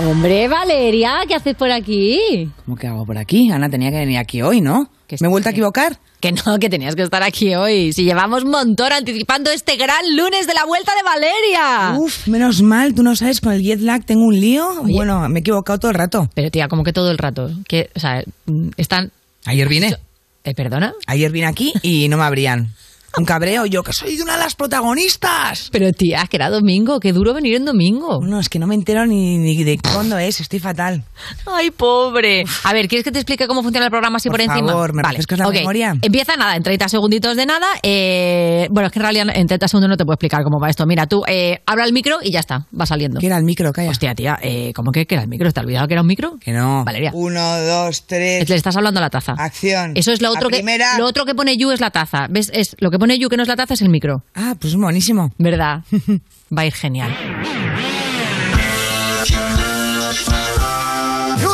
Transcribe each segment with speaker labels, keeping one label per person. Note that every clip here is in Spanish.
Speaker 1: Hombre, Valeria, ¿qué haces por aquí?
Speaker 2: ¿Cómo que hago por aquí? Ana tenía que venir aquí hoy, ¿no? ¿Me he vuelto a equivocar?
Speaker 1: Que no, que tenías que estar aquí hoy. Si llevamos montón anticipando este gran lunes de la vuelta de Valeria.
Speaker 2: Uf, menos mal, tú no sabes, con el jet lag tengo un lío. Bueno, me he equivocado todo el rato.
Speaker 1: Pero tía, como que todo el rato. Que, o sea, mm, están.
Speaker 2: Ayer vine.
Speaker 1: Eh, ¿Perdona?
Speaker 2: Ayer vine aquí y no me abrían. Un cabreo, yo que soy de una de las protagonistas.
Speaker 1: Pero tía, que era domingo, que duro venir en domingo.
Speaker 2: No, es que no me entero ni, ni de cuándo es, estoy fatal.
Speaker 1: Ay, pobre. A ver, ¿quieres que te explique cómo funciona el programa así por,
Speaker 2: Por
Speaker 1: encima?
Speaker 2: favor, ¿me refrescas la
Speaker 1: ok.
Speaker 2: memoria?
Speaker 1: Empieza nada, en 30 segunditos de nada. eh, bueno, es que en realidad en 30 segundos no te puedo explicar cómo va esto. Mira, tú eh, habla el micro y ya está, va saliendo.
Speaker 2: Que era el micro, calla.
Speaker 1: Hostia, tía, eh, ¿cómo que, que era el micro? ¿Te has olvidado que era un micro?
Speaker 2: Que no.
Speaker 1: Valeria,
Speaker 3: Uno, dos, tres.
Speaker 1: le estás hablando a la taza.
Speaker 3: Acción.
Speaker 1: Eso es lo
Speaker 3: La
Speaker 1: otro que
Speaker 3: primera.
Speaker 1: lo otro que pone You es la taza. ¿Ves? Es lo que pone You que no es la taza es el micro.
Speaker 2: Ah, pues buenísimo.
Speaker 1: ¿Verdad? Va a ir genial.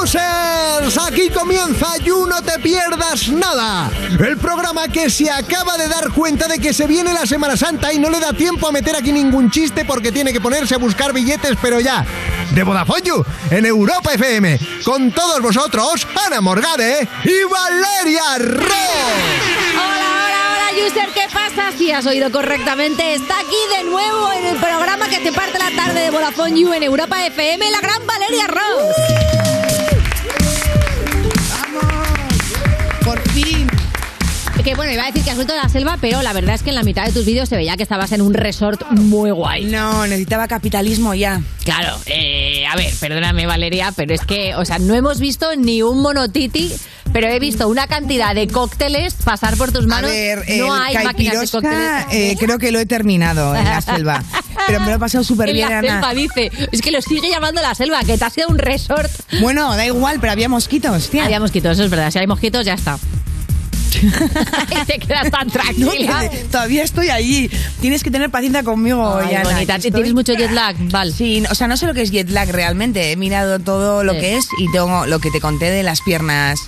Speaker 4: Users, aquí comienza You No Te Pierdas Nada, el programa que se acaba de dar cuenta de que se viene la Semana Santa y no le da tiempo a meter aquí ningún chiste porque tiene que ponerse a buscar billetes, pero ya. De Vodafone You, en Europa FM, con todos vosotros, Ana Morgade y Valeria Ro.
Speaker 1: Hola, hola, hola, user, ¿qué pasa? Si has oído correctamente, está aquí de nuevo en el programa que te parte la tarde de Vodafone You en Europa FM, la gran Valeria Ross.
Speaker 3: Por fin.
Speaker 1: Que bueno, iba a decir que has vuelto de la selva, pero la verdad es que en la mitad de tus vídeos se veía que estabas en un resort muy guay.
Speaker 2: No, necesitaba capitalismo ya.
Speaker 1: Claro, eh, a ver, perdóname Valeria, pero es que, o sea, no hemos visto ni un monotiti, pero he visto una cantidad de cócteles pasar por tus
Speaker 3: A
Speaker 1: manos.
Speaker 3: ver, el
Speaker 1: Ah, no hay máquinas de
Speaker 3: caipirosca,
Speaker 1: cócteles.
Speaker 2: Eh, creo que lo he terminado en la selva. Pero me lo he pasado súper
Speaker 1: En
Speaker 2: bien,
Speaker 1: la
Speaker 2: Ana.
Speaker 1: selva dice, es que lo sigue llamando la selva, que te ha sido un resort.
Speaker 2: Bueno, da igual, pero había mosquitos, tía.
Speaker 1: Había mosquitos, eso es verdad. Si hay mosquitos, ya está. y te quedas tan
Speaker 2: No,
Speaker 1: tranquila.
Speaker 2: que todavía estoy allí. Tienes que tener paciencia conmigo,
Speaker 1: Ay,
Speaker 2: Yana,
Speaker 1: bonita.
Speaker 2: que
Speaker 1: ¿Tienes
Speaker 2: estoy-
Speaker 1: mucho jet lag? Vale.
Speaker 2: Sí, no- o sea, no sé lo que es jet lag realmente. He mirado todo lo
Speaker 1: Sí.
Speaker 2: que es y tengo lo que te conté de las piernas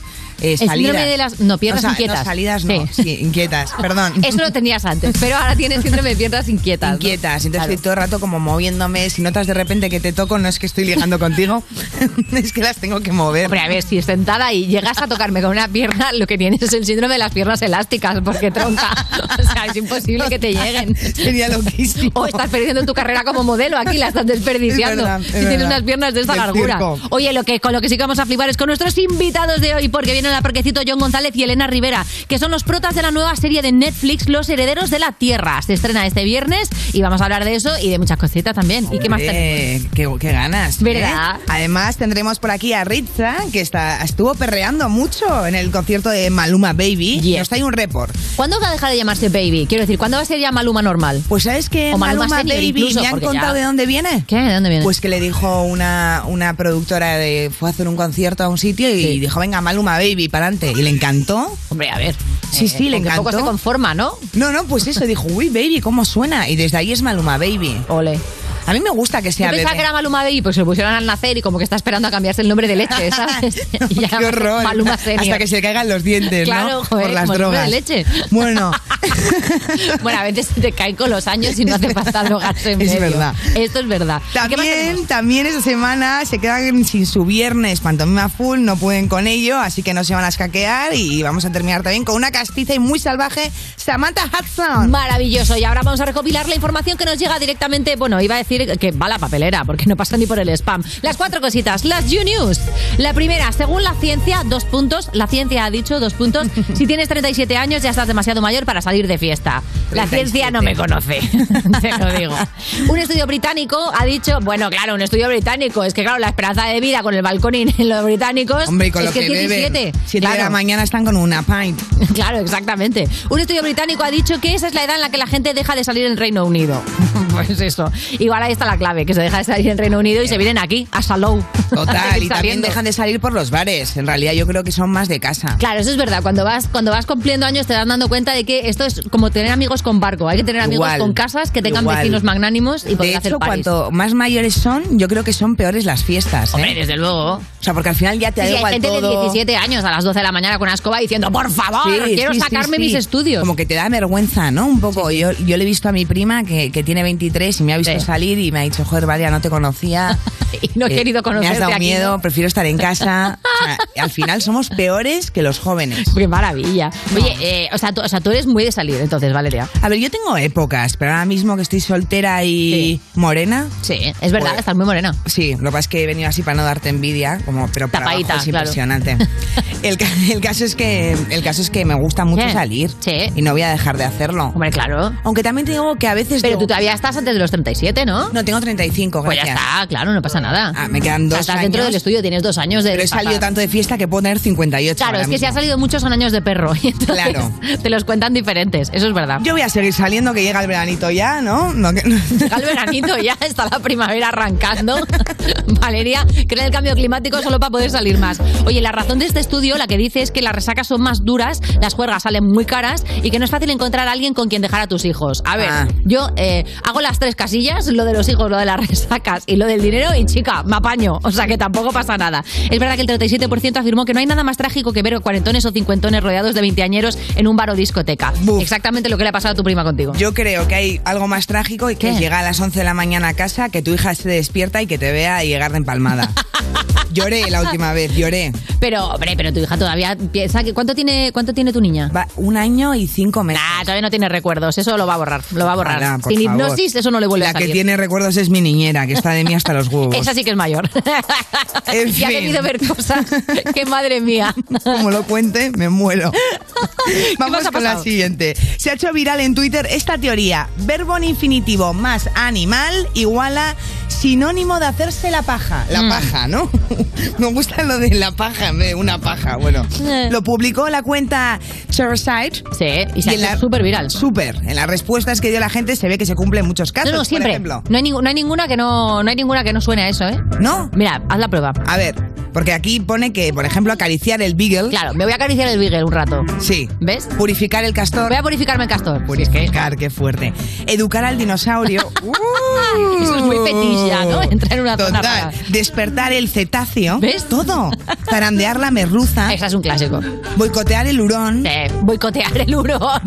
Speaker 2: eh,
Speaker 1: síndrome
Speaker 2: salidas.
Speaker 1: de las- no, piernas
Speaker 2: O sea,
Speaker 1: inquietas.
Speaker 2: No, salidas no,
Speaker 1: Sí.
Speaker 2: sí, inquietas, perdón.
Speaker 1: Eso lo tenías antes, pero ahora tienes síndrome de piernas inquietas. ¿no?
Speaker 2: Inquietas, entonces
Speaker 1: Claro.
Speaker 2: estoy todo el rato como moviéndome. Si notas de repente que te toco, no es que estoy ligando contigo, es que las tengo que mover.
Speaker 1: Hombre, a ver, si es sentada y llegas a tocarme con una pierna, lo que tienes es el síndrome de las piernas elásticas, porque tronca. O sea, es imposible que te lleguen.
Speaker 2: Sería loquísimo.
Speaker 1: O estás perdiendo tu carrera como modelo aquí, la estás desperdiciando.
Speaker 2: Es verdad, es
Speaker 1: si tienes
Speaker 2: verdad.
Speaker 1: unas piernas de esta
Speaker 2: Del
Speaker 1: largura.
Speaker 2: circo.
Speaker 1: Oye, lo que, con lo que sí que vamos a flipar es con nuestros invitados de hoy, porque vienen a Parquecito John González y Elena Rivera, que son los protas de la nueva serie de Netflix, Los Herederos de la Tierra. Se estrena este viernes y vamos a hablar de eso y de muchas cositas también. ¿Y qué más tenemos?
Speaker 2: Eh, qué, qué ganas.
Speaker 1: ¿Verdad?
Speaker 2: ¿eh? Además, tendremos por aquí a Ritza, que está, estuvo perreando mucho en el concierto de Maluma Baby.
Speaker 1: Yes.
Speaker 2: Nos trae un report.
Speaker 1: ¿Cuándo va a dejar de llamarse Baby? Quiero decir, ¿cuándo va a ser ya Maluma normal?
Speaker 2: Pues sabes que
Speaker 1: O Maluma
Speaker 2: Maluma,
Speaker 1: senior
Speaker 2: Baby
Speaker 1: incluso,
Speaker 2: me han
Speaker 1: porque
Speaker 2: contado
Speaker 1: ya-
Speaker 2: de dónde viene.
Speaker 1: ¿Qué? ¿De dónde viene?
Speaker 2: Pues que le dijo una, una productora de fue a hacer un concierto a un sitio y
Speaker 1: Sí.
Speaker 2: dijo, venga, Maluma Baby, para adelante. Y le encantó.
Speaker 1: Hombre, a ver.
Speaker 2: Sí, sí,
Speaker 1: con
Speaker 2: le
Speaker 1: que poco
Speaker 2: encantó.
Speaker 1: se conforma, ¿no?
Speaker 2: No, no, pues eso, dijo, uy, baby, ¿cómo suena? Y desde ahí es Maluma Baby.
Speaker 1: Ole.
Speaker 2: A eh. mí me gusta que
Speaker 1: Yo
Speaker 2: sea
Speaker 1: pensaba
Speaker 2: bebé.
Speaker 1: que era Maluma Baby, pues se lo pusieron al nacer y como que está esperando a cambiarse el nombre de leche, ¿sabes?
Speaker 2: No,
Speaker 1: Y ya
Speaker 2: qué horror.
Speaker 1: Maluma Senior.
Speaker 2: Hasta que se le caigan los dientes,
Speaker 1: Claro,
Speaker 2: ¿no?
Speaker 1: joder,
Speaker 2: Por las
Speaker 1: como el nombre
Speaker 2: drogas.
Speaker 1: de leche.
Speaker 2: Bueno,
Speaker 1: Bueno, a veces se te caen con los años y no hace falta drogarse en
Speaker 2: Es
Speaker 1: medio.
Speaker 2: verdad.
Speaker 1: Esto es verdad. ¿Qué más tenemos?
Speaker 2: también, también esta semana se quedan sin su viernes pantomima full, no pueden con ello, así que no se van a escaquear y vamos a terminar también con una castiza y muy salvaje, Samantha Hudson.
Speaker 1: Maravilloso. Y ahora vamos a recopilar la información que nos llega directamente. Bueno, iba a decir que va a la papelera, porque no pasa ni por el spam. Las cuatro cositas. Las U-News. La primera, según la ciencia, dos puntos. La ciencia ha dicho dos puntos. Si tienes 37 años, ya estás demasiado mayor para salir de fiesta. La
Speaker 2: 37.
Speaker 1: ciencia no me conoce. Te lo digo. Un estudio británico ha dicho, bueno, claro, un estudio británico. Es que, claro, la esperanza de vida con el balcón y los británicos.
Speaker 2: Hombre, y con
Speaker 1: es
Speaker 2: lo
Speaker 1: que,
Speaker 2: que,
Speaker 1: es 17.
Speaker 2: beben. Siete de
Speaker 1: Claro.
Speaker 2: la mañana están con una pint.
Speaker 1: Claro, exactamente. Un estudio británico ha dicho que esa es la edad en la que la gente deja de salir del Reino Unido. pues eso. Igual ahí está la clave, que se deja de salir en Reino Unido y se vienen aquí, a Salou.
Speaker 2: Total, y también dejan de salir por los bares. En realidad yo creo que son más de casa.
Speaker 1: Claro, eso es verdad. Cuando vas, cuando vas cumpliendo años te vas dando cuenta de que esto es como tener amigos con barco. Hay que tener amigos
Speaker 2: Igual,
Speaker 1: con casas que tengan
Speaker 2: igual.
Speaker 1: vecinos magnánimos y poder
Speaker 2: de
Speaker 1: hacer
Speaker 2: hecho,
Speaker 1: paris.
Speaker 2: cuanto más mayores son, yo creo que son peores las fiestas. ¿eh?
Speaker 1: Hombre, desde luego. O
Speaker 2: sea, porque al final ya te da
Speaker 1: Sí, hay
Speaker 2: igual
Speaker 1: gente de
Speaker 2: todo.
Speaker 1: 17 años a las 12 de la mañana con una escoba diciendo, por favor,
Speaker 2: Sí,
Speaker 1: quiero
Speaker 2: sí, sí,
Speaker 1: sacarme
Speaker 2: sí.
Speaker 1: mis estudios.
Speaker 2: Como que te da vergüenza, ¿no? Un poco. Yo, yo le he visto a mi prima que, que tiene 23 y me ha visto
Speaker 1: Sí.
Speaker 2: salir y me ha dicho, joder, Valia, no te conocía. Eh,
Speaker 1: y no he querido
Speaker 2: Me has
Speaker 1: conocerte
Speaker 2: dado
Speaker 1: aquí,
Speaker 2: miedo,
Speaker 1: ¿no?
Speaker 2: prefiero estar en casa. O sea, al final somos peores que los jóvenes.
Speaker 1: Qué maravilla. Oye, eh, o, sea, tú, o sea, tú eres muy de salir entonces, Valeria.
Speaker 2: A ver, yo tengo épocas, pero ahora mismo que estoy soltera y morena. pues
Speaker 1: Sí, es verdad, estás muy morena.
Speaker 2: Sí, lo que pasa es que he venido así para no darte envidia, como, pero para abajo
Speaker 1: Tapadita,
Speaker 2: es
Speaker 1: claro.
Speaker 2: impresionante. el, ca- el caso es que, el caso es que me gusta mucho salir y no voy a dejar de hacerlo.
Speaker 1: Hombre, claro.
Speaker 2: Aunque también te digo que a veces.
Speaker 1: Pero tú todavía estás antes de los 37, ¿no?
Speaker 2: No, tengo 35,
Speaker 1: Pues ya
Speaker 2: gracias.
Speaker 1: está, claro, no pasa nada.
Speaker 2: Ah, me quedan
Speaker 1: O sea,
Speaker 2: dos
Speaker 1: estás dentro
Speaker 2: años.
Speaker 1: del estudio, tienes dos años de
Speaker 2: Pero he salido
Speaker 1: escapada.
Speaker 2: tanto de fiesta que puedo tener 58.
Speaker 1: Claro,
Speaker 2: ahora
Speaker 1: es que si
Speaker 2: mismo.
Speaker 1: ha salido muchos son años de perro. y entonces
Speaker 2: Claro.
Speaker 1: Te los cuentan diferentes, eso es verdad.
Speaker 2: Yo voy a seguir saliendo, que llega el veranito ya, ¿no? No, que-
Speaker 1: Llega el veranito ya, está la primavera arrancando. Valeria, cree en el cambio climático solo para poder salir más. Oye, la razón de este estudio, la que dice es que las resacas son más duras, las juergas salen muy caras y que no es fácil encontrar a alguien con quien dejar a tus hijos. A ver,
Speaker 2: Ah.
Speaker 1: yo eh, hago las tres casillas, lo de los hijos, lo de las resacas y lo del dinero y chica, me apaño. O sea que tampoco pasa nada. Es verdad que el 37% afirmó que no hay nada más trágico que ver cuarentones o cincuentones rodeados de veinteañeros en un bar o discoteca. Exactamente lo que le ha pasado a tu prima contigo.
Speaker 2: Yo creo que hay algo más trágico y que es llegar a las 11 de la mañana a casa, que tu hija se despierta y que te vea llegar de empalmada. lloré la última vez, Eh, lloré.
Speaker 1: Pero, hombre, pero tu hija todavía piensa que. ¿Cuánto tiene, cuánto tiene tu niña?
Speaker 2: un año y cinco meses.
Speaker 1: Ah, todavía no tiene recuerdos. Eso lo va a borrar. Lo va a borrar.
Speaker 2: Ojalá, por
Speaker 1: Sin
Speaker 2: favor.
Speaker 1: hipnosis, eso no le vuelve
Speaker 2: La
Speaker 1: a salir.
Speaker 2: que tiene recuerdos es mi niñera, que está de mí hasta los huevos.
Speaker 1: Esa sí que es mayor.
Speaker 2: En
Speaker 1: y ha
Speaker 2: fin.
Speaker 1: debido ver cosas. ¡Qué madre mía!
Speaker 2: Como lo cuente, me muero. Vamos con la siguiente. Se ha hecho viral en Twitter esta teoría. Verbo en infinitivo más animal igual a sinónimo de hacerse la paja.
Speaker 1: Mm.
Speaker 2: La paja, ¿no? Me gusta lo de la paja, en vez de una paja. Bueno, lo publicó la cuenta Cherside.
Speaker 1: Sí, y se ha hecho súper viral.
Speaker 2: Súper. En las respuestas que dio la gente se ve que se cumplen muchos casos.
Speaker 1: No, no,
Speaker 2: por
Speaker 1: siempre.
Speaker 2: ejemplo.
Speaker 1: No hay, ningú- no hay ninguna que no, no hay ninguna que no suene a eso, ¿eh?
Speaker 2: ¿No?
Speaker 1: Mira, haz la prueba.
Speaker 2: A ver, porque aquí pone que, por ejemplo, acariciar el beagle.
Speaker 1: Claro, me voy a acariciar el beagle un rato.
Speaker 2: Sí.
Speaker 1: ¿Ves?
Speaker 2: Purificar el castor.
Speaker 1: Voy a purificarme el castor.
Speaker 2: Purificar, qué fuerte. Educar al dinosaurio. ¡Uh!
Speaker 1: Eso es muy petilla, ¿no? Entrar en una zona
Speaker 2: Total.
Speaker 1: rara.
Speaker 2: Despertar el cetáceo. ¿Ves? Todo. Zarandear la merluza.
Speaker 1: Esa es un clásico.
Speaker 2: Boicotear el hurón.
Speaker 1: boicotear el hurón.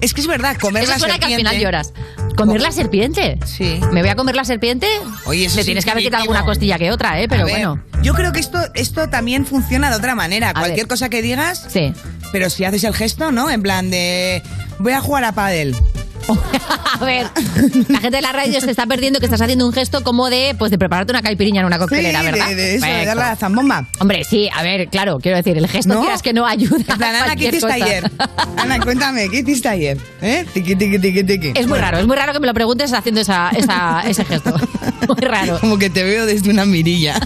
Speaker 2: es que es verdad, comer
Speaker 1: Eso
Speaker 2: la
Speaker 1: suena que al
Speaker 2: serpiente.
Speaker 1: final lloras. ¿Comer la serpiente? Sí. ¿Me voy a comer la serpiente?
Speaker 2: Oye, eso
Speaker 1: Te
Speaker 2: es
Speaker 1: tienes que haber quitado
Speaker 2: infinitivo.
Speaker 1: alguna costilla que otra, ¿eh?
Speaker 2: A
Speaker 1: Pero
Speaker 2: ver,
Speaker 1: bueno.
Speaker 2: Yo creo que esto, esto también funciona de otra manera. Cualquier cosa que digas.
Speaker 1: Sí.
Speaker 2: Pero si haces el gesto, ¿no? En plan de. Voy a jugar a pádel.
Speaker 1: A ver, la gente de la radio se está perdiendo que estás haciendo un gesto como de, pues, de prepararte una caipiriña en una coctelera,
Speaker 2: Sí,
Speaker 1: ¿verdad?
Speaker 2: de- de eso, de
Speaker 1: Perfecto.
Speaker 2: darle a la zambomba.
Speaker 1: Hombre, sí, a ver, claro, quiero decir, el gesto
Speaker 2: ¿No?
Speaker 1: quieras que no ayuda.
Speaker 2: En plan,
Speaker 1: a
Speaker 2: Ana, ¿qué
Speaker 1: cualquier
Speaker 2: hiciste
Speaker 1: cosa.
Speaker 2: ayer? Ana, cuéntame, ¿qué hiciste ayer? ¿Eh? Tiqui, tiqui, tiqui, tiqui.
Speaker 1: Es muy raro, es muy raro que me lo preguntes haciendo esa, esa- ese gesto. Muy raro.
Speaker 2: Como que te veo desde una mirilla.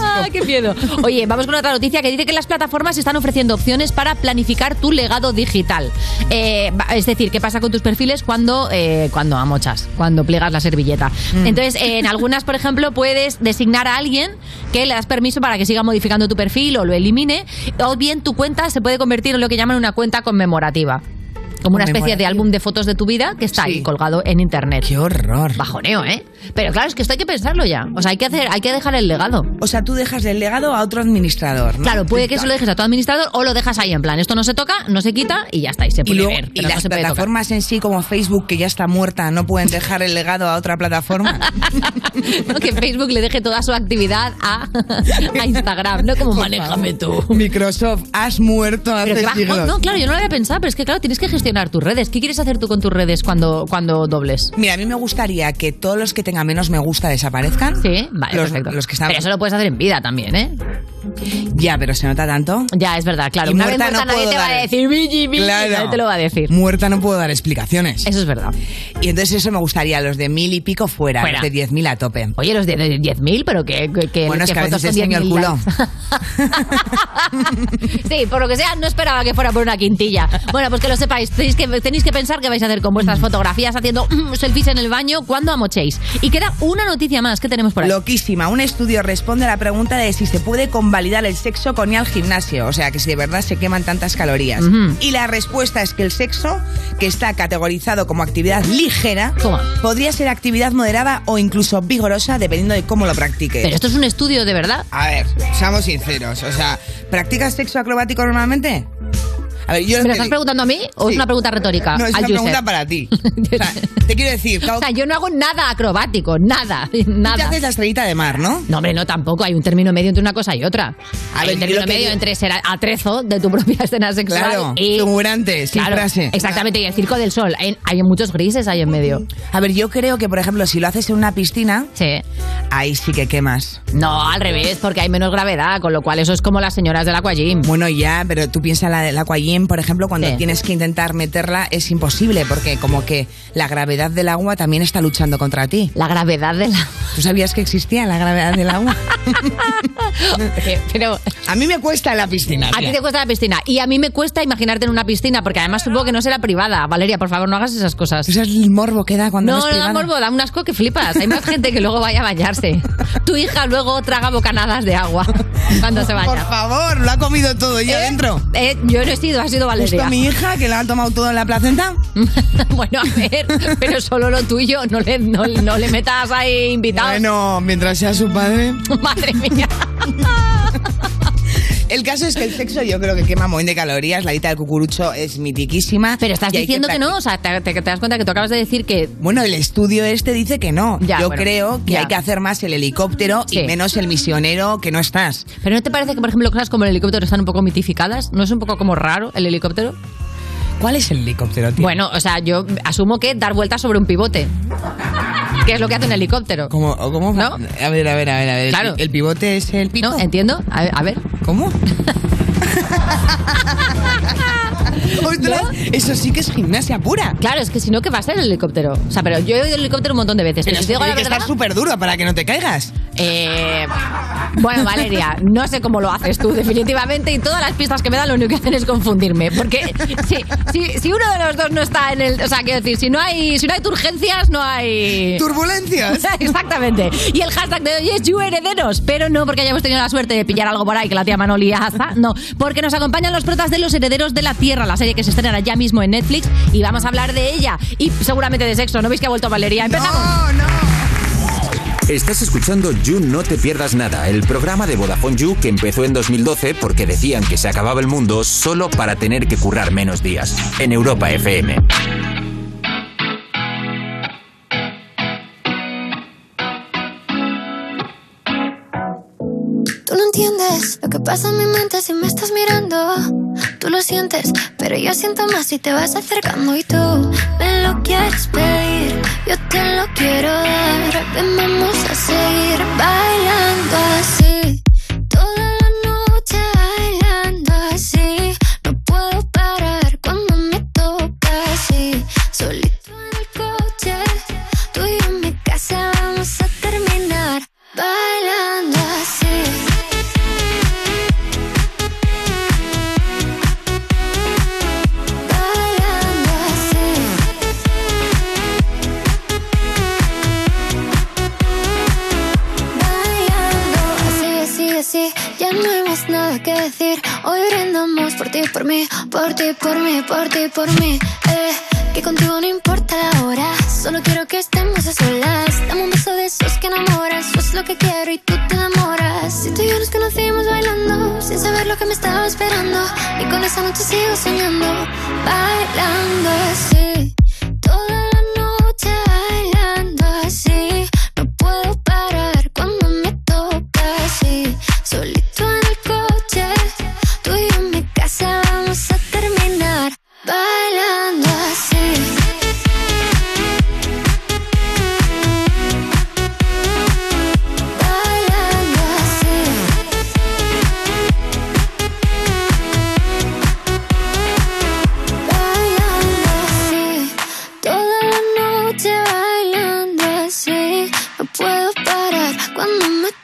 Speaker 1: Ah, qué miedo. Oye, vamos con otra noticia que dice que las plataformas están ofreciendo opciones para planificar tu legado digital. Eh, va- es decir, qué pasa con tus perfiles cuando, eh, cuando amochas, cuando pliegas la servilleta. Entonces, eh, en algunas, por ejemplo, puedes designar a alguien que le das permiso para que siga modificando tu perfil o lo elimine, o bien tu cuenta se puede convertir en lo que llaman una cuenta conmemorativa. Como una especie de
Speaker 2: Conmemorativa.
Speaker 1: álbum de fotos de tu vida que está ahí colgado en internet.
Speaker 2: Qué horror.
Speaker 1: Bajoneo, ¿eh? Pero claro, es que esto hay que pensarlo ya. O sea, hay que hacer, hay que dejar el legado.
Speaker 2: O sea, tú dejas el legado a otro administrador, ¿no?
Speaker 1: Claro, puede que se lo dejes a tu administrador o lo dejas ahí en plan, esto no se toca, no se quita y ya está, y se
Speaker 2: Y,
Speaker 1: puede
Speaker 2: luego-
Speaker 1: ver,
Speaker 2: y
Speaker 1: pero no
Speaker 2: las
Speaker 1: se puede tocar.
Speaker 2: plataformas en sí, como Facebook, que ya está muerta, no pueden dejar el legado a otra plataforma.
Speaker 1: ¿no? Que Facebook le deje toda su actividad a, a Instagram, ¿no? Como manéjame tú.
Speaker 2: Microsoft, has muerto hace
Speaker 1: Pero que bajo-
Speaker 2: siglos.
Speaker 1: no, claro, yo no lo había pensado, pero es que claro, tienes que gestionar tus redes. ¿Qué quieres hacer tú con tus redes cuando, cuando dobles?
Speaker 2: Mira, a mí me gustaría que todos los que tengan menos me gusta desaparezcan.
Speaker 1: Sí, vale,
Speaker 2: los,
Speaker 1: perfecto.
Speaker 2: los que están...
Speaker 1: Pero eso lo puedes hacer en vida también, ¿eh?
Speaker 2: Ya, pero se nota tanto.
Speaker 1: Ya, es verdad, claro. Una vez muerta nadie te va a decir, "Billy, Billy", nadie te lo va a decir.
Speaker 2: Muerta no puedo dar explicaciones.
Speaker 1: Eso es verdad.
Speaker 2: Y entonces eso me gustaría, los de mil y pico fuera,
Speaker 1: Fuera.
Speaker 2: los de diez mil a tope.
Speaker 1: Oye, los de de 10.000, pero que, que, que-
Speaker 2: Bueno, es que a
Speaker 1: fotos
Speaker 2: veces
Speaker 1: con
Speaker 2: enseño el
Speaker 1: 10.000
Speaker 2: culo.
Speaker 1: likes. sí, por lo que sea, no esperaba que fuera por una quintilla. Bueno, pues que lo sepáis, tenéis que, tenéis que pensar qué vais a hacer con vuestras fotografías haciendo mm, selfies en el baño cuando amochéis. Y queda una noticia más que tenemos por ahí.
Speaker 2: Loquísima. Un estudio responde a la pregunta de si se puede convalidar el sexo con ir al gimnasio. O sea, que si de verdad se queman tantas calorías.
Speaker 1: Ujú.
Speaker 2: Y la respuesta es que el sexo, que está categorizado como actividad ligera,
Speaker 1: Toma.
Speaker 2: podría ser actividad moderada o incluso vigorosa, dependiendo de cómo lo practiques.
Speaker 1: Pero esto es un estudio de verdad.
Speaker 2: A ver, seamos sinceros. O sea, ¿practicas sexo acrobático normalmente? A ver,
Speaker 1: ¿Me
Speaker 2: yo
Speaker 1: lo
Speaker 2: te
Speaker 1: estás
Speaker 2: di-
Speaker 1: preguntando a mí o es
Speaker 2: Sí.
Speaker 1: una pregunta retórica?
Speaker 2: No, es
Speaker 1: al
Speaker 2: una
Speaker 1: Josep?
Speaker 2: pregunta para ti. O sea, te quiero decir,
Speaker 1: O
Speaker 2: Cau,
Speaker 1: sea, yo no hago nada acrobático, nada,
Speaker 2: tú te
Speaker 1: nada.
Speaker 2: haces la estrellita de mar, ¿no?
Speaker 1: No, hombre, no tampoco. Hay un término medio entre una cosa y otra.
Speaker 2: A
Speaker 1: Hay
Speaker 2: ver,
Speaker 1: un
Speaker 2: yo
Speaker 1: término
Speaker 2: lo que
Speaker 1: medio
Speaker 2: digo-
Speaker 1: entre ser atrezo de tu propia escena sexual
Speaker 2: Claro,
Speaker 1: y...
Speaker 2: fulgurante, sin
Speaker 1: Claro,
Speaker 2: frase.
Speaker 1: Exactamente, y el circo del sol. Hay, hay muchos grises ahí en medio.
Speaker 2: A ver, yo creo que, por ejemplo, si lo haces en una piscina,
Speaker 1: Sí.
Speaker 2: ahí sí que quemas.
Speaker 1: No, al revés, porque hay menos gravedad, con lo cual eso es como las señoras del aquagym.
Speaker 2: Bueno, ya, pero tú piensas la del aquagym, por ejemplo, cuando
Speaker 1: Sí.
Speaker 2: tienes que intentar meterla es imposible porque como que la gravedad del agua también está luchando contra ti.
Speaker 1: La gravedad de la...
Speaker 2: ¿Tú sabías que existía la gravedad del agua?
Speaker 1: Pero
Speaker 2: A mí me cuesta la piscina.
Speaker 1: a
Speaker 2: tía.
Speaker 1: ti te cuesta la piscina y a mí me cuesta imaginarte en una piscina, porque además supongo que no será privada. Valeria, por favor, no hagas esas cosas.
Speaker 2: Eso es el morbo que da Ah, cuando
Speaker 1: No,
Speaker 2: no,
Speaker 1: no
Speaker 2: es
Speaker 1: da
Speaker 2: privada.
Speaker 1: morbo, da un asco que flipas. Hay más gente que luego vaya a bañarse. Tu hija luego traga bocanadas de agua cuando se
Speaker 2: Por
Speaker 1: baña.
Speaker 2: favor, lo ha comido todo yo
Speaker 1: ¿Eh?
Speaker 2: dentro.
Speaker 1: Eh, yo no he sido, ha sido
Speaker 2: Justo
Speaker 1: Valeria.
Speaker 2: mi hija que la han tomado todo en la placenta.
Speaker 1: bueno, a ver, pero solo lo tuyo, no le, no, no le metas ahí invitados.
Speaker 2: Bueno, mientras sea su padre.
Speaker 1: Madre mía.
Speaker 2: El caso es que el sexo yo creo que quema muy de calorías, la dieta del cucurucho es mitiquísima.
Speaker 1: Pero estás
Speaker 2: y hay
Speaker 1: diciendo que, no,
Speaker 2: practi-
Speaker 1: o sea, te, te- te das cuenta que tú acabas de decir que...
Speaker 2: Bueno, el estudio este dice que no.
Speaker 1: Ya,
Speaker 2: yo
Speaker 1: bueno,
Speaker 2: creo que
Speaker 1: ya.
Speaker 2: hay que hacer más el helicóptero
Speaker 1: Sí.
Speaker 2: y menos el misionero que no estás.
Speaker 1: Pero ¿no te parece que, por ejemplo, cosas como el helicóptero están un poco mitificadas? ¿No es un poco como raro el helicóptero?
Speaker 2: ¿Cuál es el helicóptero, tío?
Speaker 1: Bueno, o sea, yo asumo que dar vueltas sobre un pivote. ¿Qué es lo que hace un helicóptero?
Speaker 2: ¿Cómo? o cómo?
Speaker 1: ¿No?
Speaker 2: A ver, a ver, a ver, a ver. El
Speaker 1: Claro.
Speaker 2: pi- El pivote es el pito.
Speaker 1: No, entiendo. A ver, a ver.
Speaker 2: ¿Cómo? Ostras, eso sí que es gimnasia pura.
Speaker 1: Claro, es que si no, ¿qué va a ser el helicóptero? O sea, pero yo he oído el helicóptero un montón de veces. Pero, si te digo la
Speaker 2: tiene que
Speaker 1: verdad.
Speaker 2: estar súper duro para que no te caigas.
Speaker 1: eh, bueno, Valeria, no sé cómo lo haces tú, definitivamente. Y todas las pistas que me dan lo único que hacen es confundirme. Porque si, si, si uno de los dos no está en el. O sea, quiero decir, si no hay, si no hay turgencias, no hay.
Speaker 2: Turbulencias.
Speaker 1: Exactamente. Y el hashtag de hoy es herederos pero no porque hayamos tenido la suerte de pillar algo por ahí que la tía Manoli haza, no, porque nos acompañan los protas de Los Herederos de la Tierra, la serie que se estrenará ya mismo en Netflix y vamos a hablar de ella y seguramente de sexo. ¿No veis que ha vuelto Valeria? Empezamos.
Speaker 2: No, no.
Speaker 5: Estás escuchando You No Te Pierdas Nada, el programa de Vodafone You que empezó en 2012 porque decían que se acababa el mundo solo para tener que currar menos días. En Europa FM.
Speaker 6: Tú no entiendes lo que pasa en mi mente si me estás mirando. Tú lo sientes, pero yo siento más si te vas acercando y tú me lo quieres pedir. Yo te lo quiero dar. Ven, vamos a seguir bailando así. Toda la noche bailando así. No puedo parar cuando me tocas así. Solito en el coche, tú y yo en mi casa vamos a terminar bailando así. Bailando así. Bailando así, así, así. Ya no hay más nada que decir. Hoy brindamos por ti, por mí, por ti, por mí, por ti, por mí. Eh, que contigo no importa la hora. Solo quiero que estemos a solas. Dame un beso de esos que enamoras. Yo es lo que quiero y tú te enamoras. Si tú y yo nos conocimos bailando, sin saber lo que me estaba esperando. Y con esa noche sigo soñando, bailando así. Toda la noche bailando así. No puedo parar cuando me toca así. Solito en el coche, tú y yo en mi casa vamos a terminar bailando así. Bailando así.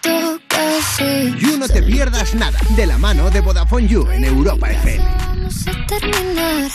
Speaker 6: sí.
Speaker 4: You No Te Pierdas Nada, de la mano de Vodafone You en Europa FM.
Speaker 6: Terminar.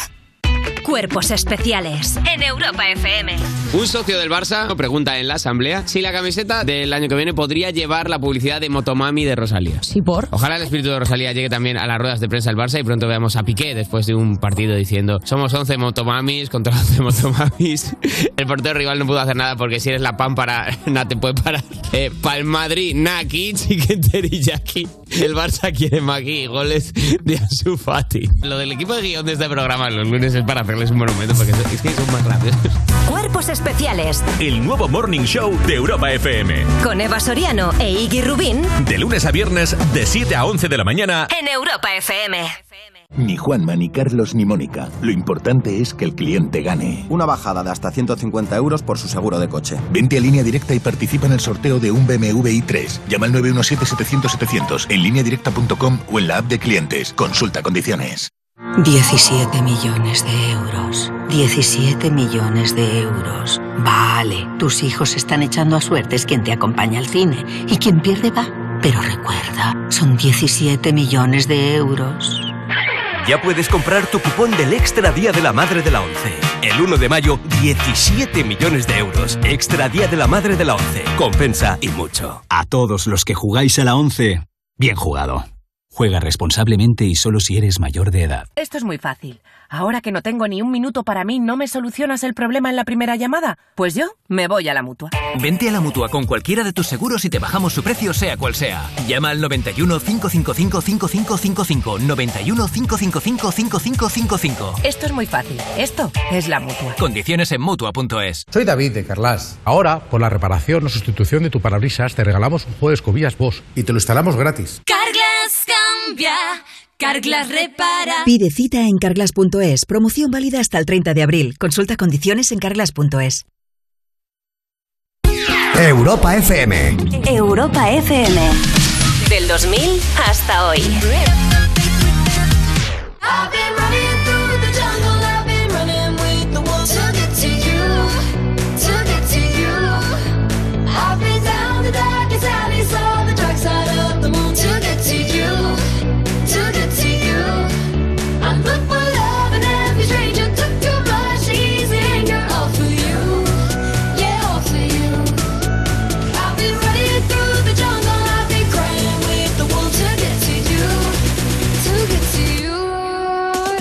Speaker 7: Cuerpos especiales en Europa FM.
Speaker 8: Un socio del Barça pregunta en la asamblea si la camiseta del año que viene podría llevar la publicidad de Motomami de Rosalía.
Speaker 1: Sí, por.
Speaker 8: Ojalá el espíritu de Rosalía llegue también a las ruedas de prensa del Barça y pronto veamos a Piqué después de un partido diciendo somos 11 motomamis contra 11 motomamis. El portero rival no pudo hacer nada porque si eres la pámpara, nada te puede parar. Eh, Pal Madrid, Naki, Chiquenteriyaki. El Barça quiere Maki y goles de Ansu Fati. Lo del equipo de guión de este programa los lunes es para hacerles un monumento porque es que son más grandes.
Speaker 7: Cuerpos especiales
Speaker 9: El nuevo Morning Show de Europa FM.
Speaker 7: con Eva Soriano e Iggy Rubín
Speaker 9: De lunes a viernes, de 7 a 11 de la mañana.
Speaker 7: en Europa FM.
Speaker 10: Ni Juanma, ni Carlos, ni Mónica. Lo importante es que el cliente gane.
Speaker 11: Una bajada de hasta 150 euros por su seguro de coche.
Speaker 10: Vente a línea directa y participa en el sorteo de un BMW i3. Llama al 917-700-700 en lineadirecta.com o en la app de clientes. Consulta condiciones.
Speaker 3: 17 millones de euros. 17 millones de euros. Vale, tus hijos están echando a suertes quien te acompaña al cine y quien pierde va. Pero recuerda, son 17 millones de euros.
Speaker 5: Ya puedes comprar tu cupón del Extra Día de la Madre de la Once. El 1 de mayo, 17 millones de euros. Extra Día de la Madre de la Once. Compensa y mucho.
Speaker 12: A todos los que jugáis a la 11, bien jugado. Juega responsablemente y solo si eres mayor de edad.
Speaker 13: Esto es muy fácil. Ahora que no tengo ni un minuto para mí, ¿no me solucionas el problema en la primera llamada? Pues yo me voy a la mutua.
Speaker 5: Vente a la mutua con cualquiera de tus seguros y te bajamos su precio, sea cual sea. Llama al 91 555 5555. 91 555 5555.
Speaker 13: Esto es muy fácil. Esto es la mutua.
Speaker 5: Condiciones en mutua.es.
Speaker 14: Soy David de Carlas. Ahora, por la reparación o sustitución de tu parabrisas, te regalamos un juego de escobillas vos y te lo instalamos gratis.
Speaker 7: Carglass cambia, Carglass repara.
Speaker 15: Pide cita en carglass.es. Promoción válida hasta el 30 de abril. Consulta condiciones en carglass.es.
Speaker 4: Europa FM.
Speaker 7: Europa FM. Del 2000 hasta hoy.
Speaker 16: I've been running through the jungle, I've been running with the wolves. Took it to you, took it to you. I've been down the darkest alley, saw the dark side of the moon. Took it to you, took it to you. I look for love in every stranger, took too much to ease anger. All for you, yeah, all for you. I've been running through the jungle, I've been crying with the wolves. Took it to you, took it to you,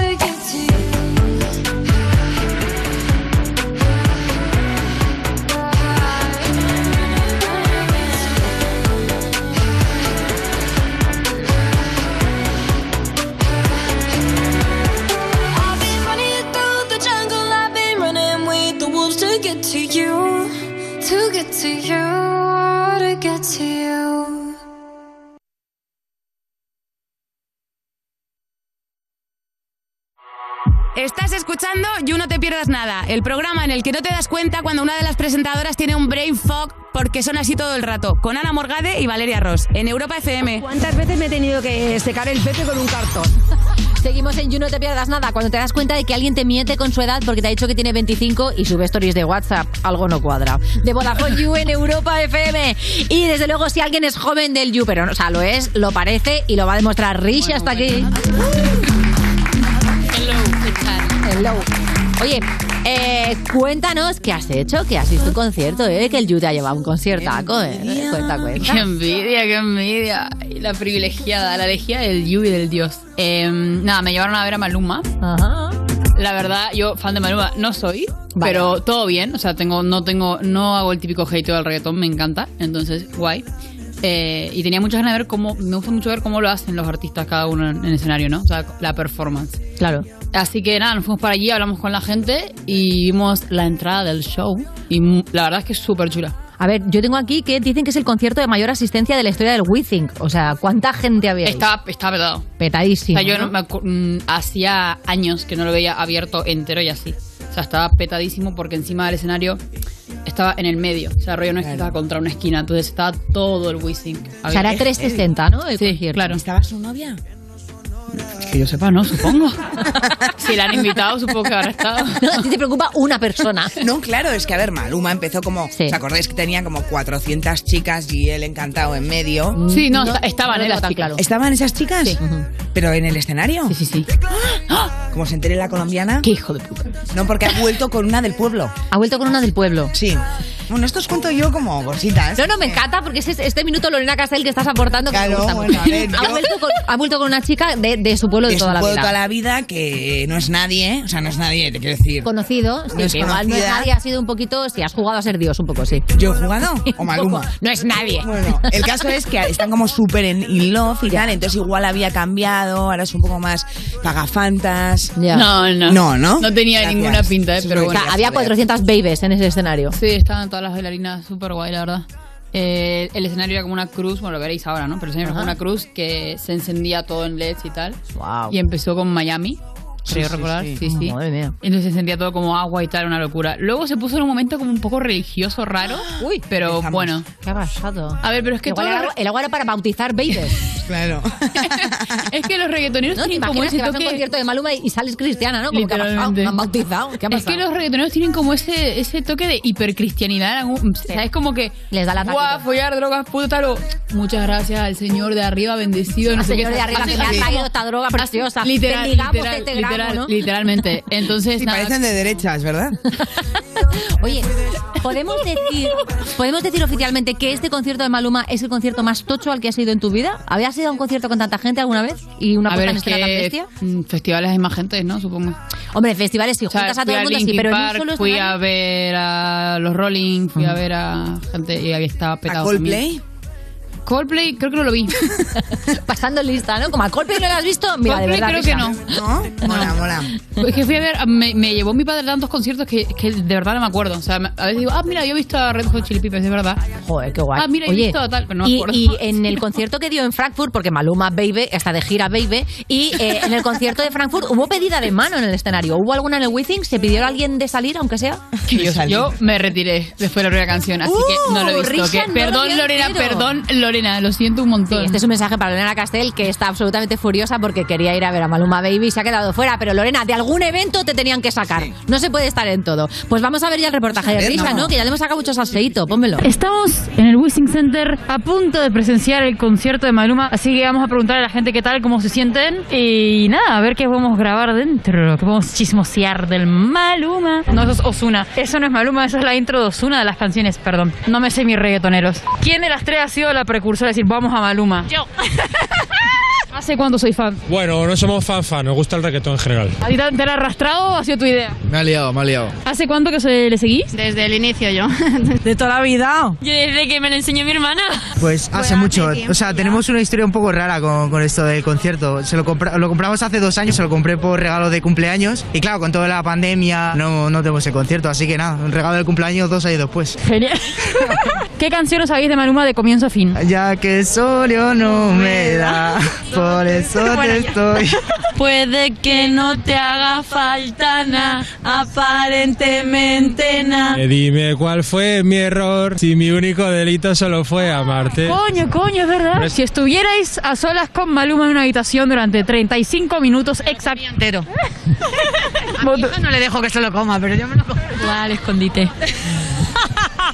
Speaker 16: took it to you. I've been running through the jungle, I've been running with the wolves to get to you, to get to you, to get to you.
Speaker 17: Estás escuchando You No Te Pierdas Nada, el programa en el que no te das cuenta cuando una de las presentadoras tiene un brain fog porque son así todo el rato, con Ana Morgade y Valeria Ross, en Europa FM.
Speaker 1: ¿Cuántas veces me he tenido que secar el pepe con un cartón? Seguimos en You No Te Pierdas Nada, cuando te das cuenta de que alguien te miente con su edad porque te ha dicho que tiene 25 y sube stories de WhatsApp. Algo no cuadra. De Vodafone You en Europa FM. Y desde luego, si alguien es joven del You, pero no, o sea, lo es, lo parece y lo va a demostrar Rich hasta aquí. Hello. Oye, eh, cuéntanos qué has hecho, que has visto un concierto, eh, que el You te ha llevado a un conciertaco, eh. Cuenta, cuenta.
Speaker 18: Qué envidia, qué envidia. Ay, La privilegiada, la elegía del Yu y del Dios. Em, nada, me llevaron a ver a Maluma. La verdad, yo fan de Maluma no soy,
Speaker 19: Vale.
Speaker 18: pero todo bien. O sea, tengo, no tengo, no hago el típico hateo del reggaetón, me encanta. Entonces, guay. Eh, y tenía muchas ganas de ver cómo, me gusta mucho ver cómo lo hacen los artistas cada uno en, en el escenario, ¿no? O sea, la performance.
Speaker 1: Claro.
Speaker 18: Así que nada, nos fuimos para allí, hablamos con la gente y vimos la entrada del show. Y mu- la verdad es que es súper chula.
Speaker 1: A ver, yo tengo aquí que dicen que es el concierto de mayor asistencia de la historia del WeThink. O sea, ¿cuánta gente había? ahí?
Speaker 18: Está, está petado.
Speaker 1: petadísimo.
Speaker 18: o sea, yo no
Speaker 1: ¿no?
Speaker 18: me acu- mm, hacía años que no lo veía abierto entero y así. O sea, estaba petadísimo porque encima del escenario estaba en el medio. O sea, rollo no es que estaba contra una esquina, entonces estaba todo el Eh, Wissing.
Speaker 1: O sea, era 360, ¿no?
Speaker 18: Sí, claro.
Speaker 1: ¿Estaba
Speaker 18: su novia? Que yo sepa, no, supongo. si la han invitado, supongo que habrá estado.
Speaker 1: No, a ti te preocupa una persona.
Speaker 2: No, claro, es que a ver, Maluma empezó como. ¿Os acordáis que tenía como 400 chicas y él encantado en medio?
Speaker 1: Mm,
Speaker 18: Sí, no, esta- estaban, eh,
Speaker 2: era
Speaker 18: las
Speaker 2: tan
Speaker 18: chicas.
Speaker 2: ¿Estaban esas chicas? ¿Pero en el escenario? Sí,
Speaker 18: sí, sí.
Speaker 2: Como se entere la colombiana.
Speaker 18: ¡Qué hijo de puta!
Speaker 2: No, porque ha vuelto con una del pueblo.
Speaker 1: ¿Ha vuelto con una del pueblo?
Speaker 2: Sí. Bueno, esto os cuento yo como cositas.
Speaker 1: No, no, me encanta porque es es- este minuto Lorena Castel que estás aportando que me
Speaker 2: Claro,
Speaker 1: gusta
Speaker 2: bueno,
Speaker 1: mucho.
Speaker 2: a ver,
Speaker 1: ha,
Speaker 2: yo-
Speaker 1: vuelto con, ha vuelto con una chica de, de su pueblo de,
Speaker 2: Es
Speaker 1: toda,
Speaker 2: un
Speaker 1: la
Speaker 2: pueblo
Speaker 1: vida.
Speaker 2: toda la vida que no es nadie, ¿eh? o sea, no es nadie, te quiero decir.
Speaker 1: Conocido, sí,
Speaker 2: No es
Speaker 1: que igual no es
Speaker 2: conocida.
Speaker 1: nadie, ha sido un poquito, si has jugado a ser Dios, un poco, sí.
Speaker 2: ¿Yo he jugado? ¿O
Speaker 1: Un
Speaker 2: Maluma?
Speaker 1: poco. No es nadie.
Speaker 2: Bueno, El caso es que están como súper en in love y tal, entonces igual había cambiado, ahora es un poco más pagafantas.
Speaker 18: No, no.
Speaker 2: No, no.
Speaker 18: No tenía ninguna pinta, eh,
Speaker 2: Eso es
Speaker 18: pero
Speaker 2: lo que
Speaker 18: bueno.
Speaker 2: quería
Speaker 1: había
Speaker 2: saber.
Speaker 1: 400 babies en ese escenario.
Speaker 18: Sí, estaban todas las bailarinas súper guay, la verdad. Eh, el escenario era como una cruz, bueno, lo veréis ahora, ¿no? Pero el escenario era como
Speaker 1: Ajá.
Speaker 18: una cruz que se encendía todo en LEDs y tal.
Speaker 1: Wow.
Speaker 18: Y empezó con Miami,
Speaker 1: Sí,
Speaker 18: creo
Speaker 1: sí,
Speaker 18: recordar.
Speaker 1: sí.
Speaker 18: Sí, sí.
Speaker 1: Madre mía.
Speaker 18: Entonces se encendía todo como agua y tal, una locura. Luego se puso en un momento como un poco religioso, raro. Uy, pero bueno.
Speaker 1: ¿Qué ha pasado?
Speaker 18: A ver, pero es que
Speaker 1: Igual
Speaker 18: todo-
Speaker 1: el, agua, el agua era para bautizar babies.
Speaker 2: Claro.
Speaker 18: Es que los reggaetoneros
Speaker 1: ¿No te
Speaker 18: tienen como
Speaker 1: imaginas
Speaker 18: ese
Speaker 1: que vas a un
Speaker 18: toque-
Speaker 1: concierto de Maluma y sales cristiana, ¿no? Como que ha pasado,
Speaker 18: Literalmente.
Speaker 1: me han bautizado. ¿Qué ha
Speaker 18: Es
Speaker 1: pasado?
Speaker 18: que los reggaetoneros tienen como ese, ese toque de hipercristianidad. en algún- o sea, es como que. Les da la Guau, follar, drogas, puto, talo. Muchas gracias al Señor de arriba, bendecido. no
Speaker 1: Al
Speaker 18: sé
Speaker 1: Señor
Speaker 18: qué.
Speaker 1: de arriba, que
Speaker 18: Hace-
Speaker 1: me ha
Speaker 18: hace
Speaker 1: traído
Speaker 18: como-
Speaker 1: esta droga
Speaker 18: hace-
Speaker 1: preciosa.
Speaker 18: Literal,
Speaker 1: Te ligamos,
Speaker 18: literal,
Speaker 1: te integramos,
Speaker 18: literal,
Speaker 1: ¿no?
Speaker 18: Literalmente. Entonces,
Speaker 2: Sí,
Speaker 18: nada,
Speaker 2: parecen de derechas, ¿verdad?
Speaker 1: Oye, ¿podemos decir, ¿podemos decir oficialmente que este concierto de Maluma es el concierto más tocho al que has ido en tu vida? ¿Habías ido a un concierto con tanta gente alguna vez? ¿Y una
Speaker 18: A
Speaker 1: puesta
Speaker 18: ver,
Speaker 1: en
Speaker 18: es
Speaker 1: escena tan bestia?
Speaker 18: que mm, festivales hay más gente, ¿no? Supongo.
Speaker 1: Hombre, festivales sí,
Speaker 18: O sea,
Speaker 1: juntas a
Speaker 18: fui
Speaker 1: todo el mundo sí,
Speaker 18: Linkin
Speaker 1: pero en un
Speaker 18: Park,
Speaker 1: solo
Speaker 18: Fui
Speaker 1: escenario.
Speaker 18: a ver a los Rolling, fui a ver a gente y ahí estaba petado.
Speaker 1: Coldplay?
Speaker 18: también. Coldplay, creo que no lo vi.
Speaker 1: Pasando lista, ¿no? Como a Coldplay no lo has visto, mira, de
Speaker 18: Coldplay
Speaker 1: verdad.
Speaker 18: creo que no.
Speaker 2: ¿No? Mola, mola.
Speaker 18: Es que fui a ver, ah, me, me llevó mi padre a tantos conciertos que, que de verdad no me acuerdo. O sea, me- a veces digo, ah, mira, yo he visto a Red Hot Chili Peppers, es verdad.
Speaker 1: Joder, qué guay.
Speaker 18: Ah, mira, he
Speaker 1: Oye,
Speaker 18: visto a tal, pero no me
Speaker 1: y-
Speaker 18: acuerdo.
Speaker 1: Y, en el concierto que dio en Frankfurt, porque Maluma Baby está de gira Baby, y eh, en el concierto de Frankfurt hubo pedida de mano en el escenario. ¿Hubo alguna en el Withing? ¿Se pidió a alguien de salir, aunque sea?
Speaker 18: Que yo, yo me retiré después de la primera canción, así que no lo he visto.
Speaker 1: Risha
Speaker 18: que-
Speaker 1: ¡Uh, no lo
Speaker 18: perdón,
Speaker 1: vio
Speaker 18: Lorena,
Speaker 1: entero.
Speaker 18: perdón, Lorena, lo siento un montón.
Speaker 1: Sí, este es un mensaje para Lorena Castel, que está absolutamente furiosa porque quería ir a ver a Maluma Baby y se ha quedado fuera. Pero Lorena, de algún evento te tenían que sacar. No se puede estar en todo. Pues vamos a ver ya el reportaje de
Speaker 15: ver,
Speaker 1: Risha,
Speaker 15: no.
Speaker 1: ¿no? Que ya le hemos sacado mucho salseíto. Pónmelo.
Speaker 15: Estamos en el Wishing Center a punto de presenciar el concierto de Maluma, así que vamos a preguntar a la gente qué tal, cómo se sienten y nada, a ver qué podemos grabar dentro, qué podemos chismosear del Maluma. No, eso es Osuna. Eso no es Maluma, eso es la intro de Osuna de las canciones, perdón. No me sé mis reggaetoneros. ¿Quién de las tres ha sido la precursora de decir vamos a Maluma? Yo. ¿Hace cuánto soy fan?
Speaker 20: Bueno, no somos fan fan, nos gusta el reggaetón en general.
Speaker 15: ¿A ti te te la has arrastrado o ha sido tu idea?
Speaker 20: Me ha liado, me ha liado.
Speaker 15: ¿Hace cuánto que se- le seguís? Desde el inicio yo.
Speaker 21: De toda la vida.
Speaker 15: Desde que me lo enseñó mi hermana.
Speaker 21: Pues hace mucho. O sea, tenemos una historia un poco rara con, con esto del concierto. Se lo, compra- lo compramos hace dos años, se lo compré por regalo de cumpleaños. Y claro, con toda la pandemia no, no tenemos el concierto. Así que nada, un regalo de cumpleaños dos años después.
Speaker 15: Genial. ¿Qué canción os sabéis de Maluma de comienzo a fin?
Speaker 21: Ya que el sol yo no me da, por eso te estoy.
Speaker 15: Puede que no te haga falta nada, aparentemente nada.
Speaker 20: Eh, dime cuál fue mi error, si mi único delito solo fue amarte.
Speaker 15: Coño, coño, es verdad.
Speaker 20: Res-
Speaker 15: Si estuvierais a solas con Maluma en una habitación durante 35 minutos exacto. entero. no le dejo que se lo coma, pero yo me lo como. Vale, escondite.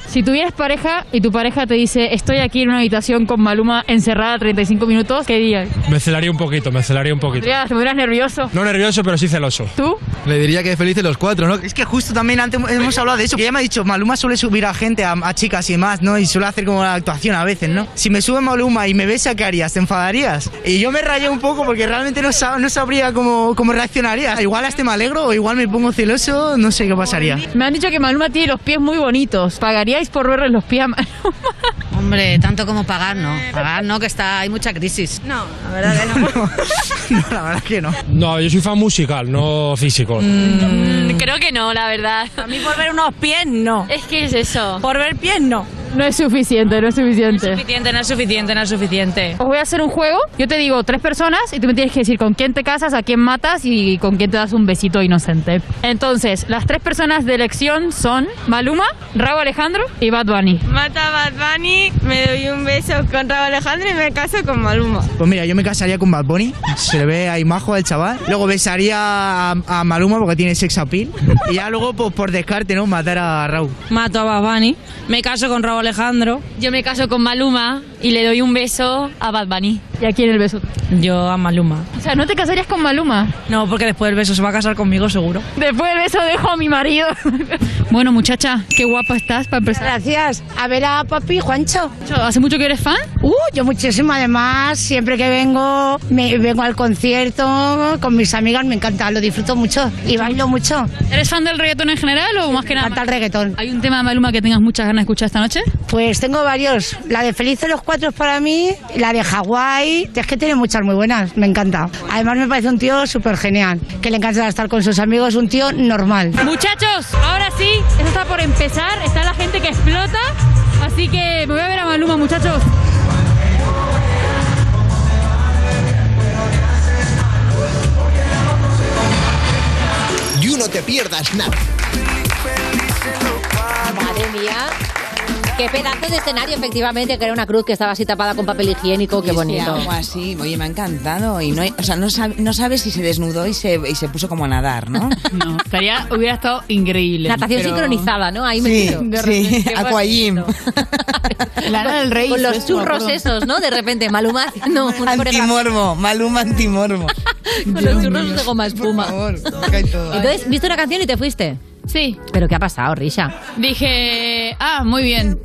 Speaker 15: Si tuvieras pareja y tu pareja te dice estoy aquí en una habitación con Maluma encerrada 35 minutos, ¿qué dirías?
Speaker 20: Me celaría un poquito, me celaría un poquito.
Speaker 15: ¿Te pondrías nervioso?
Speaker 20: No nervioso, pero sí celoso.
Speaker 15: ¿Tú?
Speaker 20: Le diría que felices los cuatro, ¿no?
Speaker 21: Es que justo también antes hemos hablado de eso, que ella me ha dicho, Maluma suele subir a gente, a, a chicas y más, ¿no? Y suele hacer como la actuación a veces, ¿no? Si me sube Maluma y me besa, ¿qué harías? ¿Te enfadarías? Y yo me rayé un poco porque realmente no, sab- no sabría cómo, cómo reaccionaría. Igual hasta me alegro o igual me pongo celoso, no sé qué pasaría.
Speaker 15: Me han dicho que Maluma tiene los pies muy bonitos. ¿Pagaríais por verles los pies a Maluma?
Speaker 22: Hombre, tanto como pagar, no. Pagar, no, que está, hay mucha crisis. No, la verdad que no.
Speaker 21: No, la verdad que no.
Speaker 20: No, yo soy fan musical, no físico.
Speaker 21: Mm.
Speaker 22: Creo que no, la verdad. A mí por ver unos pies, no. Es que es eso. Por ver pies, no.
Speaker 23: No es suficiente, no es suficiente.
Speaker 24: Suficiente, no es suficiente, no es suficiente.
Speaker 23: Os voy a hacer un juego. Yo te digo tres personas y tú me tienes que decir con quién te casas, a quién matas y con quién te das un besito inocente. Entonces, las tres personas de elección son Maluma, Raúl Alejandro y Bad Bunny.
Speaker 24: Mata a Bad Bunny, me doy un beso con Raúl Alejandro y me caso con Maluma.
Speaker 21: Pues mira, yo me casaría con Bad Bunny. Se le ve ahí majo al chaval. Luego besaría a, a Maluma porque tiene sex appeal. Y ya luego, pues por descarte, ¿no? Matar a Raúl.
Speaker 24: Mato a Bad Bunny, me caso con Raúl Alejandro.
Speaker 23: Yo me caso con Maluma y le doy un beso a Bad Bunny. ¿Y a quién el beso?
Speaker 24: Yo a Maluma.
Speaker 23: O sea, ¿no te casarías con Maluma?
Speaker 24: No, porque después del beso se va a casar conmigo seguro.
Speaker 23: Después del beso dejo a mi marido. bueno, muchacha, qué guapa estás para empezar.
Speaker 3: Pues Gracias. A ver a papi, Juancho.
Speaker 23: ¿Hace mucho que eres fan?
Speaker 3: Uh, yo muchísimo. Además, siempre que vengo, me, vengo al concierto con mis amigas, me encanta, lo disfruto mucho y bailo mucho.
Speaker 23: ¿Eres fan del reggaetón en general o más que nada?
Speaker 3: Me encanta el reggaetón.
Speaker 23: ¿Hay un tema de Maluma que tengas muchas ganas de escuchar esta noche?
Speaker 3: Pues tengo varios. La de Feliz de los Cuatro es para mí, la de Hawái. Es que tiene muchas muy buenas, me encanta. Además, me parece un tío súper genial, que le encanta estar con sus amigos, un tío normal.
Speaker 23: Muchachos, ahora sí, esto está por empezar, está la gente que explota, así que me voy a ver a Maluma, muchachos.
Speaker 4: You no te pierdas nada.
Speaker 1: Madre mía. Qué pedazo de escenario, efectivamente, que era una cruz que estaba así tapada con papel higiénico, Oh, qué
Speaker 2: Sí,
Speaker 1: bonito.
Speaker 2: algo así. Oye, me ha encantado. Y no, hay- o sea, no, sab- no sabes si se desnudó y se, y se puso como a nadar, ¿no?
Speaker 18: No, estaría, hubiera estado increíble.
Speaker 1: Natación
Speaker 18: pero-
Speaker 1: sincronizada, ¿no? Ahí metido.
Speaker 2: Sí, sí, Aquagym.
Speaker 18: Lana del Rey.
Speaker 1: Con
Speaker 2: hizo
Speaker 1: los
Speaker 2: eso,
Speaker 1: churros
Speaker 2: me acuerdo.
Speaker 1: esos, ¿no? De repente, Maluma haciendo una oreja
Speaker 2: Antimorbo, Maluma antimorbo.
Speaker 1: con los churros de goma espuma. Entonces, ¿viste una canción y te fuiste?
Speaker 18: Sí.
Speaker 1: ¿Pero qué ha pasado, Risha?
Speaker 18: Dije, ah, muy bien.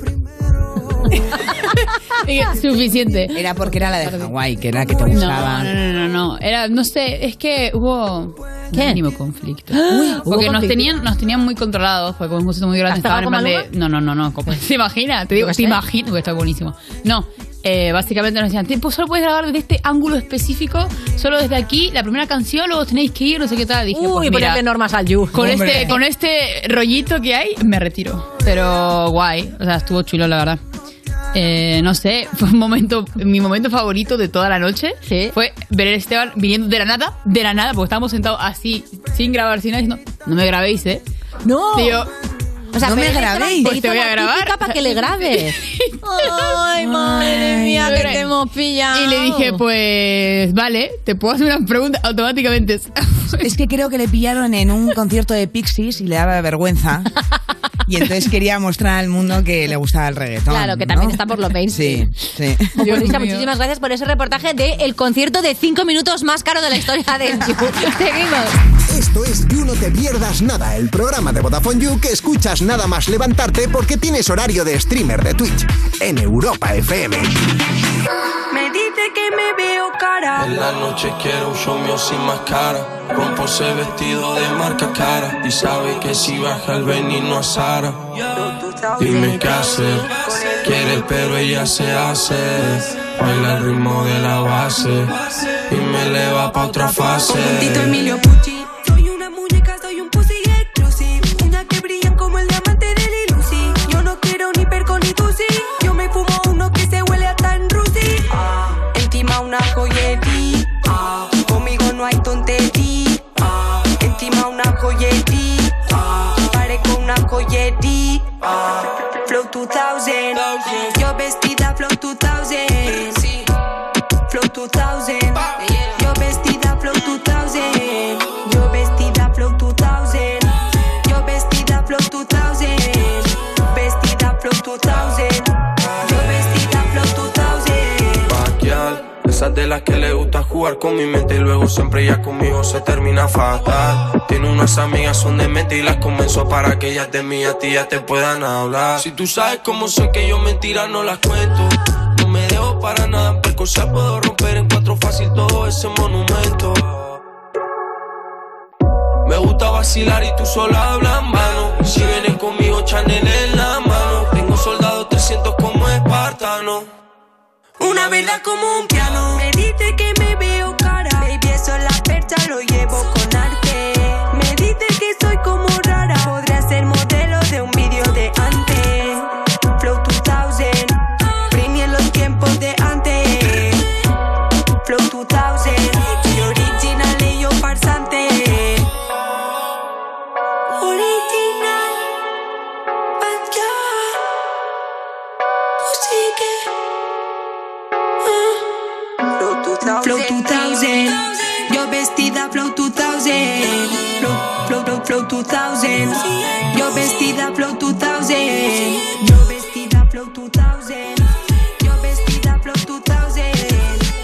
Speaker 18: Dije, Suficiente.
Speaker 2: Era porque era la de Hawái, que era la que te gustaba.
Speaker 18: No, no, no, no. Era, no sé, es que hubo un mínimo conflicto. Porque nos tenían, nos tenían muy controlados, fue como un concierto muy grande.
Speaker 1: ¿Has estado
Speaker 18: estaban en
Speaker 1: con
Speaker 18: plan de- No, no, no, no. como- ¿Se imagina? Te
Speaker 1: Yo
Speaker 18: digo,
Speaker 1: qué
Speaker 18: te
Speaker 1: sé.
Speaker 18: imagino que está buenísimo. No. eh, básicamente nos decían, pues solo puedes grabar desde este ángulo específico, solo desde aquí, la primera canción, luego os tenéis que ir, no sé qué tal. Dije, pues
Speaker 1: Uy,
Speaker 18: mira,
Speaker 1: ponerle normas al You.
Speaker 18: con este, con este rollito que hay, me retiro. Pero guay, o sea, estuvo chulo, la verdad. Eh, no sé, fue un momento, mi momento favorito de toda la noche fue ver a Esteban viniendo de la nada, de la nada, porque estábamos sentados así, sin grabar, sin nada, diciendo, no me grabéis, ¿eh?
Speaker 1: No.
Speaker 18: Y yo,
Speaker 1: O sea,
Speaker 18: No me
Speaker 1: pero Esteban
Speaker 18: grabéis.
Speaker 1: Te,
Speaker 18: Pues te
Speaker 1: hizo
Speaker 18: voy a
Speaker 1: la
Speaker 18: grabar.
Speaker 1: típica para que le grabes. Ay, madre mía, que te hemos pillado.
Speaker 18: Y le dije, pues, vale, te puedo hacer una pregunta automáticamente.
Speaker 2: Es que creo que le pillaron en un concierto de Pixies y le daba vergüenza. Y entonces quería mostrar al mundo que le gustaba el reggaetón.
Speaker 1: Claro, que también está por lo mainstream.
Speaker 2: Sí, sí.
Speaker 1: Pues, Risha, muchísimas gracias por ese reportaje del concierto de 5 minutos más caro de la historia de You. Seguimos.
Speaker 4: Esto es You No Te Pierdas Nada, el programa de Vodafone You que escuchas nada más levantarte porque tienes horario de streamer de Twitch en Europa FM.
Speaker 25: Me dice que me veo cara.
Speaker 26: En la noche quiero un show mío sin máscara. Rompo ese vestido de marca cara. Y sabe que si baja el veneno a Sara. Dime qué hacer. Quiere, pero ella se hace. Baila el ritmo de la base. Y me eleva pa' otra fase.
Speaker 27: Como un Tito Emilio Pucci. Soy una muñeca, soy un pussy exclusive. Una que brillan como el diamante de Lil Uzi. Yo no quiero ni perco ni tusi. Yo me fumo uno que se huele a tan rusi. Ah, encima una joyería. Ah, conmigo no hay tontería. Ah, encima una joyería. Ah, parezco una joyería. Ah, flow 2000. Yo vestida flow 2000. Flow 2000. Yo vestida Flow 2000. Yo vestida Flow 2000. Yo vestida Flow 2000. Vestida Flow 2000. Yo vestida Flow 2000.
Speaker 26: Paquial. Esas de las que le gusta jugar con mi mente y luego siempre ella conmigo se termina fatal. Tiene unas amigas, son de mente y las convenzo para que ellas de mí a ti ya te puedan hablar. Si tú sabes cómo soy que yo mentiras no las cuento. No me dejo para nada, en percusión puedo romper en cuatro fácil todo ese monumento. Me gusta vacilar y tú sola hablas mano. Si vienes conmigo, Chanel en la mano. Tengo soldados 300 como espartano.
Speaker 27: Una verdad como un piano. Me dice que me veo cara. Baby, eso es la percha, lo llevo con arte. Me dice que soy como rara. Podría ser modelo de un vídeo de antes. Flow 2000. Flow 2000, yo vestida Flow 2000, Flow, Flow, Flow, Flow 2000, yo vestida Flow 2000, yo vestida Flow 2000, yo vestida Flow 2000,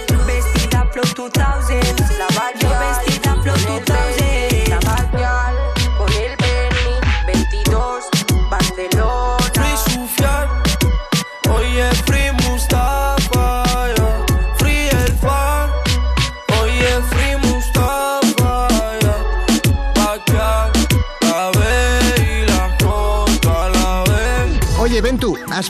Speaker 27: yo vestida Flow 2000, la bad girl. yo vestida Flow 2000, la bad girl, con el Benny 22, Barcelona.
Speaker 28: Free Sufjan, oye Free Mustafa, yeah. Free el fan, oye Free Mustafa, yeah. Backyard, la B y la J, la B.
Speaker 4: Oye, Ventu, ¿has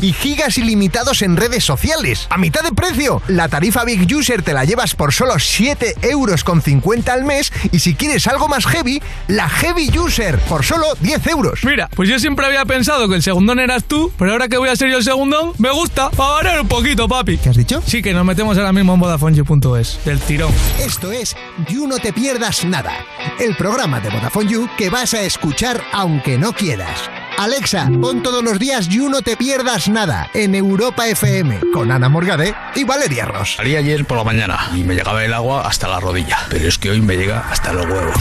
Speaker 4: y gigas ilimitados en redes sociales. A mitad de precio. La tarifa Big User te la llevas por solo 7,50 euros al mes y si quieres algo más heavy, la Heavy User por solo 10 euros.
Speaker 29: Mira, pues yo siempre había pensado que el segundón eras tú, pero ahora que voy a ser yo el segundón, me gusta, para variar un poquito, papi.
Speaker 4: ¿Qué has dicho?
Speaker 29: Sí, que nos metemos ahora mismo en VodafoneYou.es, del tirón.
Speaker 4: Esto es You No Te Pierdas Nada, el programa de Vodafone You que vas a escuchar aunque no quieras. Alexa, pon todos los días You No Te Pierdas Nada en Europa FM con Ana Morgade y Valeria Ross.
Speaker 5: Salí ayer por la mañana y me llegaba el agua hasta la rodilla, pero es que hoy me llega hasta los huevos.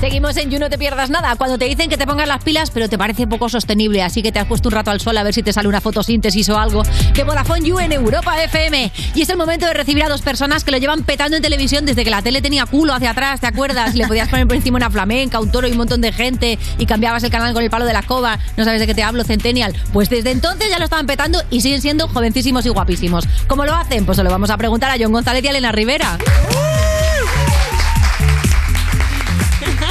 Speaker 1: Seguimos en You, no te pierdas nada. Cuando te dicen que te pongas las pilas, pero te parece poco sostenible, así que te has puesto un rato al sol a ver si te sale una fotosíntesis o algo. De Vodafone You en Europa FM. Y es el momento de recibir a dos personas que lo llevan petando en televisión desde que la tele tenía culo hacia atrás, ¿te acuerdas? Le podías poner por encima una flamenca, un toro y un montón de gente y cambiabas el canal con el palo de la escoba. No sabes de qué te hablo, Centennial. Pues desde entonces ya lo estaban petando y siguen siendo jovencísimos y guapísimos. ¿Cómo lo hacen? Pues se lo vamos a preguntar a John González y a Elena Rivera.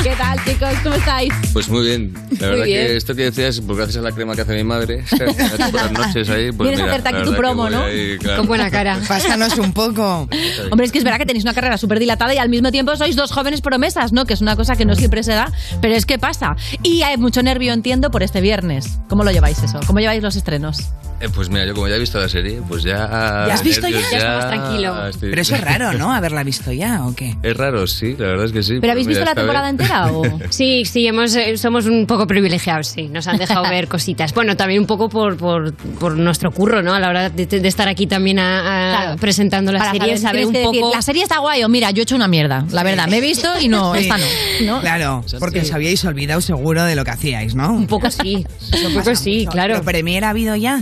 Speaker 1: ¿Qué tal, chicos? ¿Cómo estáis?
Speaker 30: Pues muy bien. La
Speaker 1: Muy
Speaker 30: verdad
Speaker 1: bien.
Speaker 30: que esto que decías, pues gracias a la crema que hace mi madre, por las noches ahí, pues
Speaker 1: Vienes a
Speaker 30: mira,
Speaker 1: hacerte
Speaker 30: la
Speaker 1: aquí tu
Speaker 30: verdad que
Speaker 1: promo,
Speaker 30: voy
Speaker 1: ¿no?
Speaker 30: ahí, claro.
Speaker 1: cara.
Speaker 2: Pásanos un poco.
Speaker 1: Hombre, es que es verdad que tenéis una carrera súper dilatada y al mismo tiempo sois dos jóvenes promesas, ¿no? Que es una cosa que no siempre se da, pero es que pasa. Y hay mucho nervio, entiendo, por este viernes. ¿Cómo lo lleváis eso? ¿Cómo lleváis los estrenos?
Speaker 30: Eh, pues mira, yo como ya he visto la serie, pues ya...
Speaker 2: ¿Ya has visto
Speaker 30: nervios
Speaker 2: ya? Ya
Speaker 30: ya estoy-
Speaker 2: Pero eso es raro, ¿no? Haberla visto ya, ¿o qué?
Speaker 30: Es raro, sí, la verdad es que sí. pues
Speaker 7: ¿Pero habéis
Speaker 30: Mira,
Speaker 7: visto la
Speaker 30: esta vez-
Speaker 7: temporada entera o...? Sí, sí, hemos, eh, somos un poco privilegiados, sí. Nos han dejado ver cositas. Bueno, también un poco por, por, por nuestro curro, ¿no? A la hora de, de estar aquí también a- a- presentando la
Speaker 1: Para
Speaker 7: serie,
Speaker 1: saber,
Speaker 7: saber
Speaker 1: tienes
Speaker 7: un
Speaker 1: que
Speaker 7: poco...
Speaker 1: decir, la serie está guay o mira, yo he hecho una mierda. La verdad, me he visto y no,
Speaker 2: Sí.
Speaker 1: esta no. ¿no?
Speaker 2: Claro, porque os habíais olvidado seguro de lo que hacíais, ¿no? Un
Speaker 7: poco sí.
Speaker 2: Un poco sí, claro. ¿Pero premier ha habido ya?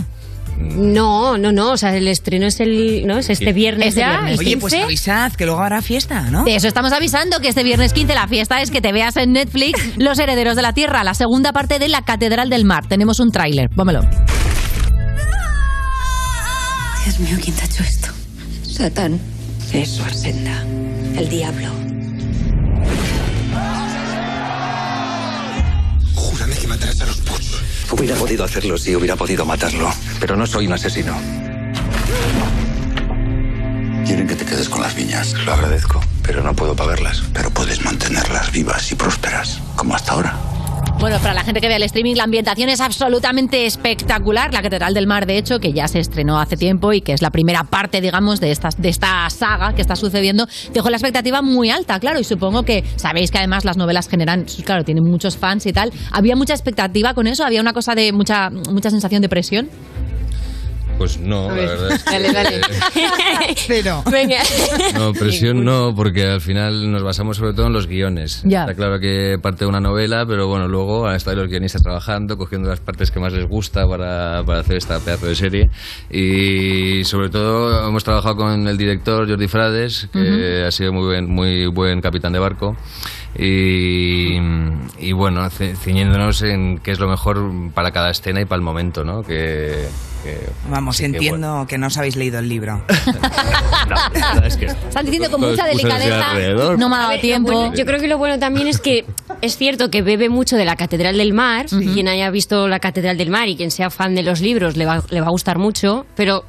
Speaker 7: No, Oh, no, no. O sea, el estreno es, el, ¿no? es este viernes ya. el
Speaker 2: Oye, pues
Speaker 7: 15.
Speaker 2: avisad, que luego habrá fiesta, ¿no?
Speaker 1: De eso estamos avisando que este viernes 15 la fiesta es que te veas en Netflix Los Herederos de la Tierra, la segunda parte de La Catedral del Mar. Tenemos un tráiler, pómelo.
Speaker 17: Dios mío, ¿quién te ha hecho esto? Satán. Eso, Arsenda. El diablo.
Speaker 10: Júrame que matarás a los putos. Hubiera podido hacerlo si hubiera podido matarlo, pero no soy un asesino. Quieren que te quedes con las viñas. Lo agradezco, pero no puedo pagarlas. Pero puedes mantenerlas vivas y prósperas, como hasta ahora.
Speaker 1: Bueno, para la gente que ve el streaming, la ambientación es absolutamente espectacular. La Catedral del Mar, de hecho, que ya se estrenó hace tiempo y que es la primera parte, digamos, de esta, de esta saga que está sucediendo, dejó la expectativa muy alta, claro. Y supongo que sabéis que además las novelas generan, claro, tienen muchos fans y tal. ¿Había mucha expectativa con eso? ¿Había una cosa de mucha, mucha sensación de presión?
Speaker 30: Pues no, la verdad es que...
Speaker 2: Cero.
Speaker 1: Venga.
Speaker 30: No, presión no, porque al final nos basamos sobre todo en los guiones.
Speaker 1: Ya.
Speaker 30: Está claro que parte de una novela, pero bueno, luego han estado los guionistas trabajando, cogiendo las partes que más les gusta para, para hacer esta pedazo de serie. Y sobre todo hemos trabajado con el director Jordi Frades, que ha sido muy buen, muy buen capitán de barco. Y, y bueno, ce- ciñéndonos en qué es lo mejor para cada escena y para el momento, ¿no? Que, que-
Speaker 2: Vamos,
Speaker 30: que
Speaker 2: entiendo que no os habéis leído el libro.
Speaker 30: bueno. La verdad es que
Speaker 1: Están diciendo con
Speaker 30: Todo
Speaker 1: mucha
Speaker 30: excusa de
Speaker 1: delicadeza.
Speaker 30: alrededor.
Speaker 1: No me ha
Speaker 7: A
Speaker 1: dado
Speaker 7: ver, lo
Speaker 1: tiempo.
Speaker 7: bueno- yo creo que lo bueno también es que es cierto que bebe mucho de la Catedral del Mar. Quien haya visto la Catedral del Mar y quien sea fan de los libros le va, le va a gustar mucho, pero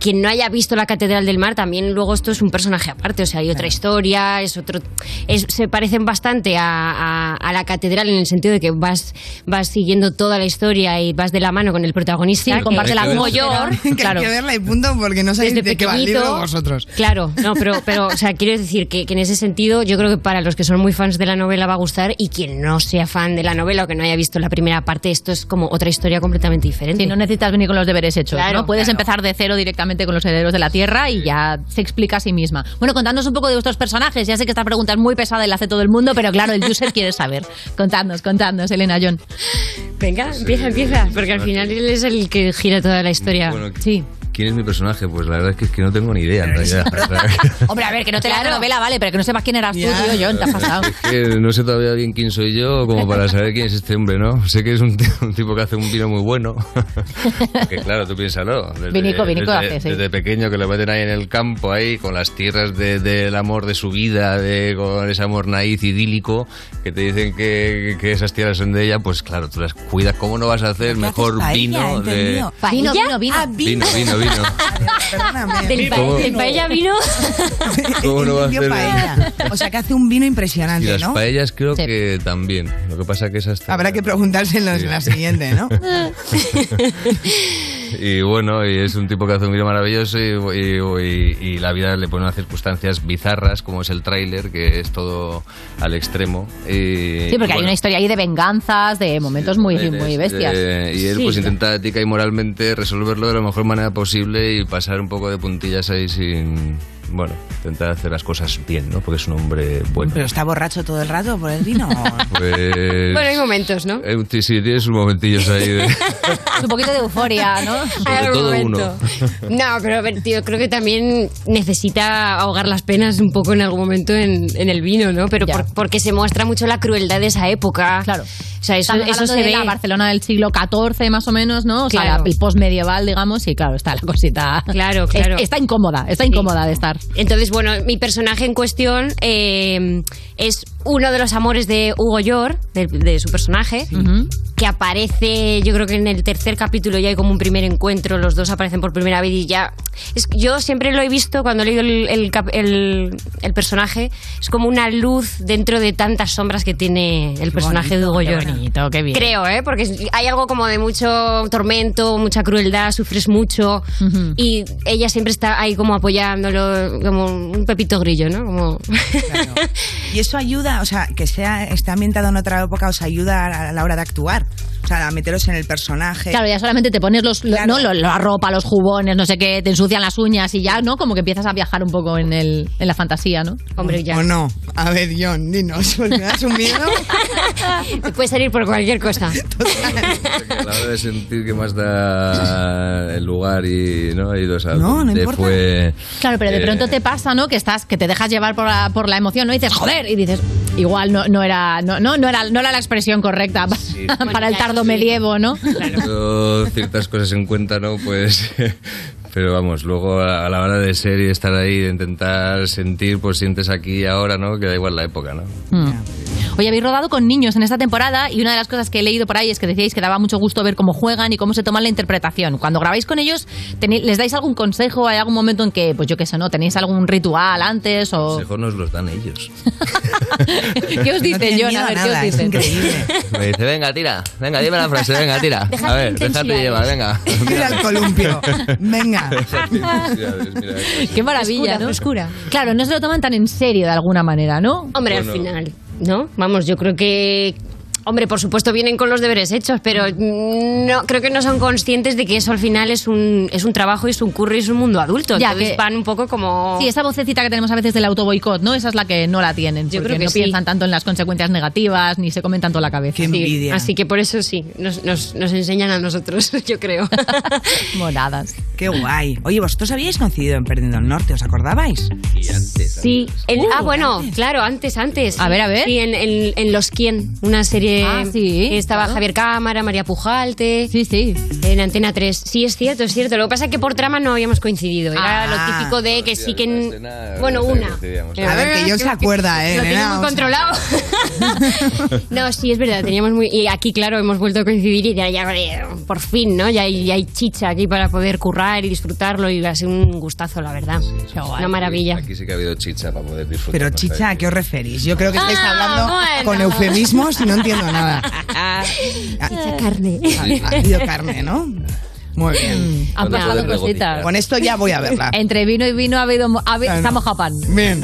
Speaker 7: quien no haya visto la Catedral del Mar también luego esto es un personaje aparte, o sea, hay otra historia, es otro es- se parecen bastante a, a- a la Catedral en el sentido de que vas vas siguiendo toda la historia y vas de la mano con el protagonista,
Speaker 2: Sí,
Speaker 7: comparte
Speaker 2: hay
Speaker 7: la
Speaker 2: que verla.
Speaker 7: mayor,
Speaker 2: Que hay que verla y punto porque no sabéis
Speaker 7: desde
Speaker 2: de qué va el
Speaker 7: pequeñito.
Speaker 2: libro vosotros.
Speaker 7: Claro, no, pero, pero o sea, quiero decir que, que en ese sentido yo creo que para los que son muy fans de la novela va a gustar y quien no sea fan de la novela o que no haya visto la primera parte, esto es como otra historia completamente diferente.
Speaker 1: Si no necesitas venir con los deberes hechos,
Speaker 7: Claro,
Speaker 1: ¿no? Puedes empezar de cero directamente con los herederos de la Tierra y ya se explica a sí misma. Bueno, contadnos un poco de vuestros personajes. Ya sé que esta pregunta es muy pesada y la hace todo el mundo, pero claro, el user quiere saber. Contadnos, contadnos, Elena John.
Speaker 7: Venga, empieza, empieza, porque al final él es el que gira toda la historia.
Speaker 30: Bueno,
Speaker 7: sí.
Speaker 30: ¿Quién es mi personaje? Pues la verdad es que, es que no tengo ni idea en realidad. O sea,
Speaker 1: Hombre, a ver, que no te la la novela, vale, pero que no sepas quién eras tú, tío John, te has pasado.
Speaker 30: Es que no sé todavía bien quién soy yo, como para saber quién es este hombre, ¿no? Sé que es un, t- un tipo que hace un vino muy bueno. que claro, tú piénsalo. Desde,
Speaker 1: Vinico, vinico
Speaker 30: desde,
Speaker 1: hace, sí.
Speaker 30: desde pequeño que lo meten ahí en el campo, ahí, con las tierras de- del amor de su vida, de, con ese amor naíz idílico, que te dicen que, que esas tierras son de ella, pues claro, tú las cuidas. ¿Cómo no vas a hacer mejor vino de.
Speaker 1: Vino, vino, vino.
Speaker 30: Vino, vino, vino.
Speaker 7: Ah, Del pa-
Speaker 30: ¿Cómo?
Speaker 7: del paella vino.
Speaker 30: ¿Cómo no vas a
Speaker 2: Entendió
Speaker 30: hacer?
Speaker 2: paella. O sea que hace un vino
Speaker 30: Y
Speaker 2: impresionante,
Speaker 30: las
Speaker 2: ¿no?
Speaker 30: paellas creo
Speaker 2: Sí.
Speaker 30: que también. Lo que pasa que esas
Speaker 2: Habrá que preguntárselos en la siguiente, ¿no?
Speaker 30: Y bueno, y es un tipo que hace un vídeo maravilloso y, y- y- y la vida le pone unas circunstancias bizarras, como es el tráiler, que es todo al extremo. Y,
Speaker 1: Sí, porque
Speaker 30: y
Speaker 1: hay
Speaker 30: Eh, bueno,
Speaker 1: una historia ahí de venganzas, de momentos muy, muy bestias.
Speaker 30: eh, y él pues
Speaker 1: Sí.
Speaker 30: intenta ética y moralmente resolverlo de la mejor manera posible y pasar un poco de puntillas ahí sin... Bueno, intentar hacer las cosas bien, ¿no? Porque es un hombre bueno.
Speaker 2: Pero está borracho todo el rato por el vino.
Speaker 30: Pues...
Speaker 7: Bueno, hay momentos, ¿no?
Speaker 30: eh, sí, sí, tienes un momentillos ahí de...
Speaker 1: Un poquito de euforia, ¿no?
Speaker 7: Hay
Speaker 30: Sobre
Speaker 7: algún
Speaker 30: todo
Speaker 7: momento. No, pero a ver, tío, creo que también necesita ahogar las penas un poco en algún momento en, en el vino, ¿no? Pero por- porque se muestra mucho la crueldad de esa época. Claro. O sea, eso,
Speaker 1: Estamos
Speaker 7: eso
Speaker 1: hablando
Speaker 7: se
Speaker 1: de
Speaker 7: ve.
Speaker 1: la Barcelona del siglo XIV más o menos, ¿no? O sea,
Speaker 7: Claro.
Speaker 1: la- el postmedieval, digamos, y claro, está la cosita.
Speaker 7: Claro, claro.
Speaker 1: Es- está incómoda, está incómoda de estar.
Speaker 7: Entonces, bueno, mi personaje en cuestión eh, es uno de los amores de Hugo Yor, de, de su personaje, que aparece, yo creo que en el tercer capítulo ya hay como un primer encuentro, los dos aparecen por primera vez y ya... es- yo siempre lo he visto cuando he leído el, el cap- el- el personaje, es como una luz dentro de tantas sombras que tiene el personaje de Hugo Yor.
Speaker 1: bonito, qué bien.
Speaker 7: Creo, ¿eh? Porque hay algo como de mucho tormento, mucha crueldad, sufres mucho. Y ella siempre está ahí como apoyándolo, como un pepito grillo, ¿no? Como...
Speaker 2: Y eso ayuda, o sea, que sea está ambientado en otra época, os ayuda a a la hora de actuar. O sea, a meteros en el personaje.
Speaker 1: Claro, ya solamente te pones los, lo- ¿no? Lo- la ropa, los jubones, no sé qué, te ensucian las uñas y ya, ¿no? Como que empiezas a viajar un poco en, el, en la fantasía, ¿no?
Speaker 7: Hombre, ya.
Speaker 2: O no. A ver, John, dinos, porque me das un miedo.
Speaker 7: Te puede salir por cualquier cosa.
Speaker 30: A la hora de sentir que más da el lugar y no y los
Speaker 1: No, no importa.
Speaker 30: fue
Speaker 1: Claro, pero de
Speaker 30: eh,
Speaker 1: pronto te pasa, ¿no? Que estás, que te dejas llevar por la, por la emoción, ¿no? Y dices, joder, y dices, igual no, no era, no, no, no era, no era la expresión correcta pa- para el tardo medievo, ¿no?
Speaker 30: teniendo ciertas cosas en cuenta no pues pero vamos luego a la hora de ser y de estar ahí de intentar sentir pues sientes aquí y ahora no que da igual la época no
Speaker 1: Oye, habéis rodado con niños en esta temporada y una de las cosas que he leído por ahí es que decíais que daba mucho gusto ver cómo juegan y cómo se toman la interpretación. Cuando grabáis con ellos, tenéis- ¿les dais algún consejo? ¿Hay algún momento en que, pues yo qué sé, ¿no? ¿Tenéis algún ritual antes o...?
Speaker 30: mejor nos los dan ellos
Speaker 1: ¿Qué os
Speaker 2: No
Speaker 1: dice,
Speaker 2: tienen
Speaker 1: John?
Speaker 2: miedo
Speaker 1: A
Speaker 2: a
Speaker 1: ver, ¿qué
Speaker 2: nada,
Speaker 1: os
Speaker 2: es
Speaker 1: dice?
Speaker 30: me dice venga tira venga dime la frase venga tira a ver déjate llevar venga
Speaker 2: Mira el columpio. Venga.
Speaker 1: Qué maravilla,
Speaker 7: Frescura,
Speaker 1: ¿no? Claro, no se lo toman tan en serio de alguna manera, ¿no?
Speaker 7: Hombre, al final, ¿no? Vamos, yo creo que... Hombre, por supuesto vienen con los deberes hechos, pero no creo que no son conscientes de que eso al final es un, es un trabajo y es un curro y es un mundo adulto.
Speaker 1: Ya,
Speaker 7: Entonces
Speaker 1: que-
Speaker 7: van un poco como...
Speaker 1: Sí, esa vocecita que tenemos a veces del autoboicot, ¿no? Esa es la que no la tienen, porque
Speaker 7: creo que
Speaker 1: no
Speaker 7: sí.
Speaker 1: piensan tanto en las consecuencias negativas ni se comen tanto la cabeza. Qué
Speaker 7: Sí, Así que por eso sí, nos, nos- nos enseñan a nosotros, yo creo.
Speaker 1: Moradas.
Speaker 2: Qué guay. Oye, vosotros habíais coincidido en Perdiendo el Norte, ¿os acordabais?
Speaker 30: Y antes.
Speaker 7: Sí. El- ah, bueno, claro, antes, antes.
Speaker 1: A ver, a ver.
Speaker 7: Sí, en, en- en Los Quién, una serie que,
Speaker 2: Ah,
Speaker 7: que estaba Javier Cámara, María Pujalte. Sí, sí. En Antena 3. Sí, es cierto, es cierto. Lo que pasa es que por trama no habíamos coincidido. Era lo típico de que sí que. en- bueno, una.
Speaker 2: Ah. A ver, que yo se acuerda, ¿eh?
Speaker 7: Lo
Speaker 2: nena,
Speaker 7: tenía muy
Speaker 2: o sea,
Speaker 7: controlado. no, sí, es verdad, teníamos muy... Y aquí, claro, hemos vuelto a coincidir y ya, ya, eh, por fin, ¿no? Ya hay, ya hay chicha aquí para poder currar y disfrutarlo y ha sido un gustazo, la verdad. Una maravilla.
Speaker 30: Aquí sí que ha habido chicha para poder disfrutar.
Speaker 2: Pero
Speaker 30: más
Speaker 2: chicha, ¿a qué os referís? Yo creo que estáis
Speaker 7: Ah,
Speaker 2: hablando
Speaker 7: bueno.
Speaker 2: con eufemismos y no entiendo nada.
Speaker 7: Chicha carne.
Speaker 2: Ha habido carne, ¿no? Muy bien.
Speaker 1: Mm, Han
Speaker 2: Bueno,
Speaker 1: pasado
Speaker 2: luego
Speaker 1: cositas.
Speaker 2: Con esto ya voy a verla.
Speaker 1: Entre vino y vino ha habido. Ha habido está mojado pan.
Speaker 2: Bien.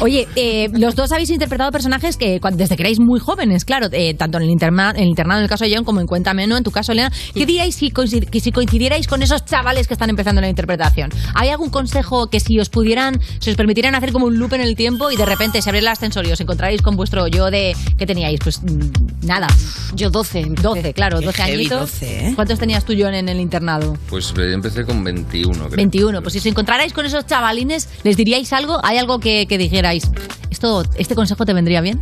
Speaker 1: Oye, eh, los dos habéis interpretado personajes que cuan- desde que erais muy jóvenes, claro, eh, tanto en el, interna- en el internado en el caso de John como en Cuéntame, ¿no? En tu caso, Elena, ¿qué diríais si, coincid- que si coincidierais con esos chavales que están empezando la interpretación? ¿Hay algún consejo que si os pudieran, si os permitieran hacer como un loop en el tiempo y de repente se abre el ascensor y os encontraréis con vuestro yo de... ¿Qué teníais? Pues mm, nada.
Speaker 7: Yo 12.
Speaker 1: 12, claro,
Speaker 7: Qué
Speaker 1: 12
Speaker 7: heavy,
Speaker 1: añitos.
Speaker 7: 12, ¿eh?
Speaker 1: ¿Cuántos tenías tú, John, en el internado?
Speaker 30: Pues yo empecé con 21, creo.
Speaker 1: 21. Pues si os encontrarais con esos chavalines, ¿les diríais algo? ¿Hay algo que, que dijerais? ¿Esto, ¿Este consejo te vendría bien?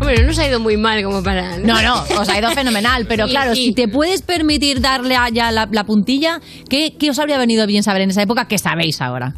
Speaker 7: Hombre, no nos ha ido muy mal como para...
Speaker 1: No, no, os ha ido fenomenal, pero
Speaker 7: Sí,
Speaker 1: claro,
Speaker 7: sí.
Speaker 1: si te puedes permitir darle a- ya la, la puntilla, ¿qué, qué os habría venido bien saber en esa época que sabéis ahora?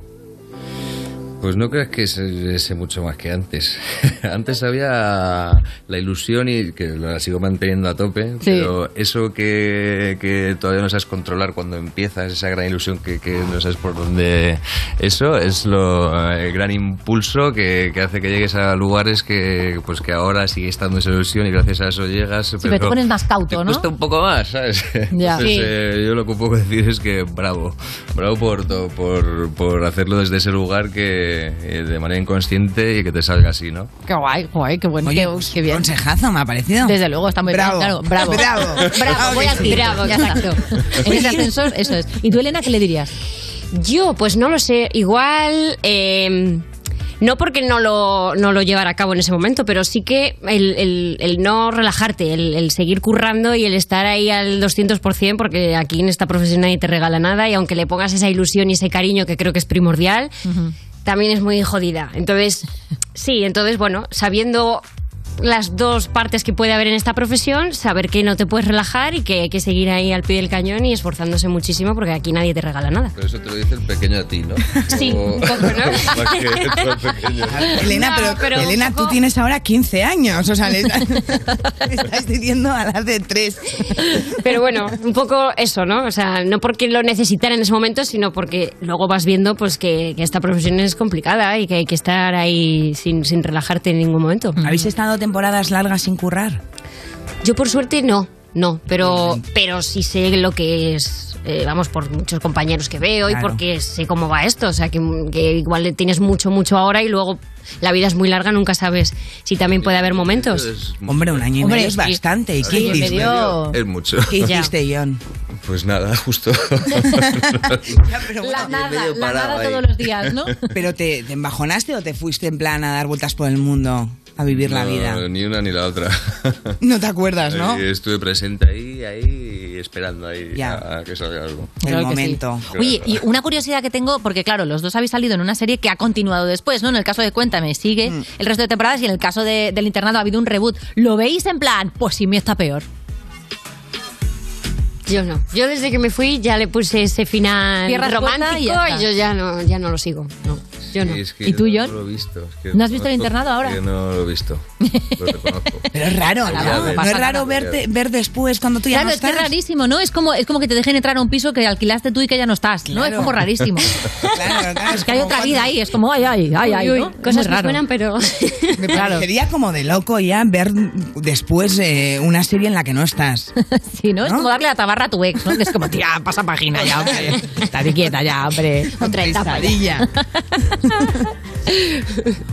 Speaker 30: Pues no creas que sé, sé mucho más que antes. antes había la ilusión y que la sigo manteniendo a tope, pero eso que, que todavía no sabes controlar cuando empiezas, esa gran ilusión que, que no sabes por dónde... Eso es lo, eh, el gran impulso que, que hace que llegues a lugares que, pues que ahora sigue estando esa ilusión y gracias a eso llegas.
Speaker 1: Sí, pero te pones más cauto, ¿no?
Speaker 30: cuesta un poco más, ¿sabes?
Speaker 1: Ya.
Speaker 30: Entonces,
Speaker 1: Sí.
Speaker 30: eh, yo lo que puedo decir es que bravo, bravo por, to- por, por hacerlo desde ese lugar que eh, de manera inconsciente y que te salga así, ¿no?
Speaker 1: Qué guay, guay, qué bueno.
Speaker 2: Oye, qué bien. Consejazo, me ha parecido.
Speaker 1: Desde luego, está muy
Speaker 2: Bravo.
Speaker 1: bien. Claro, bravo.
Speaker 2: Bravo.
Speaker 1: bravo, voy
Speaker 2: Ok.
Speaker 1: a decir,
Speaker 2: Bravo,
Speaker 1: ya
Speaker 2: exacto.
Speaker 1: está. En ese ascensor, eso es. ¿Y tú, Elena, qué le dirías?
Speaker 7: Yo, pues no lo sé. Igual. eh, no porque no lo, no lo llevara a cabo en ese momento, pero sí que el, el- el no relajarte, el, el seguir currando y el estar ahí al 200%, porque aquí en esta profesión nadie te regala nada y aunque le pongas esa ilusión y ese cariño que creo que es primordial, también es muy jodida. Entonces, sí, entonces, bueno, sabiendo las dos partes que puede haber en esta profesión, saber que no te puedes relajar y que hay que seguir ahí al pie del cañón y esforzándose muchísimo porque aquí nadie te regala nada.
Speaker 30: Pero eso te lo dice el pequeño a ti, ¿no?
Speaker 7: Sí,
Speaker 30: O-
Speaker 7: un poco, ¿no?
Speaker 30: más que tú al pequeño.
Speaker 2: Elena, pero, Elena, tú tienes ahora 15 años. O sea, le, le estás diciendo a las de 3.
Speaker 7: Pero bueno, un poco eso, ¿no? O sea, no porque lo necesitara en ese momento, sino porque luego vas viendo pues que, que esta profesión es complicada y que hay que estar ahí sin, sin relajarte en ningún momento.
Speaker 2: Mm. ¿Habéis estado temporadas largas sin currar?
Speaker 7: Yo por suerte no, no, pero, pero sí sé lo que es, eh, vamos, por muchos compañeros que veo y
Speaker 20: Claro.
Speaker 7: porque sé cómo va esto, o sea, que, que igual tienes mucho, mucho ahora y luego la vida es muy larga, nunca sabes si también puede haber momentos.
Speaker 2: Hombre, un año y
Speaker 7: Hombre,
Speaker 2: medio es
Speaker 7: sí.
Speaker 2: bastante. ¿Y qué
Speaker 7: Año y
Speaker 2: hiciste?
Speaker 7: medio
Speaker 30: Es mucho.
Speaker 2: ¿Qué
Speaker 30: Ya.
Speaker 2: hiciste, John?
Speaker 30: Pues nada, justo.
Speaker 1: la
Speaker 30: nada, medio la parado nada ahí.
Speaker 1: todos los días, ¿no?
Speaker 2: ¿Pero te, te embajonaste o te fuiste en plan a dar vueltas por el mundo, a vivir la
Speaker 30: No,
Speaker 2: vida?
Speaker 30: Ni una ni la otra.
Speaker 2: No te acuerdas, ¿no?
Speaker 30: Eh, Estuve presente ahí, ahí, esperando ahí a, a que salga algo.
Speaker 1: Claro que sí. Oye, y una curiosidad que tengo, porque claro, los dos habéis salido en una serie que ha continuado después, ¿no? En el caso de Cuéntame, sigue el resto de temporadas y en el caso de- del internado ha habido un reboot. ¿Lo veis en plan? Pues si mí está peor.
Speaker 7: Yo no. Yo desde que me fui ya le puse ese final
Speaker 1: Cierras
Speaker 7: romántico
Speaker 1: puerta y
Speaker 7: y,
Speaker 1: ya está.
Speaker 7: yo ya no, ya no lo sigo. No, yo no.
Speaker 30: Sí, es que
Speaker 7: ¿Y tú,
Speaker 30: no
Speaker 7: John?
Speaker 30: lo he visto, es que
Speaker 7: ¿No has visto el
Speaker 30: conozco-
Speaker 7: internado ahora?
Speaker 30: que no lo he visto. Lo reconozco.
Speaker 2: Pero es raro,
Speaker 30: Lo voy a
Speaker 2: ¿no?
Speaker 30: ver.
Speaker 2: No es raro verte, ver después cuando tú ya
Speaker 1: Claro,
Speaker 2: no
Speaker 1: es que
Speaker 2: estás.
Speaker 1: es rarísimo, ¿no? Es como, es como que te dejen entrar a un piso que alquilaste tú y que ya no estás, ¿no? Es como rarísimo. es que hay otra vida ahí, es como, ay, ay, ay, ay,
Speaker 7: Uy, uy,
Speaker 1: ¿no? Es muy
Speaker 7: cosas que
Speaker 1: raro.
Speaker 7: suenan, pero...
Speaker 2: Me parecería como de loco ya ver después eh, una serie en la que no estás.
Speaker 1: Sí, ¿no? Es como darle la tabarra a tu ex, ¿no? Que es como, tía, pasa página ya, hombre. Estate quieta ya, hombre.
Speaker 2: Otra
Speaker 1: etapa ya.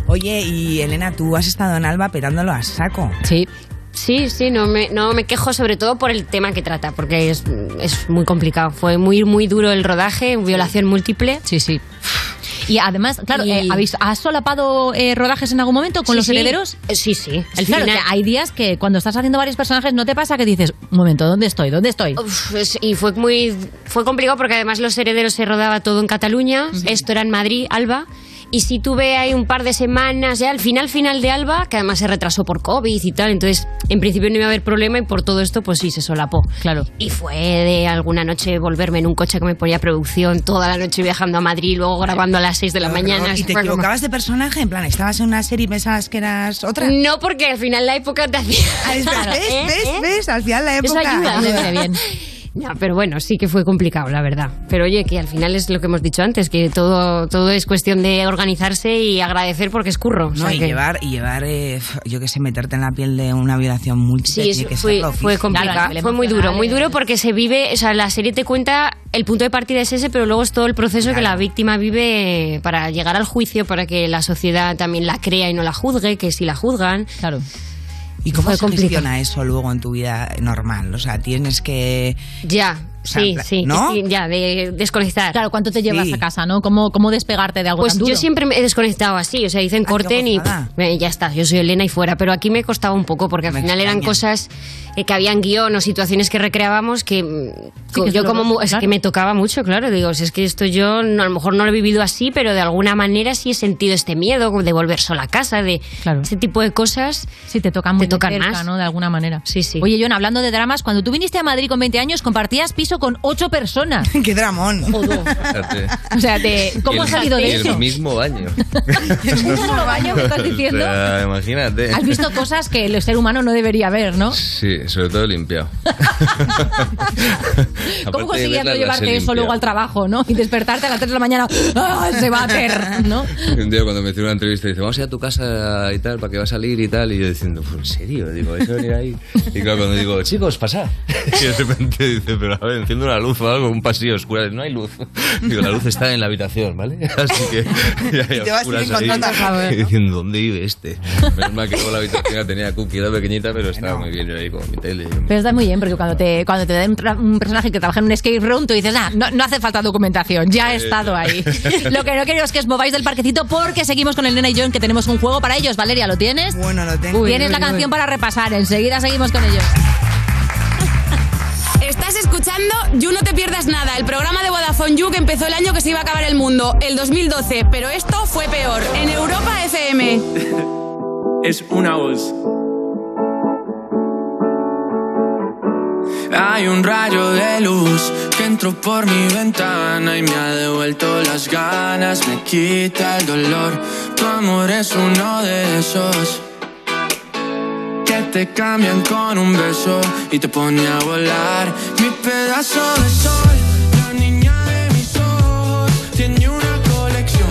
Speaker 2: Oye, y Elena, tú has estado en Alba petándolo a saco.
Speaker 1: Sí.
Speaker 7: Sí, sí, no me, no me quejo sobre todo por el tema que trata, porque es, es muy complicado. Fue muy, muy duro el rodaje, violación múltiple.
Speaker 1: Sí, sí. Y además, claro, eh, ¿habéis, ¿has solapado eh, rodajes en algún momento con
Speaker 7: Sí,
Speaker 1: los
Speaker 7: sí.
Speaker 1: herederos?
Speaker 7: Sí, sí.
Speaker 1: El claro,
Speaker 7: final.
Speaker 1: que hay días que cuando estás haciendo varios personajes no te pasa que dices, un momento, ¿dónde estoy? ¿Dónde estoy?
Speaker 7: Uf, es- y fue muy fue complicado porque además los herederos se rodaba todo en Cataluña, esto era en Madrid, Alba. Y sí tuve ahí un par de semanas ya al final, final de Alba, que además se retrasó por COVID y tal. Entonces, en principio no iba a haber problema y por todo esto, pues sí, se solapó.
Speaker 1: Claro.
Speaker 7: Y fue de alguna noche volverme en un coche que me ponía producción toda la noche viajando a Madrid, luego grabando a las 6 de la mañana.
Speaker 2: Ah, ¿Y
Speaker 7: Eso
Speaker 2: te
Speaker 7: fue como-
Speaker 2: equivocabas de personaje? En plan, ¿estabas en una serie y pensabas que eras otra?
Speaker 7: No, porque al final la época te hacía...
Speaker 2: espera, ¿ves? ¿Ves? ¿Ves? Al final la época...
Speaker 7: Eso ayuda. No, pero bueno, sí que fue complicado, la verdad. Pero oye, que al final es lo que hemos dicho antes, que todo, todo es cuestión de organizarse y agradecer porque es curro.
Speaker 2: No,
Speaker 7: o sea
Speaker 2: y
Speaker 7: que-
Speaker 2: llevar, y llevar eh, yo qué sé, meterte en la piel de una violación múltiple.
Speaker 7: Sí,
Speaker 2: tiene
Speaker 7: eso
Speaker 2: que
Speaker 7: fue,
Speaker 2: serlo
Speaker 7: fue
Speaker 2: difícil.
Speaker 7: complicado. fue muy duro, muy duro porque se vive, o sea, la serie te cuenta el punto de partida es ese, pero luego es todo el proceso que la víctima vive para llegar al juicio, para que la sociedad también la crea y no la juzgue, que si la juzgan.
Speaker 1: Claro.
Speaker 2: ¿Y cómo
Speaker 7: Fue
Speaker 2: se
Speaker 7: complicado.
Speaker 2: gestiona eso luego en tu vida normal? O sea, tienes que...
Speaker 7: Ya,
Speaker 2: O sea, en
Speaker 7: sí,
Speaker 2: plan-
Speaker 7: sí,
Speaker 2: ¿no?
Speaker 7: sí, ya, de desconectar.
Speaker 1: Claro, ¿cuánto te llevas
Speaker 7: Sí.
Speaker 1: a casa, no? ¿Cómo, cómo despegarte de algo
Speaker 7: Pues
Speaker 1: tan duro?
Speaker 7: yo siempre me he desconectado así, o sea, dicen
Speaker 2: Ah,
Speaker 7: corten y pff, eh, ya está, yo soy Elena y fuera, pero aquí me costaba un poco porque al final eran cosas eh, que habían guión o situaciones que recreábamos que mm,
Speaker 1: Sí, que es
Speaker 7: yo como
Speaker 1: doloroso,
Speaker 7: mu- es
Speaker 1: claro.
Speaker 7: que me tocaba mucho, claro, digo, si es que esto yo no- a lo mejor no lo he vivido así, pero de alguna manera sí he sentido este miedo de volver sola a casa, de ese tipo de cosas.
Speaker 1: Sí, te tocan
Speaker 7: te tocan
Speaker 1: cerca,
Speaker 7: más.
Speaker 1: ¿no? De alguna manera.
Speaker 7: Sí, sí.
Speaker 1: Oye, John, hablando de dramas, cuando tú viniste a Madrid con 20 años, compartías piso con 8 personas.
Speaker 2: ¡Qué dramón!
Speaker 30: Fíjate.
Speaker 1: O sea, te- Eh, ¿cómo has
Speaker 30: El-
Speaker 1: salido de eso?
Speaker 30: El mismo baño.
Speaker 1: ¿El mismo baño me estás diciendo?
Speaker 30: O sea, imagínate.
Speaker 1: Has visto cosas que el ser humano no debería ver, ¿no?
Speaker 30: Sí, sobre todo limpiado.
Speaker 1: ¿Cómo conseguías no llevarte eso luego al trabajo, no? Y despertarte a las 3 de la mañana, ¡ah, se va a hacer! ¿no?
Speaker 30: Un día cuando me hicieron una entrevista, dice, vamos a ir a tu casa y tal, para que va a salir y tal. Y yo diciendo, "Pues, ¿en serio? Digo, eso venir ahí. Y claro, cuando digo, chicos, pasad. Y de repente dice, pero a ver, enciendo una luz o algo, un pasillo oscuro. No hay luz. Digo, la luz está en la habitación, ¿vale? Así que ya hay
Speaker 2: Y te vas
Speaker 30: oscuras
Speaker 2: a ir encontrando
Speaker 30: ahí.
Speaker 2: al favor, ¿no?
Speaker 30: Y diciendo, ¿dónde vive este? Menos mal que luego la habitación la tenía cookie, era pequeñita, pero estaba muy bien yo ahí con mi tele.
Speaker 1: Pero está muy bien, porque cuando te, cuando te den un, tra- un personaje que trabaja en un escape room, tú dices, ah, no, no hace falta documentación, ya he
Speaker 30: Eh,
Speaker 1: estado
Speaker 30: no.
Speaker 1: ahí. Lo que no quiero es que os mováis del parquecito porque seguimos con el Nena y John, que tenemos un juego para ellos. Valeria, ¿lo tienes?
Speaker 2: Bueno, lo tengo.
Speaker 1: Tienes
Speaker 2: Uy,
Speaker 1: la
Speaker 2: uy,
Speaker 1: canción para repasar, enseguida seguimos con ellos.
Speaker 17: Estás escuchando You No Te Pierdas Nada, el programa de Vodafone You que empezó el año que se iba a acabar el mundo, el 2012, pero esto fue peor, en Europa FM.
Speaker 28: es una voz. Hay un rayo de luz que entró por mi ventana y me ha devuelto las ganas, me quita el dolor. Tu amor es uno de esos que te cambian con un beso y te pone a volar. Mi pedazo de sol, la niña de mis ojos, tiene una colección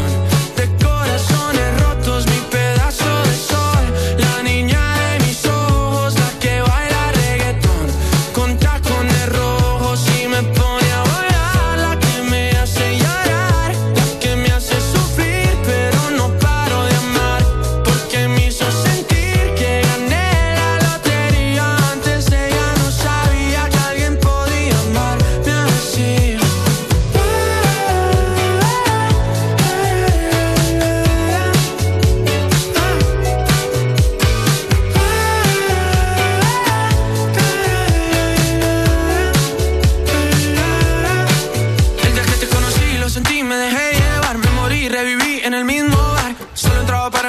Speaker 28: de corazones rotos, mi pedazo de sol, la niña de mis ojos, la que baila reggaetón, con tacones rojos y me pone a volar, la que me hace llorar, la que me hace sufrir, pero no paro de amar, porque me hizo sentir que gané la lotería, antes ella no sabía que alguien podía amarme así. El día que te conocí, lo sentí, me dejé llevar, me morí, reviví en el mismo bar. Solo entraba para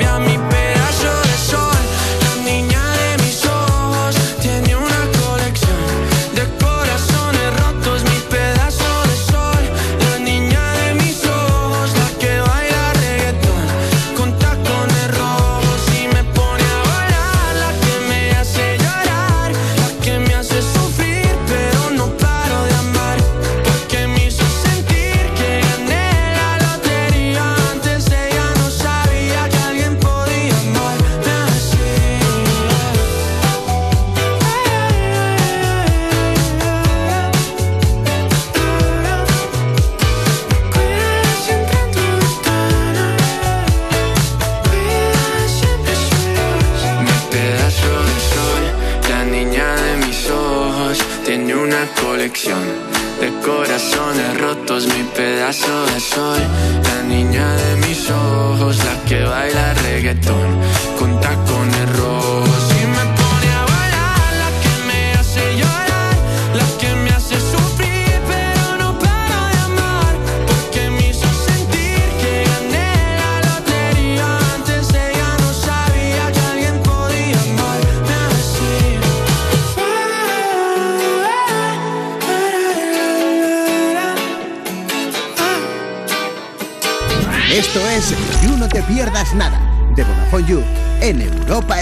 Speaker 28: mi pedazo de sol. La niña de mis ojos tiene una colección de corazones rotos, mi pedazo de sol. La niña de mis ojos, la que baila reggaetón, con tacones rojos y me pone a volar. La que me hace llorar, la que me hace sufrir, pero no paro de amar. Porque me hizo sentir que gané la lotería. Antes ella no sabía que alguien podía amarme así. Mi pedazo de sol, la niña de mis ojos, tiene una colección de corazones rotos, mi pedazo de sol. La niña de mis ojos, la que baila reggaetón con tacones rojos. Y me pone a bailar, la que me hace llorar, la que me hace sufrir, pero no para de amar. Porque me hizo sentir que gané la lotería. Antes ella no sabía que alguien podía amarme así.
Speaker 4: Esto es You No Te Pierdas Nada, de Vodafone You, en Europa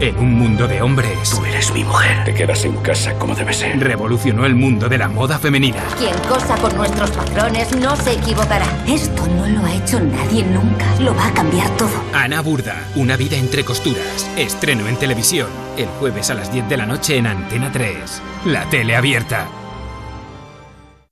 Speaker 5: en un mundo de hombres. Tú eres mi mujer. Te quedas en casa como debe ser. Revolucionó el mundo de la moda femenina.
Speaker 7: Quien cosa con nuestros patrones no se equivocará. Esto no lo ha hecho nadie nunca. Lo va a cambiar todo.
Speaker 5: Ana Burda, una vida entre costuras. Estreno en televisión, el jueves a las 10 de la noche en Antena 3. La tele abierta.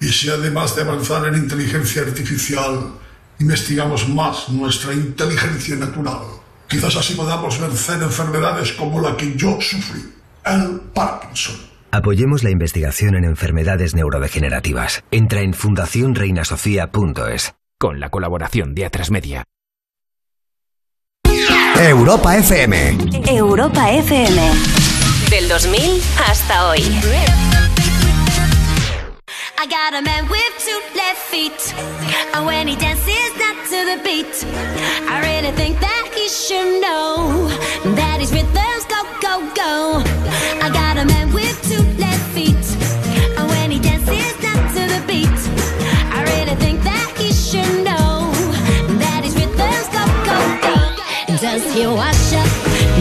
Speaker 31: Y si además de avanzar en inteligencia artificial, investigamos más nuestra inteligencia natural, quizás así podamos vencer enfermedades como la que yo sufrí, el Parkinson.
Speaker 32: Apoyemos la investigación en enfermedades neurodegenerativas. Entra en fundacionreinasofía.es con la colaboración de A3 Media.
Speaker 33: Europa FM.
Speaker 34: Europa FM. Del 2000 hasta hoy.
Speaker 15: I got a man with two left feet. And when he dances not to the beat, I really think that he should know that his rhythms go, go, go. I got a man with two left feet. And when he dances not to the beat, I really think that he should know that his rhythms go, go, go. Does he wash up?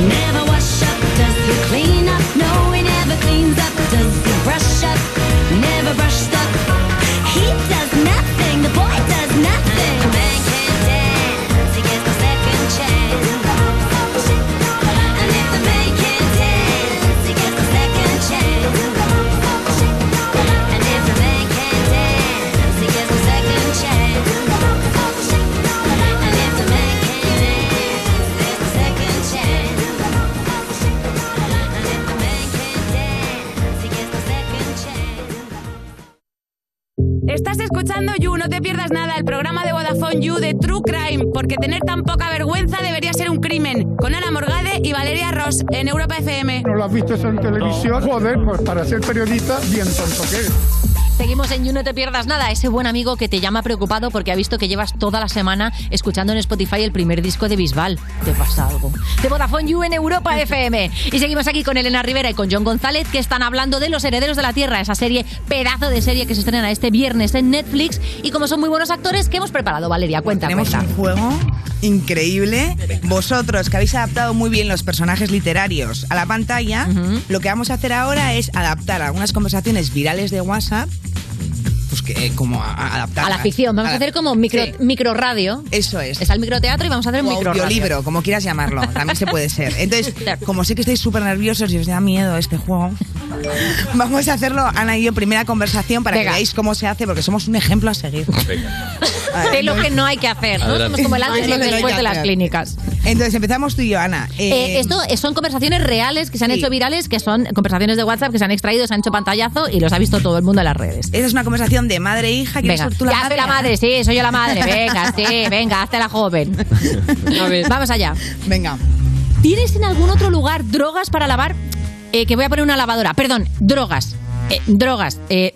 Speaker 15: Never wash up. Does he clean up? No, he never cleans up. Does he brush up? Never brushed up. He does nothing. The boy does nothing. A man can dance. He gets the second chance. And if the man can dance, he gets the second chance. And if the man can dance, he gets the second chance. And if the man can dance, he gets the second chance. And if the man can dance, he gets the second chance.
Speaker 17: Estás escuchando You, no te pierdas nada, el programa de Vodafone You de True Crime, porque tener tan poca vergüenza debería ser un crimen. Con Ana Morgade y Valeria Ross en Europa FM.
Speaker 34: ¿No lo has visto eso en televisión? Joder, pues para ser periodista, bien tonto que eres.
Speaker 1: Seguimos en You No Te Pierdas Nada, ese buen amigo que te llama preocupado porque ha visto que llevas toda la semana escuchando en Spotify el primer disco de Bisbal. Te pasa algo. De Vodafone You en Europa FM. Y seguimos aquí con Elena Rivera y con John González que están hablando de Los Herederos de la Tierra, esa serie, pedazo de serie que se estrena este viernes en Netflix. Y como son muy buenos actores, ¿qué hemos preparado, Valeria? Cuenta,
Speaker 2: Pues Tenemos
Speaker 1: cuenta.
Speaker 2: un juego increíble. Vosotros que habéis adaptado muy bien los personajes literarios a la pantalla, lo que vamos a hacer ahora es adaptar algunas conversaciones virales de WhatsApp. Pues que eh, como a- a- adaptar
Speaker 1: A la ficción, vamos a hacer como micro, micro radio.
Speaker 2: Eso es.
Speaker 1: Está el microteatro y vamos a hacer
Speaker 2: o
Speaker 1: micro radio.
Speaker 2: audiolibro, como quieras llamarlo, también se puede ser. Entonces, como sé que estáis súper nerviosos y os da miedo este juego, vamos a hacerlo, Ana y yo, primera conversación para
Speaker 1: Venga.
Speaker 2: que veáis cómo se hace, porque somos un ejemplo a seguir.
Speaker 1: De lo que no hay que hacer, ¿no? Somos como el antes y el después de las clínicas.
Speaker 2: Entonces, empezamos tú y yo, Ana.
Speaker 1: Eh, esto eh, son conversaciones reales que se han hecho virales, que son conversaciones de WhatsApp que se han extraído, se han hecho pantallazo y los ha visto todo el mundo en las redes.
Speaker 2: Esa es una conversación de madre e hija. ¿Quieres
Speaker 1: Venga,
Speaker 2: ser tú la
Speaker 1: ya
Speaker 2: madre,
Speaker 1: soy la
Speaker 2: Ana?
Speaker 1: madre, sí, soy yo la madre. Venga, sí, venga, hazte la joven. Vamos allá.
Speaker 2: Venga.
Speaker 1: ¿Tienes en algún otro lugar drogas para lavar? Eh, que voy a poner una lavadora. Perdón, drogas. Eh, drogas. eh,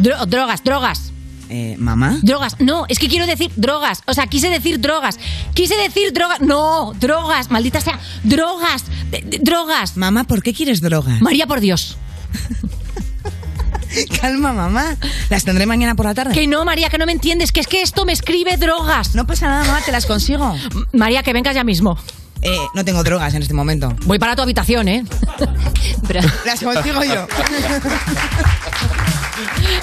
Speaker 1: dro- drogas, drogas.
Speaker 2: Eh, ¿Mamá?
Speaker 1: Drogas, no, es que quiero decir drogas. O sea, quise decir drogas. Quise decir drogas. No, drogas, maldita sea. Drogas, de- de- drogas.
Speaker 2: Mamá, ¿por qué quieres drogas?
Speaker 1: María, por Dios.
Speaker 2: Calma, mamá. Las tendré mañana por la tarde.
Speaker 1: Que no, María, que no me entiendes. Que es que esto me escribe drogas.
Speaker 2: No pasa nada, mamá, te las consigo.
Speaker 1: María, que vengas ya mismo.
Speaker 2: Eh, no tengo drogas en este momento.
Speaker 1: Voy para tu habitación, ¿eh?
Speaker 2: Las consigo yo.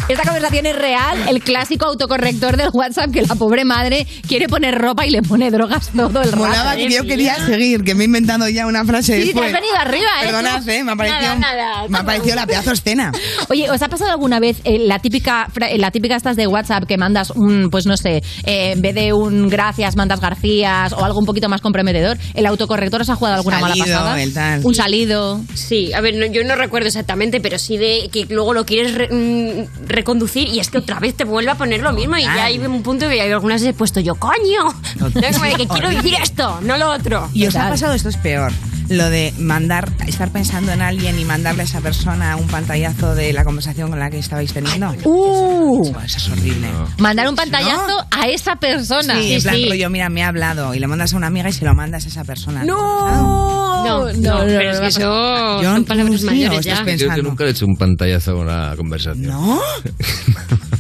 Speaker 1: Esta conversación es real, el clásico autocorrector del WhatsApp que la pobre madre quiere poner ropa y le pone drogas todo el rato. ¿Eh?
Speaker 2: Molaba que yo quería seguir, que me he inventado ya una frase
Speaker 1: Sí, te
Speaker 2: después.
Speaker 1: has venido arriba, ¿eh?
Speaker 2: Perdonad,
Speaker 1: Tú.
Speaker 2: eh, me ha parecido,
Speaker 1: Nada, nada.
Speaker 2: me ha parecido la pedazo escena.
Speaker 1: Oye, ¿os ha pasado alguna vez eh, la típica fra- eh, la típica estas de WhatsApp que mandas un, pues no sé, eh, en vez de un gracias, mandas Garcías o algo un poquito más comprometedor? ¿El autocorrector os ha jugado alguna
Speaker 2: Salido,
Speaker 1: mala pasada?
Speaker 2: el tal.
Speaker 1: Un salido.
Speaker 7: Sí, a ver, no- yo no recuerdo exactamente, pero sí de que luego lo quieres re- mm, reconducir y es que otra vez te vuelve a poner lo mismo y ya hay un punto que hay algunas veces he puesto yo, coño, no, como de que quiero decir esto, no lo otro.
Speaker 2: Y os ha pasado esto es peor. Lo de mandar, estar pensando en alguien y mandarle a esa persona un pantallazo de la conversación con la que estabais teniendo.
Speaker 1: ¡Uh!
Speaker 2: Eso es horrible.
Speaker 1: Mandar un pantallazo a esa persona.
Speaker 2: Sí, en plan, rollo, mira, me ha hablado. Y le mandas a una amiga y se lo mandas a esa persona.
Speaker 1: ¡No!
Speaker 7: No, no, pero es que eso son palabras mayores ya.
Speaker 30: Creo que nunca he hecho un pantallazo a una conversación.
Speaker 2: ¿No?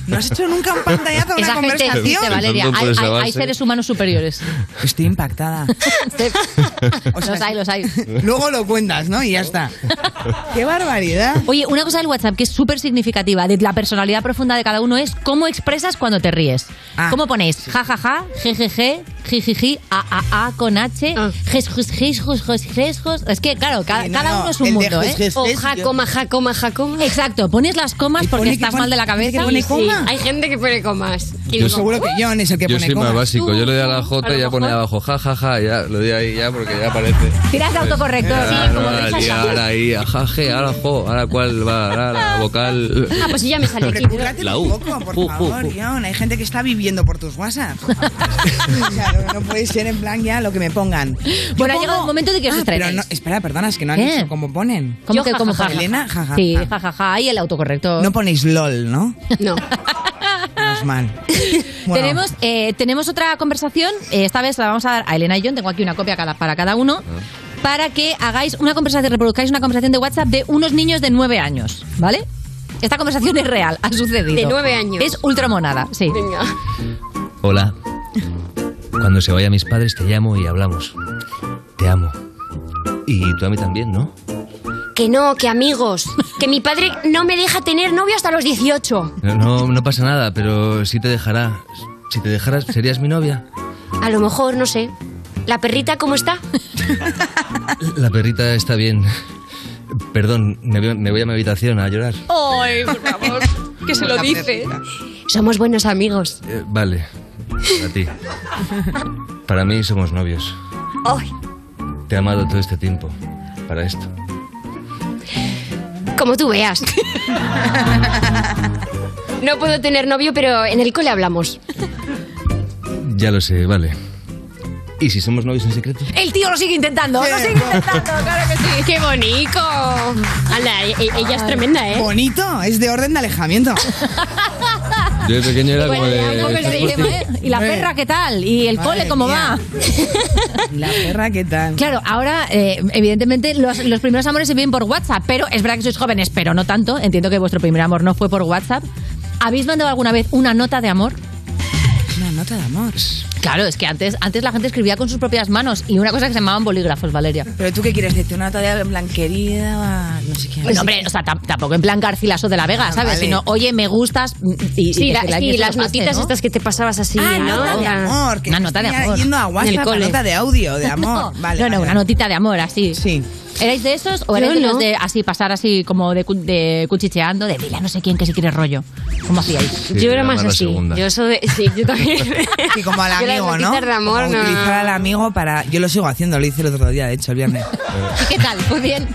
Speaker 2: ¿No has hecho nunca un pantallazo de
Speaker 1: Esa
Speaker 2: una
Speaker 1: gente
Speaker 2: conversación?
Speaker 1: existe, Valeria.
Speaker 30: Empezando
Speaker 1: Hay,
Speaker 30: por esa
Speaker 1: hay- hay
Speaker 30: base.
Speaker 1: seres humanos superiores.
Speaker 2: Estoy impactada.
Speaker 1: los hay, los hay.
Speaker 2: Luego lo cuentas, ¿no? Y ya está. ¡Qué barbaridad!
Speaker 1: Oye, una cosa del WhatsApp que es súper significativa de la personalidad profunda de cada uno es cómo expresas cuando te ríes.
Speaker 7: Ah,
Speaker 1: ¿Cómo ponéis? Ja, ja, ja, jejeje, jijiji, a, a, a, con H, jes, jus, jis, jus, jus, jes, jus. Es que, claro, cada,
Speaker 7: Ah. no,
Speaker 1: cada
Speaker 7: no,
Speaker 1: uno es un
Speaker 7: el de
Speaker 1: mundo,
Speaker 7: jus,
Speaker 1: ¿eh?
Speaker 7: jes, jes, O ja, yo- coma,
Speaker 1: ja, coma, ja, coma. Exacto, pones las comas porque
Speaker 7: pone que
Speaker 1: estás
Speaker 7: pone-
Speaker 1: mal de la
Speaker 7: gente que
Speaker 1: cabeza.
Speaker 7: pone
Speaker 1: Sí,
Speaker 7: coma.
Speaker 1: sí.
Speaker 7: Hay gente que pone comas. Y
Speaker 30: Yo
Speaker 7: digo,
Speaker 30: seguro
Speaker 2: que yo es el que
Speaker 30: Yo soy más básico, yo le doy a la J
Speaker 7: a
Speaker 30: y
Speaker 7: lo
Speaker 30: ya pone
Speaker 7: mejor.
Speaker 30: abajo jajaja, ya lo doy ahí ya porque ya aparece.
Speaker 1: Tiras de
Speaker 7: Pues,
Speaker 1: autocorrector,
Speaker 30: Ah,
Speaker 1: sí,
Speaker 30: no,
Speaker 1: como
Speaker 30: la
Speaker 1: dejas
Speaker 30: lia,
Speaker 1: así.
Speaker 30: ahora ahí, ajá, je, ahora jo, ahora cuál va, ahora la vocal.
Speaker 7: Ah, pues sí, ya me sale
Speaker 30: salió
Speaker 7: aquí.
Speaker 30: La
Speaker 2: un
Speaker 30: U.
Speaker 2: poco, por
Speaker 30: Ju, ju,
Speaker 2: favor,
Speaker 30: ju.
Speaker 2: Ion. Hay gente que está viviendo por tus WhatsApp. O sea, no- no puede ser en plan ya lo que me pongan. Yo
Speaker 1: Bueno, ha
Speaker 2: pongo-
Speaker 1: llegado el momento de que os
Speaker 2: Ah,
Speaker 1: estrenéis.
Speaker 2: pero no- espera, perdona, es que no han
Speaker 1: ¿Qué?
Speaker 2: dicho cómo ponen.
Speaker 1: ¿Cómo que cómo
Speaker 2: jajaja?
Speaker 1: jajaja?
Speaker 2: Elena, jajaja.
Speaker 1: Sí, jajaja, y el autocorrector.
Speaker 2: No ponéis LOL, ¿no?
Speaker 7: No.
Speaker 2: Menos mal. Bueno.
Speaker 1: Tenemos, eh, tenemos otra conversación. eh, esta vez la vamos a dar a Elena y yo. Tengo aquí una copia cada- para cada uno.
Speaker 2: Ah.
Speaker 1: Para que hagáis una conversación, reproduzcáis una conversación de WhatsApp de unos niños de nueve años. ¿Vale? Esta conversación es real, ha sucedido.
Speaker 7: De nueve años.
Speaker 1: Es ultramonada, sí.
Speaker 7: Venga.
Speaker 30: Hola. Cuando se vaya mis padres te llamo y hablamos. Te amo. Y tú a mí también, ¿no?
Speaker 7: Que no, que amigos. Que mi padre no me deja tener novio hasta los 18.
Speaker 30: No, no, no pasa nada, pero sí te dejará. Si te dejaras, ¿serías mi novia?
Speaker 7: A lo mejor, no sé. ¿La perrita cómo está?
Speaker 30: La perrita está bien. Perdón, me voy, me voy a mi habitación a llorar.
Speaker 7: ¡Ay, por favor! Que se lo dice. Somos buenos amigos.
Speaker 30: Eh, vale, para ti. Para mí somos novios.
Speaker 7: Ay,
Speaker 30: Te he amado todo este tiempo. Para esto.
Speaker 7: como tú veas. No puedo tener novio, pero en el cole hablamos.
Speaker 30: Ya lo sé, vale. ¿Y si somos novios en secreto?
Speaker 1: El tío lo sigue intentando, lo sigue intentando, claro que sí.
Speaker 7: ¡Qué bonito! Ala, e- e- ella es tremenda, ¿eh?
Speaker 2: Bonito, es de orden de alejamiento.
Speaker 30: Yo de pequeño era
Speaker 1: Bueno,
Speaker 30: como
Speaker 1: ya,
Speaker 30: de...
Speaker 1: un poco
Speaker 30: ¿estás
Speaker 1: el tema,
Speaker 30: puesto?
Speaker 1: ¿eh? ¿Y la perra qué tal? ¿Y el
Speaker 2: Madre
Speaker 1: cole cómo va?
Speaker 2: La perra, ¿qué tal?
Speaker 1: Claro, ahora, eh, evidentemente, los, los primeros amores se viven por WhatsApp, pero es verdad que sois jóvenes, pero no tanto. Entiendo que vuestro primer amor no fue por WhatsApp. ¿Habéis mandado alguna vez una nota de amor?
Speaker 2: Una nota de amor.
Speaker 1: Claro, es que antes, antes la gente escribía con sus propias manos y una cosa que se llamaban bolígrafos, Valeria.
Speaker 2: ¿Pero tú qué quieres decir? ¿Una nota de blanquerida? No sé qué.
Speaker 1: Pues hombre, o sea, tam- tampoco en plan Garcilaso de la Vega,
Speaker 2: Ah,
Speaker 1: ¿sabes?
Speaker 2: vale.
Speaker 1: Sino, oye, me gustas mm, y, y
Speaker 7: Sí,
Speaker 1: que
Speaker 7: la-
Speaker 1: la- que
Speaker 7: sí,
Speaker 1: se
Speaker 7: las
Speaker 1: lo pase,
Speaker 7: notitas
Speaker 1: ¿no?
Speaker 7: estas que te pasabas así.
Speaker 1: Ah,
Speaker 7: ¿no?
Speaker 1: nota de amor, que
Speaker 7: Una
Speaker 1: yo
Speaker 7: nota de
Speaker 1: estoy
Speaker 7: amor.
Speaker 2: Yendo a
Speaker 7: En el
Speaker 2: WhatsApp,
Speaker 7: cole.
Speaker 2: una nota de audio, de amor.
Speaker 1: No,
Speaker 2: Vale,
Speaker 1: no, no,
Speaker 2: vale.
Speaker 1: una notita de amor, así.
Speaker 2: Sí.
Speaker 1: ¿Erais de esos
Speaker 7: Yo
Speaker 1: o erais de
Speaker 7: no.
Speaker 1: los de así pasar así como de, cu- de cuchicheando, de dile a no sé quién que se quiere rollo? ¿Cómo hacíais?
Speaker 7: yo era más así. Yo eso de, sí, yo también.
Speaker 2: Sí, como al
Speaker 7: Yo las
Speaker 2: amigo, ¿no?
Speaker 7: notitas de amor,
Speaker 2: Como
Speaker 7: no.
Speaker 2: utilizar al amigo para... Yo lo sigo haciendo, lo hice el otro día, de hecho, el viernes.
Speaker 1: ¿Y qué tal? ¿Fue bien?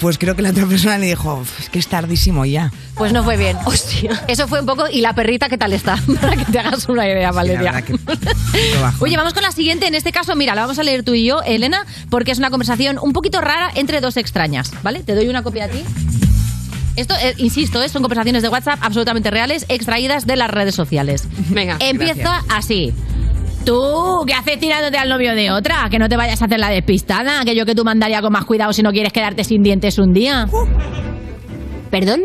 Speaker 2: Pues creo que la otra persona le dijo, "Uf, es que es tardísimo ya.
Speaker 1: Pues no fue bien. Hostia. Eso fue un poco. ¿Y la perrita qué tal está? Para que te hagas una idea, Valeria.
Speaker 2: verdad Qué bajo.
Speaker 1: Oye, vamos con la siguiente. En este caso, mira, la vamos a leer tú y yo, Elena, porque es una conversación un poquito rara entre dos extrañas, ¿vale? Te doy una copia a ti. Esto, eh, insisto, eh, son conversaciones de WhatsApp absolutamente reales, extraídas de las redes sociales. Venga. Empieza
Speaker 7: gracias.
Speaker 1: así. Tú, ¿qué haces tirándote al novio de otra? Que no te vayas a hacer la despistada, que yo que tú mandaría con más cuidado si no quieres quedarte sin dientes un día.
Speaker 7: ¿Perdón?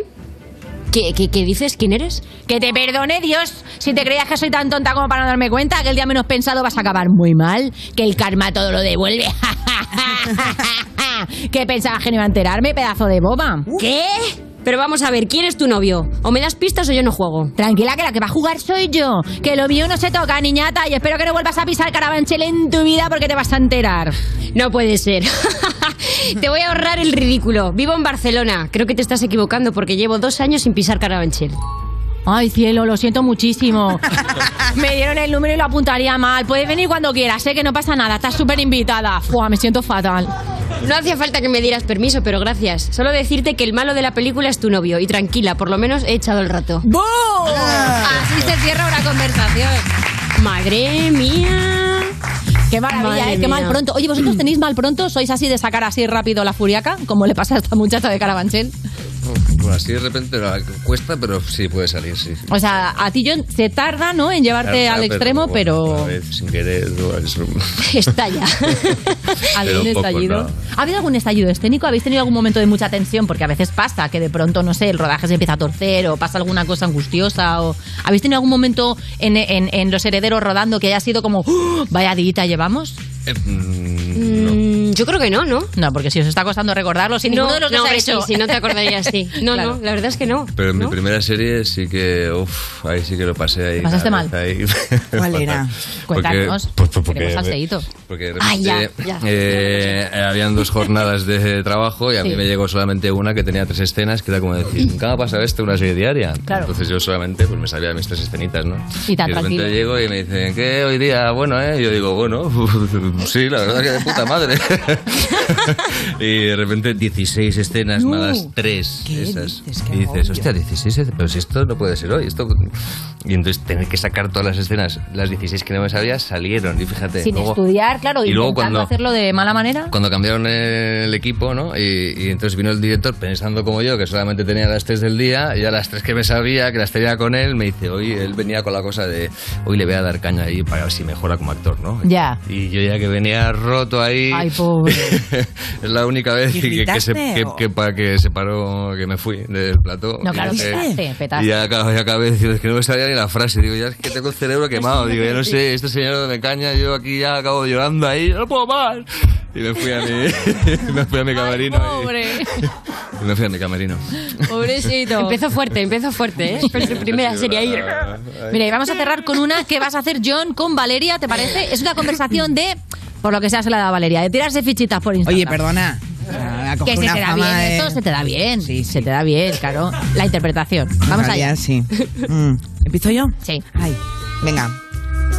Speaker 7: ¿Qué, qué, qué dices? ¿Quién eres?
Speaker 1: Que te perdone Dios si te creías que soy tan tonta como para no darme cuenta que el día menos pensado vas a acabar muy mal, que el karma todo lo devuelve. ¿Qué pensabas que no iba a enterarme, pedazo de boba?
Speaker 7: Uh. ¿Qué? Pero vamos a ver, ¿quién es tu novio? ¿O me das pistas o yo no juego?
Speaker 1: Tranquila, que la que va a jugar soy yo. Que lo mío no se toca, niñata. Y espero que no vuelvas a pisar carabanchel en tu vida porque te vas a enterar.
Speaker 7: No puede ser. te voy a ahorrar el ridículo. Vivo en Barcelona. Creo que te estás equivocando porque llevo dos años sin pisar Carabanchel.
Speaker 1: Ay, cielo, lo siento muchísimo. Me dieron el número y lo apuntaría mal. Puedes venir cuando quieras, sé que no pasa nada. Estás súper invitada. Fua, me siento fatal.
Speaker 7: No hacía falta que me dieras permiso, pero gracias. Solo decirte que el malo de la película es tu novio. Y tranquila, por lo menos he echado el rato. Ah,
Speaker 1: Así se cierra una conversación.
Speaker 7: Madre mía.
Speaker 1: Qué maravilla,
Speaker 7: Madre
Speaker 1: eh, qué mal
Speaker 7: mía.
Speaker 1: pronto. Oye, ¿vosotros tenéis mal pronto? ¿Sois así de sacar así rápido la furiaca? Como le pasa a esta muchacha de Carabanchel.
Speaker 30: Pues así de repente la cuesta, pero sí puede salir, sí. sí.
Speaker 1: O sea, a ti John, se tarda, ¿no? En llevarte
Speaker 30: Tarda,
Speaker 1: al extremo,
Speaker 30: bueno,
Speaker 1: pero.
Speaker 30: a ver, sin querer, bueno, es un-
Speaker 1: Estalla.
Speaker 30: Pero
Speaker 1: ¿Algún
Speaker 30: un poco,
Speaker 1: estallido?
Speaker 30: no.
Speaker 1: ¿Ha habido algún estallido escénico? ¿Habéis tenido algún momento de mucha tensión? Porque a veces pasa que de pronto, no sé, el rodaje se empieza a torcer o pasa alguna cosa angustiosa. O... ¿Habéis tenido algún momento en, en- en Los Herederos rodando que haya sido como, "¡Oh! vaya diita llevamos?
Speaker 30: Eh, mm,
Speaker 1: Yo creo que no, ¿no? No, porque si os está costando recordarlo, si
Speaker 7: No,
Speaker 1: ninguno de los que
Speaker 7: no,
Speaker 1: se ha
Speaker 7: hombre,
Speaker 1: hecho.
Speaker 7: sí, sí, no te acordarías, sí. No, no,
Speaker 1: la verdad es que no.
Speaker 30: Pero en mi primera serie sí que, uff, ahí sí que lo pasé ahí.
Speaker 1: ¿Lo pasaste
Speaker 30: nada,
Speaker 1: mal?
Speaker 30: ahí.
Speaker 1: ¿Cuál era?
Speaker 30: Porque-
Speaker 1: Cuéntanos.
Speaker 30: pues- pues porque-
Speaker 1: Queremos salseíto.
Speaker 30: Porque de
Speaker 1: Eh, Ah, ya,
Speaker 30: repente,
Speaker 1: ya.
Speaker 30: eh, eh, habían dos jornadas de trabajo y a
Speaker 1: Sí.
Speaker 30: mí me llegó solamente una que tenía tres escenas, que era como decir, nunca me ha pasado esto una serie diaria.
Speaker 1: Claro.
Speaker 30: Entonces yo solamente pues me salía mis tres escenitas, ¿no?
Speaker 1: Y tan
Speaker 30: de repente
Speaker 1: tranquilo.
Speaker 30: llego y me dicen, ¿qué hoy día? Bueno, ¿eh? Y yo digo, bueno, sí, la verdad que de puta madre. y de repente 16 escenas
Speaker 29: No.
Speaker 30: más tres
Speaker 29: ¿Qué
Speaker 30: esas.
Speaker 29: dices? Qué
Speaker 30: Y dices,
Speaker 29: agobio.
Speaker 30: hostia, 16, pero si esto no puede ser hoy, esto... Y entonces tener que sacar todas las escenas, las 16 que no me sabía, salieron, y fíjate.
Speaker 1: Sin
Speaker 30: luego-
Speaker 1: estudiar, claro,
Speaker 30: y luego
Speaker 1: intentando
Speaker 30: cuando-
Speaker 1: hacerlo de mala manera.
Speaker 30: cuando cambiaron el equipo, ¿no? Y, y entonces vino el director pensando como yo, que solamente tenía las tres del día, y a las tres que me sabía, que las tenía con él, me dice, hoy él venía con la cosa de, hoy le voy a dar caña ahí para ver si mejora como actor, ¿no?
Speaker 1: Ya.
Speaker 30: Y yo ya que venía roto ahí,
Speaker 1: Ay, pobre.
Speaker 30: es la única vez
Speaker 1: ¿Y
Speaker 30: que, que, se,
Speaker 1: gritaste
Speaker 30: que,
Speaker 1: o?
Speaker 30: que pa- que se paró, que me fui del plató. Eh,
Speaker 1: No,
Speaker 30: Y
Speaker 1: claro,
Speaker 30: dije-
Speaker 1: petaste, petaste.
Speaker 30: y ya acabé, ya acabé diciendo, es que no me salía ni la frase. Digo, ya es que tengo el cerebro quemado. Digo, ya no sé, este señor de caña, yo aquí ya acabo llorando ahí, no puedo más. Y me fui a mi, me fui a mi camerino. y-
Speaker 7: Pobre.
Speaker 30: y me fui a mi camerino.
Speaker 7: Pobrecito. Empezó fuerte, empezó fuerte, ¿eh? Pero su primera serie ahí.
Speaker 1: Mira, y vamos a cerrar con una que vas a hacer John con Valeria, ¿te parece? Es una conversación de, por lo que sea, se la da a Valeria, de tirarse fichitas por Instagram.
Speaker 2: Oye, perdona. Ah, coge
Speaker 1: Que se
Speaker 2: una
Speaker 1: te da
Speaker 2: fama
Speaker 1: bien
Speaker 2: de-
Speaker 1: esto, se te da bien. se te da bien, claro. La interpretación. Vamos
Speaker 2: En realidad,
Speaker 1: allá.
Speaker 2: sí. Mm. ¿Empiezo yo?
Speaker 1: Sí.
Speaker 2: Ay, venga.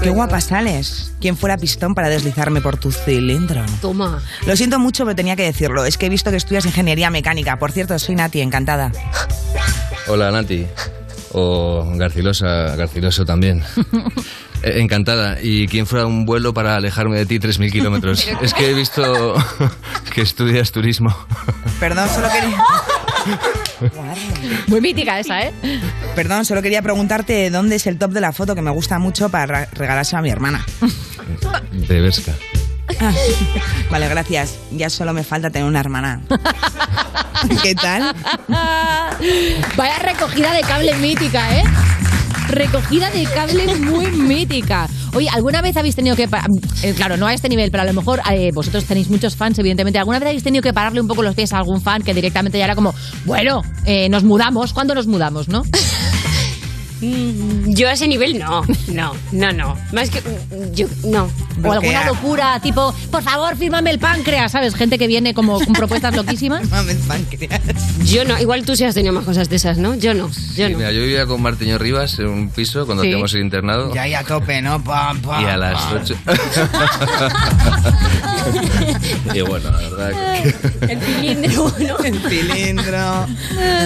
Speaker 2: Qué guapa sales. ¿Quién fuera pistón para deslizarme por tu cilindro?
Speaker 7: Toma.
Speaker 2: Lo siento mucho, pero tenía que decirlo. Es que he visto que estudias ingeniería mecánica. Por cierto, soy Nati, encantada.
Speaker 30: Hola, Nati. O Garcilosa, Garciloso también. Eh, Encantada. ¿Y quién fuera un vuelo para alejarme de ti 3.000 kilómetros? Es que he visto que estudias turismo.
Speaker 2: Perdón, solo quería.
Speaker 1: ¡Ah! Muy mítica esa, ¿eh?
Speaker 2: Perdón, solo quería preguntarte dónde es el top de la foto que me gusta mucho para regalarse a mi hermana.
Speaker 30: De Berska.
Speaker 2: Ah, Vale, gracias. Ya solo me falta tener una hermana. ¿Qué tal?
Speaker 1: Vaya recogida de cable mítica, ¿eh? Recogida de cable muy mítica. Oye, ¿alguna vez habéis tenido que... pa- eh, claro, no a este nivel, pero a lo mejor eh, vosotros tenéis muchos fans, evidentemente. ¿Alguna vez habéis tenido que pararle un poco los pies a algún fan que directamente ya era como, bueno, eh, nos mudamos? ¿Cuándo nos mudamos, no?
Speaker 7: Mm, Yo a ese nivel no, no, no, no. Más que. mm, Yo, no.
Speaker 1: O alguna locura, tipo, por favor, fírmame el páncreas, ¿sabes? Gente que viene como con propuestas loquísimas.
Speaker 2: Fírmame el páncreas.
Speaker 7: Yo no, igual tú sí has tenido más cosas de esas, ¿no? Yo no, yo
Speaker 30: Sí,
Speaker 7: no.
Speaker 30: mira, yo vivía con Martiño Rivas en un piso cuando
Speaker 7: Sí.
Speaker 30: teníamos el internado.
Speaker 2: Ya, ya, a tope, ¿no? Pam, pam,
Speaker 30: Y a las
Speaker 2: pam.
Speaker 30: 8. Y bueno, la
Speaker 1: Ah,
Speaker 30: verdad que...
Speaker 2: El cilindro, ¿no? El cilindro.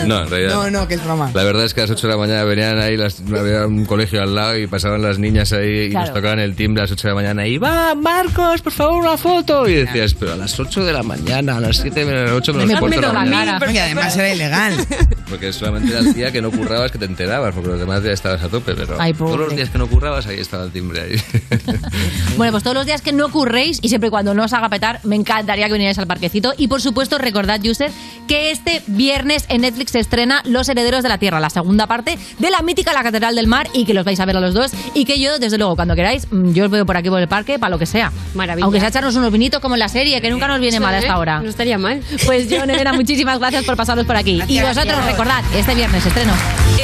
Speaker 30: No, en realidad...
Speaker 2: No, no, que es broma.
Speaker 30: La verdad es que a las 8 de la mañana venían ahí, las, había un colegio al lado y pasaban las niñas ahí y
Speaker 2: Claro.
Speaker 30: nos tocaban el timbre a las 8 de la mañana y va, Marcos, por favor, una foto. Y decías, pero a las 8 de la mañana, a las 7 menos 8 menos
Speaker 2: me
Speaker 30: cuarto de
Speaker 2: meto
Speaker 30: la
Speaker 2: la
Speaker 30: mañana.
Speaker 2: cara. Porque además era ilegal.
Speaker 30: Porque solamente era el día que no currabas que te enterabas, porque los demás días estabas a tope, pero
Speaker 1: Ay,
Speaker 30: todos los
Speaker 1: pobre.
Speaker 30: días que no currabas ahí estaba el timbre ahí.
Speaker 1: Bueno, pues todos los días que no curréis y siempre y cuando no os haga petar, me encantaría que vinierais al parquecito. Y por supuesto, recordad, user, que este viernes en Netflix se estrena Los Herederos de la Tierra, la segunda parte de la mítica La Catedral del Mar, y que los vais a ver a los dos. Y que yo, desde luego, cuando queráis, mm, yo os veo por aquí por el parque, para lo que sea.
Speaker 7: Maravilla.
Speaker 1: Aunque sea echarnos unos vinitos como en la serie, que nunca nos viene
Speaker 7: Sí,
Speaker 1: mal hasta
Speaker 7: ¿eh?
Speaker 1: ahora.
Speaker 7: No estaría mal.
Speaker 1: Pues yo, Nevera, muchísimas gracias por pasaros por aquí. y
Speaker 17: Gracias,
Speaker 1: vosotros,
Speaker 17: gracias.
Speaker 1: recordad, este viernes estreno.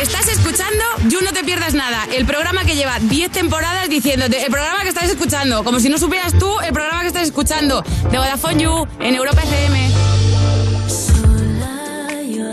Speaker 17: Estás escuchando You No Te Pierdas Nada, el programa que lleva 10 temporadas diciéndote, el programa que estás escuchando, como si no supieras tú el programa que estás escuchando, de Vodafone You, en Europa FM.
Speaker 16: Sola, yo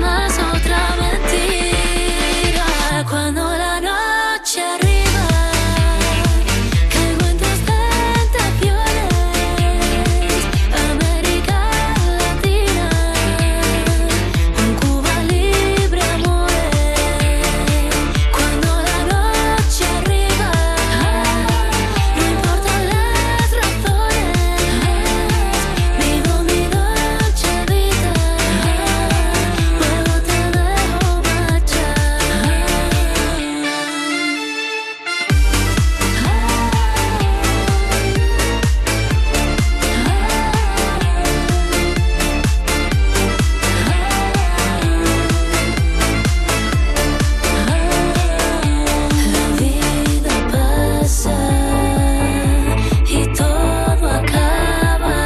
Speaker 16: más, otra mentira. Cuando la noche arriba, caigo en tus tentaciones, América Latina, un Cuba libre, amores. Cuando la noche arriba, no importan las razones, vivo mi noche vida, luego te dejo marchar. La vida pasa y todo acaba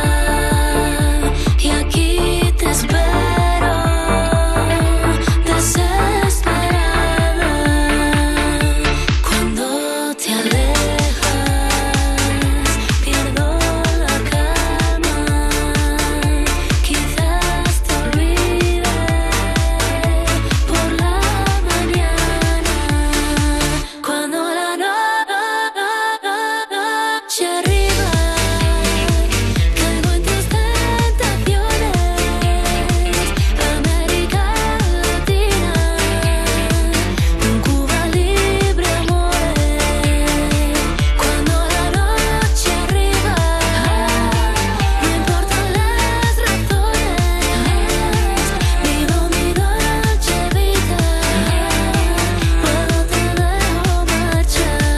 Speaker 16: y aquí te espero desesperada cuando te alejas pierdo la calma quizás te olvide por la mañana cuando la noche arriba, caigo en tus tentaciones. América Latina, un Cuba libre, amores. Cuando la noche arriba, no importan las razones, vivo mi noche vida. Puedo te dejo marchar.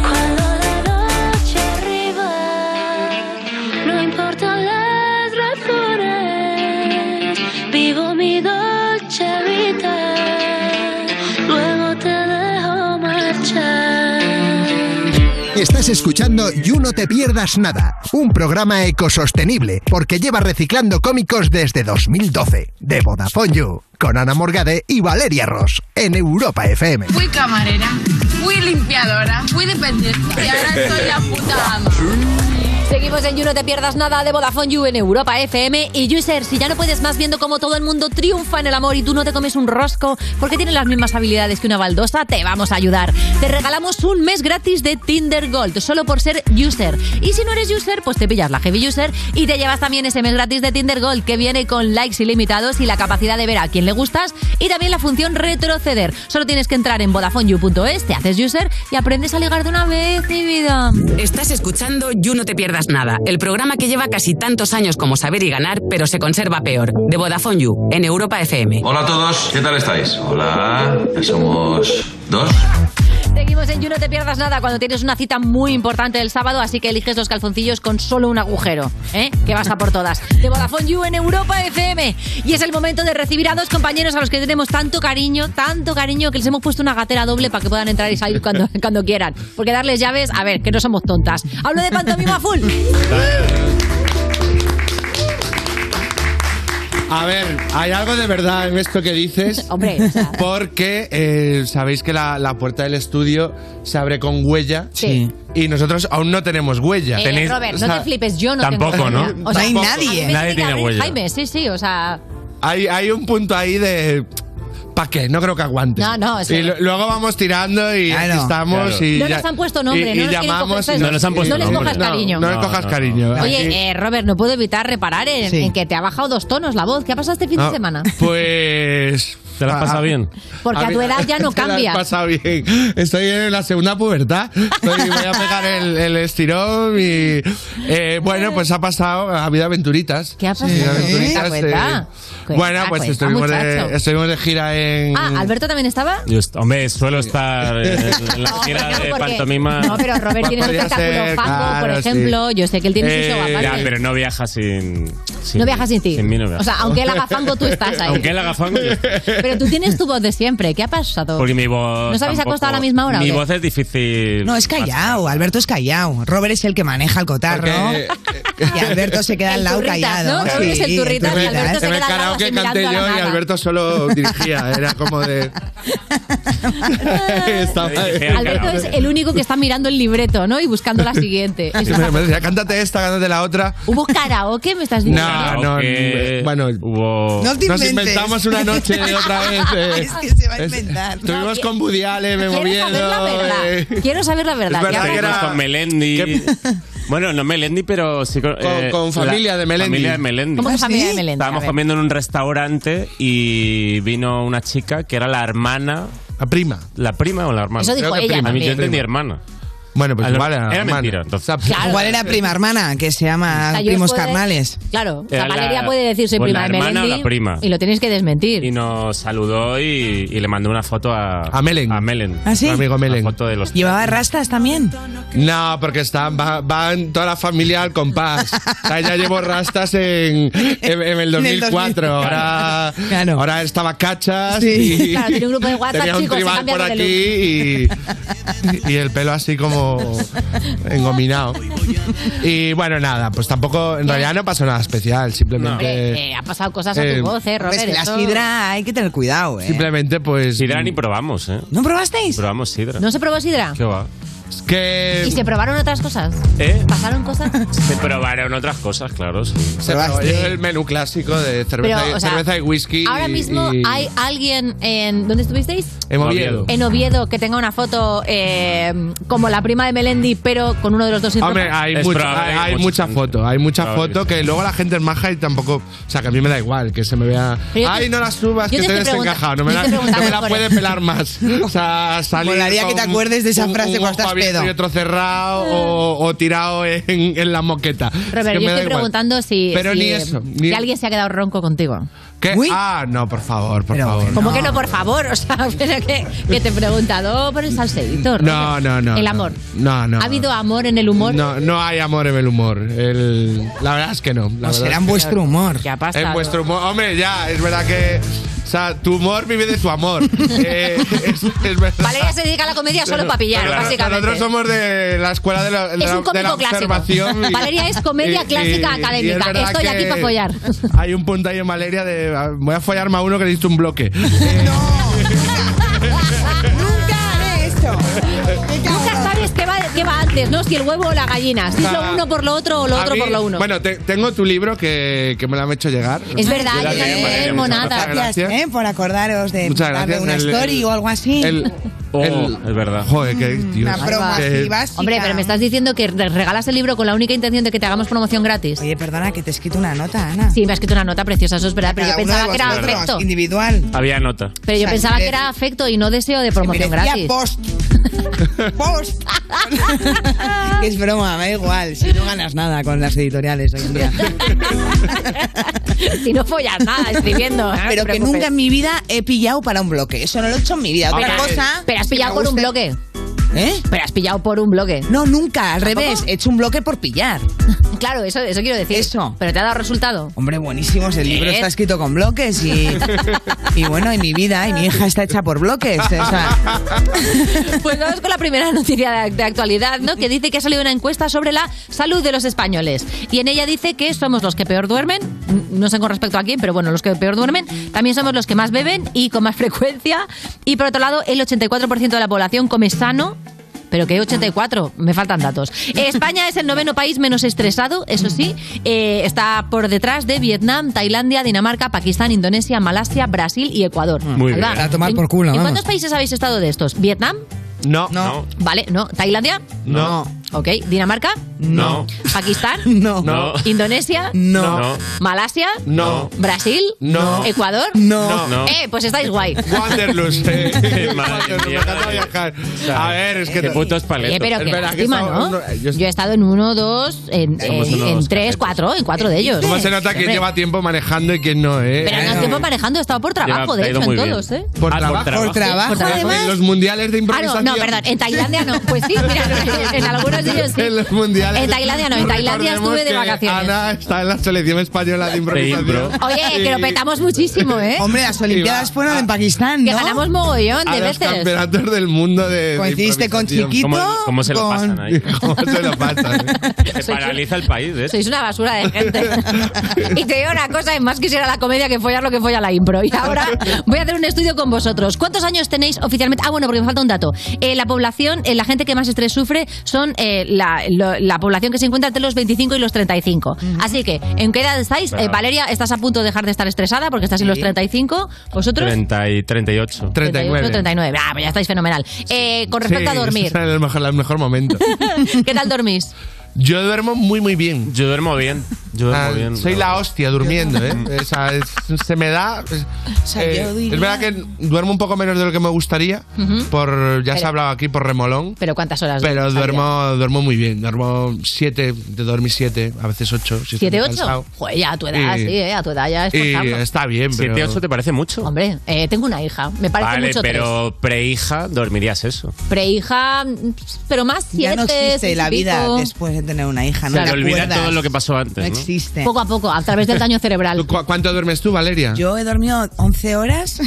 Speaker 16: Cuando la noche arriba, no importan las razones, vivo mi dolce vida, luego te dejo marchar.
Speaker 35: Estás escuchando You No Te Pierdas Nada, un programa ecosostenible porque lleva reciclando cómicos desde 2012. De Vodafone You, con Ana Morgade y Valeria Ross, en Europa FM.
Speaker 29: Fui camarera, fui limpiadora, fui dependiente y ahora soy la puta ama.
Speaker 1: Seguimos en You, no te pierdas nada de Vodafone You en Europa FM. Y User, si ya no puedes más viendo cómo todo el mundo triunfa en el amor y tú no te comes un rosco porque tienes las mismas habilidades que una baldosa, te vamos a ayudar. Te regalamos un mes gratis de Tinder Gold solo por ser User. Y si no eres User, pues te pillas la Heavy User y te llevas también ese mes gratis de Tinder Gold que viene con likes ilimitados y la capacidad de ver a quién le gustas y también la función retroceder. Solo tienes que entrar en VodafoneYou.es, te haces User y aprendes a ligar de una vez, mi vida.
Speaker 17: Estás escuchando You No Te Pierdas Nada, el programa que lleva casi tantos años como Saber y Ganar, pero se conserva peor, de Vodafone You, en Europa FM.
Speaker 36: Hola a todos, ¿qué tal estáis? Hola, ya somos dos.
Speaker 1: seguimos en You, no te pierdas nada cuando tienes una cita muy importante el sábado, así que eliges los calzoncillos con solo un agujero, ¿eh? que vas a por todas. De Vodafone You en Europa FM. Y es el momento de recibir a dos compañeros a los que tenemos tanto cariño, tanto cariño, que les hemos puesto una gatera doble para que puedan entrar y salir cuando, cuando quieran. Porque darles llaves, a ver, que no somos tontas. Hablo de Pantomima Full. Eh,
Speaker 36: A ver, hay algo de verdad en esto que dices.
Speaker 1: Hombre,
Speaker 36: porque eh, sabéis que la, la puerta del estudio se abre con huella. Sí. Y nosotros aún no tenemos huella.
Speaker 1: Eh, Robert,
Speaker 36: o
Speaker 1: no
Speaker 36: sea,
Speaker 1: te flipes, yo no
Speaker 36: tampoco,
Speaker 1: tengo
Speaker 36: ¿no?
Speaker 1: huella. O sea,
Speaker 36: Tampoco.
Speaker 1: a mí me
Speaker 36: Nadie
Speaker 1: tiene que
Speaker 36: tiene
Speaker 1: abrir
Speaker 36: huella.
Speaker 1: Jaime, sí, sí, o sea...
Speaker 36: Hay, hay un punto ahí de. ¿Para qué? No creo que aguante.
Speaker 1: No, no, sí.
Speaker 36: Y lo- luego vamos tirando y
Speaker 1: Claro.
Speaker 36: aquí estamos
Speaker 1: Claro.
Speaker 36: y.
Speaker 1: No
Speaker 36: ya-
Speaker 1: nos han puesto nombre,
Speaker 36: y-
Speaker 1: no
Speaker 36: y
Speaker 1: nos quieren
Speaker 36: llamamos
Speaker 1: coger,
Speaker 36: y
Speaker 1: no nos han puesto No les nombre. cojas
Speaker 36: No,
Speaker 1: cariño.
Speaker 36: No, les
Speaker 1: No,
Speaker 36: cojas
Speaker 1: no,
Speaker 36: cariño. Aquí-
Speaker 1: Oye, eh, Robert, no puedo evitar reparar en,
Speaker 36: Sí.
Speaker 1: en que te ha bajado dos tonos la voz. ¿Qué ha pasado este fin
Speaker 36: Ah,
Speaker 1: de semana?
Speaker 36: Pues. ¿Te la has pasado bien?
Speaker 1: Porque a tu edad ya no
Speaker 36: Te la
Speaker 1: cambia.
Speaker 36: has pasado bien. Estoy en la segunda pubertad. Estoy- voy a pegar el, el estirón y. eh, bueno, pues ha pasado. Ha habido aventuritas. ¿Qué
Speaker 1: ha pasado? Cuenta, cuenta. Cuenta,
Speaker 36: bueno, pues
Speaker 1: Ah, cuenta,
Speaker 36: estuvimos,
Speaker 1: muchacho.
Speaker 36: de, estuvimos de gira en.
Speaker 1: Ah, ¿Alberto también estaba?
Speaker 37: Yo est- hombre, suelo estar en, en la gira de
Speaker 1: porque-
Speaker 37: pantomima.
Speaker 1: No, pero Robert tiene un
Speaker 37: Podría
Speaker 1: espectáculo
Speaker 37: ser,
Speaker 1: Paco, por
Speaker 37: claro, sí.
Speaker 1: ejemplo. Yo sé que él tiene su show
Speaker 37: Eh, ya,
Speaker 1: aparte.
Speaker 37: pero no viaja sin, sin
Speaker 1: no viajas sin ti.
Speaker 37: Sin mí no viaja.
Speaker 1: o sea, aunque él haga ¿eh? fango, tú estás ahí.
Speaker 37: Aunque él haga fango, yo estoy.
Speaker 1: Pero tú tienes tu voz de siempre. ¿Qué ha pasado?
Speaker 37: Porque mi voz.
Speaker 1: ¿No sabéis
Speaker 37: tampoco-
Speaker 1: acostar a la misma hora o
Speaker 37: Mi
Speaker 1: qué?
Speaker 37: voz es difícil.
Speaker 2: No, es callao. Alberto es callao. Robert es el que maneja el cotarro. Y Alberto se queda al
Speaker 1: El
Speaker 2: lado
Speaker 1: turritas,
Speaker 2: callado.
Speaker 1: ¿no? Robert es el turritas y Alberto se
Speaker 36: en el
Speaker 1: queda al lado
Speaker 36: karaoke
Speaker 1: así
Speaker 36: canté
Speaker 1: mirando a la
Speaker 36: yo y
Speaker 1: nada.
Speaker 36: Alberto solo dirigía. Era como de. Estaba-
Speaker 1: Alberto es el único que está mirando el libreto, ¿no? Y buscando la siguiente. Eso
Speaker 36: Y
Speaker 1: está-
Speaker 36: me- me decía, cántate esta, cántate la otra.
Speaker 1: ¿Hubo karaoke? ¿Me estás diciendo?
Speaker 36: No, no,
Speaker 37: Aunque-
Speaker 36: bueno,
Speaker 2: No te
Speaker 36: nos
Speaker 2: inventes.
Speaker 36: inventamos una noche de otra vez. eh.
Speaker 2: Es que se va a inventar.
Speaker 36: Estuvimos con Woody Allen, me eh.
Speaker 1: Quiero
Speaker 36: movieron.
Speaker 1: saber la verdad. Quiero saber la verdad.
Speaker 36: Es verdad
Speaker 1: ¿Qué
Speaker 36: que
Speaker 1: habrá-
Speaker 36: era-
Speaker 37: con Melendi. Bueno, no Melendi, pero sí con, eh,
Speaker 36: con familia de Melendi. ¿Ah,
Speaker 37: Familia de Melendi.
Speaker 1: ¿Cómo que familia de Melendi?
Speaker 37: Estábamos
Speaker 1: A ver.
Speaker 37: comiendo en un restaurante y vino una chica que era la hermana.
Speaker 36: La prima.
Speaker 37: ¿La prima o la hermana?
Speaker 2: Eso dijo Creo que ella prima.
Speaker 37: A mí yo
Speaker 2: también.
Speaker 37: entendí hermana.
Speaker 36: Bueno, pues
Speaker 37: vale,
Speaker 36: vale,
Speaker 37: era
Speaker 36: hermana. pues
Speaker 37: mentira. Entonces,
Speaker 2: Igual era prima hermana, que se
Speaker 1: O
Speaker 2: llama
Speaker 1: sea, yo
Speaker 2: primos
Speaker 1: puedo-
Speaker 2: carnales.
Speaker 1: Claro, o sea,
Speaker 37: Era Eh, la-
Speaker 1: Valeria puede decir soy
Speaker 37: pues
Speaker 1: prima
Speaker 37: la
Speaker 1: de
Speaker 37: hermana o
Speaker 1: Melendi
Speaker 37: la prima.
Speaker 1: y lo tenéis que desmentir.
Speaker 37: Y nos saludó y, y le mandó una foto a, a Melen. A Melen.
Speaker 2: ¿Ah, sí?
Speaker 37: Un
Speaker 36: amigo
Speaker 37: Melen. Una foto de los
Speaker 2: ¿Llevaba rastas también?
Speaker 36: No, porque están, va- van toda la familia al compás. O sea, ya llevo rastas en, en, en el 2004. Ahora, ahora estaba cachas.
Speaker 1: Sí.
Speaker 36: Y
Speaker 1: Claro, tiene un grupo de WhatsApp,
Speaker 36: tenía un
Speaker 1: chicos, se
Speaker 36: tribal
Speaker 1: cambian
Speaker 36: por
Speaker 1: de
Speaker 36: aquí y, y el pelo así como engominado. Y bueno, nada, pues tampoco, en realidad no pasó nada especial. Simplemente.
Speaker 1: Hombre, eh, ha pasado cosas a
Speaker 36: eh,
Speaker 1: tu voz, ¿eh, Robert?
Speaker 2: Pues la
Speaker 1: Eso-
Speaker 2: sidra hay que tener cuidado, ¿eh?
Speaker 36: Simplemente, pues.
Speaker 37: Sidra ni probamos, ¿eh?
Speaker 2: ¿No probasteis?
Speaker 37: Probamos
Speaker 2: eh.
Speaker 37: Sidra.
Speaker 1: ¿No se probó sidra?
Speaker 37: ¿Qué va?
Speaker 36: Es que.
Speaker 1: ¿Y se probaron otras cosas?
Speaker 37: ¿Eh?
Speaker 1: ¿Pasaron cosas?
Speaker 37: Se probaron otras cosas, claro. sí.
Speaker 36: Se probó el menú clásico de cerveza,
Speaker 1: Pero,
Speaker 36: y,
Speaker 1: o sea,
Speaker 36: cerveza y whisky.
Speaker 1: Ahora
Speaker 36: y-
Speaker 1: mismo
Speaker 36: y-
Speaker 1: hay alguien en... ¿Dónde estuvisteis?
Speaker 36: eh, En Oviedo.
Speaker 1: En Oviedo que tenga una foto eh, como la prima de Melendi, pero con uno de los dos sin
Speaker 36: Hombre,
Speaker 1: ropa.
Speaker 36: hay, mucho- hay, hay mucha foto, hay mucha
Speaker 37: Probable
Speaker 36: foto que luego la gente es maja y tampoco. O sea, que a mí me da igual que se me vea.
Speaker 1: Pero yo te-
Speaker 36: Ay, no las subas,
Speaker 1: yo
Speaker 36: que
Speaker 1: te
Speaker 36: te he
Speaker 1: estoy pregunta-
Speaker 36: desencajado. No me
Speaker 1: yo
Speaker 36: la,
Speaker 1: te estoy
Speaker 36: no me la
Speaker 1: preguntando
Speaker 36: puede
Speaker 1: por-
Speaker 36: pelar más. O sea, salir.
Speaker 2: Molaría que te
Speaker 36: con
Speaker 2: acuerdes de esa
Speaker 36: un-
Speaker 2: frase
Speaker 36: un
Speaker 2: cuando
Speaker 36: ojo
Speaker 2: estás
Speaker 36: abierto
Speaker 2: pedo.
Speaker 36: Y otro cerrado o, o tirado en, en la moqueta. Es
Speaker 1: Robert,
Speaker 36: que
Speaker 1: yo
Speaker 36: me da
Speaker 1: estoy
Speaker 36: igual.
Speaker 1: preguntando si,
Speaker 36: Pero
Speaker 1: si,
Speaker 36: ni
Speaker 1: eh,
Speaker 36: eso.
Speaker 1: si
Speaker 36: ni-
Speaker 1: alguien se ha quedado ronco contigo.
Speaker 36: ¿Qué? Ah, no, por favor, por favor.
Speaker 1: Como que no, por favor, o sea, pero que, que te he preguntado por el salseíto. Robert.
Speaker 36: No, no, no.
Speaker 1: El
Speaker 36: no.
Speaker 1: amor.
Speaker 36: No, no.
Speaker 1: ¿Ha habido amor en el humor?
Speaker 36: No, no hay amor en el humor. El- la verdad es que no. La No verdad será es en que- vuestro
Speaker 2: humor.
Speaker 1: ¿Qué ha
Speaker 36: En vuestro humor. Hombre, ya, es verdad que. O sea, tu humor vive de tu amor. Eh, es, es verdad.
Speaker 1: Valeria se dedica a la comedia solo para pillar,
Speaker 36: Pero
Speaker 1: básicamente.
Speaker 36: Nosotros somos de la escuela de la, de
Speaker 1: es
Speaker 36: la-
Speaker 1: un
Speaker 36: de la
Speaker 1: cómico clásico.
Speaker 36: observación. y- Eh,
Speaker 1: Valeria es comedia
Speaker 36: y-
Speaker 1: clásica
Speaker 36: y- y es
Speaker 1: académica.
Speaker 36: verdad
Speaker 1: Estoy aquí
Speaker 36: que
Speaker 1: para follar.
Speaker 36: Hay un punto ahí en Valeria de. ah, Voy a follarme a uno que le diste un bloque.
Speaker 2: ¡Nunca haré eso!
Speaker 1: Nunca sabes qué va, qué va antes, ¿no? Si el huevo o la gallina. Si es lo
Speaker 36: Ah,
Speaker 1: uno por lo otro o lo
Speaker 36: A
Speaker 1: otro
Speaker 36: mí-
Speaker 1: por lo uno.
Speaker 36: Bueno, te- tengo tu libro que, que me lo han hecho llegar.
Speaker 1: Es verdad,
Speaker 36: Yo
Speaker 1: yo
Speaker 36: también,
Speaker 1: también,
Speaker 36: Valeria, muchas
Speaker 1: monada.
Speaker 36: gracias.
Speaker 2: Gracias eh, por acordaros de
Speaker 36: Muchas
Speaker 2: darle
Speaker 36: gracias.
Speaker 2: una
Speaker 36: El-
Speaker 2: story
Speaker 36: el-
Speaker 2: o algo así.
Speaker 36: El,
Speaker 37: Oh,
Speaker 36: es verdad. Joder, qué
Speaker 1: Mm,
Speaker 36: tío.
Speaker 2: Una broma
Speaker 36: Eh,
Speaker 2: así básica.
Speaker 1: Hombre, pero me estás diciendo que re- regalas el libro con la única intención de que te hagamos promoción gratis.
Speaker 2: Oye, perdona, que te he escrito una nota, Ana.
Speaker 1: Sí, me has escrito una nota preciosa, eso es verdad, pero yo
Speaker 2: Cada uno de
Speaker 1: pensaba que era
Speaker 2: vosotros,
Speaker 1: afecto.
Speaker 2: Individual.
Speaker 37: Había nota.
Speaker 1: Pero yo
Speaker 2: O sea,
Speaker 1: pensaba
Speaker 2: que-
Speaker 1: que era afecto y no deseo de promoción
Speaker 2: merecía
Speaker 1: gratis.
Speaker 2: post. Post. Que es broma, me da igual. Si no ganas nada con las editoriales hoy en día.
Speaker 1: si no follas nada escribiendo. ¿eh?
Speaker 2: Pero
Speaker 1: No te
Speaker 2: que
Speaker 1: preocupes.
Speaker 2: nunca en mi vida he pillado para un bloque. Eso no lo he hecho en mi vida. Otra
Speaker 1: Pero-
Speaker 2: cosa.
Speaker 1: Pero has
Speaker 2: que me
Speaker 1: pillado por un
Speaker 2: guste-
Speaker 1: bloque. ¿Eh? Pero has pillado por un bloque.
Speaker 6: No, nunca, al revés. He hecho un bloque por pillar.
Speaker 1: Claro, eso, eso quiero decir. Eso. Pero te ha dado resultado.
Speaker 6: Hombre, buenísimos. El libro
Speaker 1: Bien.
Speaker 6: está escrito con bloques y, y bueno, y mi vida y mi hija está hecha por bloques. O sea,
Speaker 1: Pues vamos con la primera noticia de, de actualidad, ¿no? Que dice que ha salido una encuesta sobre la salud de los españoles. Y en ella dice que somos los que peor duermen, n- no sé con respecto a quién, pero bueno, los que peor duermen. También somos los que más beben y con más frecuencia. Y por otro lado, el 84% de la población come sano. Pero que 84, me faltan datos. Eh, España es el noveno país menos estresado, eso sí. eh, está por detrás de Vietnam, Tailandia, Dinamarca, Pakistán, Indonesia, Malasia, Brasil y Ecuador.
Speaker 36: Muy
Speaker 1: Ahí
Speaker 36: bien.
Speaker 1: va.
Speaker 36: A tomar
Speaker 1: ¿En-
Speaker 36: por culo,
Speaker 1: ¿En
Speaker 36: vamos.
Speaker 1: cuántos países habéis estado de estos? ¿Vietnam?
Speaker 36: No. No.
Speaker 1: Vale, no. ¿Tailandia?
Speaker 36: No.
Speaker 1: Ok. ¿Dinamarca?
Speaker 36: No.
Speaker 1: ¿Pakistán?
Speaker 6: No.
Speaker 36: No.
Speaker 1: ¿Indonesia?
Speaker 36: No. No.
Speaker 1: ¿Malasia?
Speaker 36: No.
Speaker 1: ¿Brasil?
Speaker 36: No.
Speaker 1: ¿Ecuador?
Speaker 36: No. No.
Speaker 1: Eh, pues estáis guay.
Speaker 36: Wanderlust, eh.
Speaker 37: Madre
Speaker 36: Wanderlust, me
Speaker 37: mía.
Speaker 36: encanta viajar. A ver, es que.
Speaker 37: Qué putos
Speaker 1: Oye,
Speaker 37: paletos.
Speaker 1: pero
Speaker 36: Es
Speaker 1: qué
Speaker 36: verdad que eh,
Speaker 1: lástima,
Speaker 36: estaba-
Speaker 1: ¿no?
Speaker 36: no,
Speaker 1: Yo he estado en uno, dos, en,
Speaker 36: Somos
Speaker 1: en-
Speaker 36: unos
Speaker 1: en tres, cuatro, en cuatro de ellos.
Speaker 36: ¿Cómo se nota que
Speaker 1: Hombre,
Speaker 36: lleva tiempo manejando y quién no, eh?
Speaker 1: Pero no has tiempo manejando, he estado por trabajo,
Speaker 36: Lleva-
Speaker 1: de
Speaker 36: ha ido
Speaker 1: hecho, en
Speaker 36: muy bien.
Speaker 1: todos, ¿eh?
Speaker 36: Por,
Speaker 1: Ah,
Speaker 36: trabajo.
Speaker 1: Por trabajo,
Speaker 36: Sí,
Speaker 1: además.
Speaker 36: En los mundiales de
Speaker 1: Ah, no,
Speaker 36: improvisación.
Speaker 1: no, perdón, en Tailandia no. Pues sí, mira, en algunos de ellos sí.
Speaker 36: En los mundiales.
Speaker 1: En Tailandia no, en Tailandia
Speaker 36: Recordemos
Speaker 1: estuve de
Speaker 36: que
Speaker 1: vacaciones.
Speaker 36: Ana está en la selección española de improvisación.
Speaker 1: Oye, que lo
Speaker 36: Y-
Speaker 1: petamos muchísimo, ¿eh?
Speaker 6: Hombre, las Olimpiadas fueron en Pakistán,
Speaker 1: Que ganamos mogollón
Speaker 36: Ah. a
Speaker 1: de
Speaker 36: los
Speaker 1: veces.
Speaker 36: campeonatos del mundo de.
Speaker 1: Coincidiste Pues este con Chiquito, ¿Cómo- cómo se lo con- pasan
Speaker 37: ahí?
Speaker 36: ¿Cómo se lo pasan?
Speaker 37: Se paraliza el país, ¿eh?
Speaker 1: Sois una basura de gente. y te digo una cosa, más quisiera la comedia que follar lo que folla la impro. Y ahora voy a hacer un estudio con vosotros. ¿Cuántos años tenéis oficialmente? Ah, bueno, porque me falta un dato. Eh, la población, eh, la gente que más estrés sufre son eh, la, lo- la población que se encuentra entre los 25 y los 35. Así que, ¿en qué edad estáis?
Speaker 37: Claro.
Speaker 1: Eh, Valeria, estás a punto de dejar de estar estresada porque estás en los
Speaker 37: Sí.
Speaker 1: 35. ¿Vosotros?
Speaker 37: 30 y 38.
Speaker 1: 38, 39. Ah, pues ya estáis fenomenal. Eh, con respecto a dormir,
Speaker 36: Es el mejor, el mejor momento.
Speaker 1: ¿qué tal dormís?
Speaker 36: Yo duermo muy, muy bien.
Speaker 37: Yo duermo bien. Yo duermo
Speaker 36: Ah,
Speaker 37: bien.
Speaker 36: soy la hostia durmiendo, ¿eh? O sea, es- se me da.
Speaker 37: sea,
Speaker 36: eh,
Speaker 37: yo diría-
Speaker 36: es verdad que duermo un poco menos de lo que me gustaría.
Speaker 1: Ujú.
Speaker 36: por Ya se
Speaker 1: Pero-
Speaker 36: ha hablado aquí por remolón.
Speaker 1: Pero ¿cuántas horas?
Speaker 36: Pero
Speaker 1: duermes al día?
Speaker 36: duermo, duermo muy bien. Duermo siete, de dormir siete, a veces ocho. Si estoy
Speaker 1: ¿Siete,
Speaker 36: muy
Speaker 1: ocho?
Speaker 36: cansado.
Speaker 1: Joder, ya a tu edad,
Speaker 36: Y-
Speaker 1: sí, eh, a tu edad ya es
Speaker 36: Y
Speaker 1: forzarlo.
Speaker 36: está bien, pero.
Speaker 37: ¿Siete, ocho te parece mucho?
Speaker 1: Hombre, eh, tengo una hija, me parece
Speaker 37: vale,
Speaker 1: mucho tres.
Speaker 37: pero prehija dormirías eso.
Speaker 1: Prehija, pero más siete,
Speaker 6: ya no existe
Speaker 1: seis y
Speaker 6: la vida
Speaker 1: pico.
Speaker 6: después de tener una hija. No
Speaker 37: Se
Speaker 6: te
Speaker 37: le olvida
Speaker 6: acuerdas.
Speaker 37: todo lo que pasó antes.
Speaker 6: No
Speaker 37: ¿no?
Speaker 6: existe.
Speaker 1: Poco a poco, a través del daño cerebral.
Speaker 36: ¿Cuánto duermes tú, Valeria?
Speaker 6: Yo he dormido 11 horas.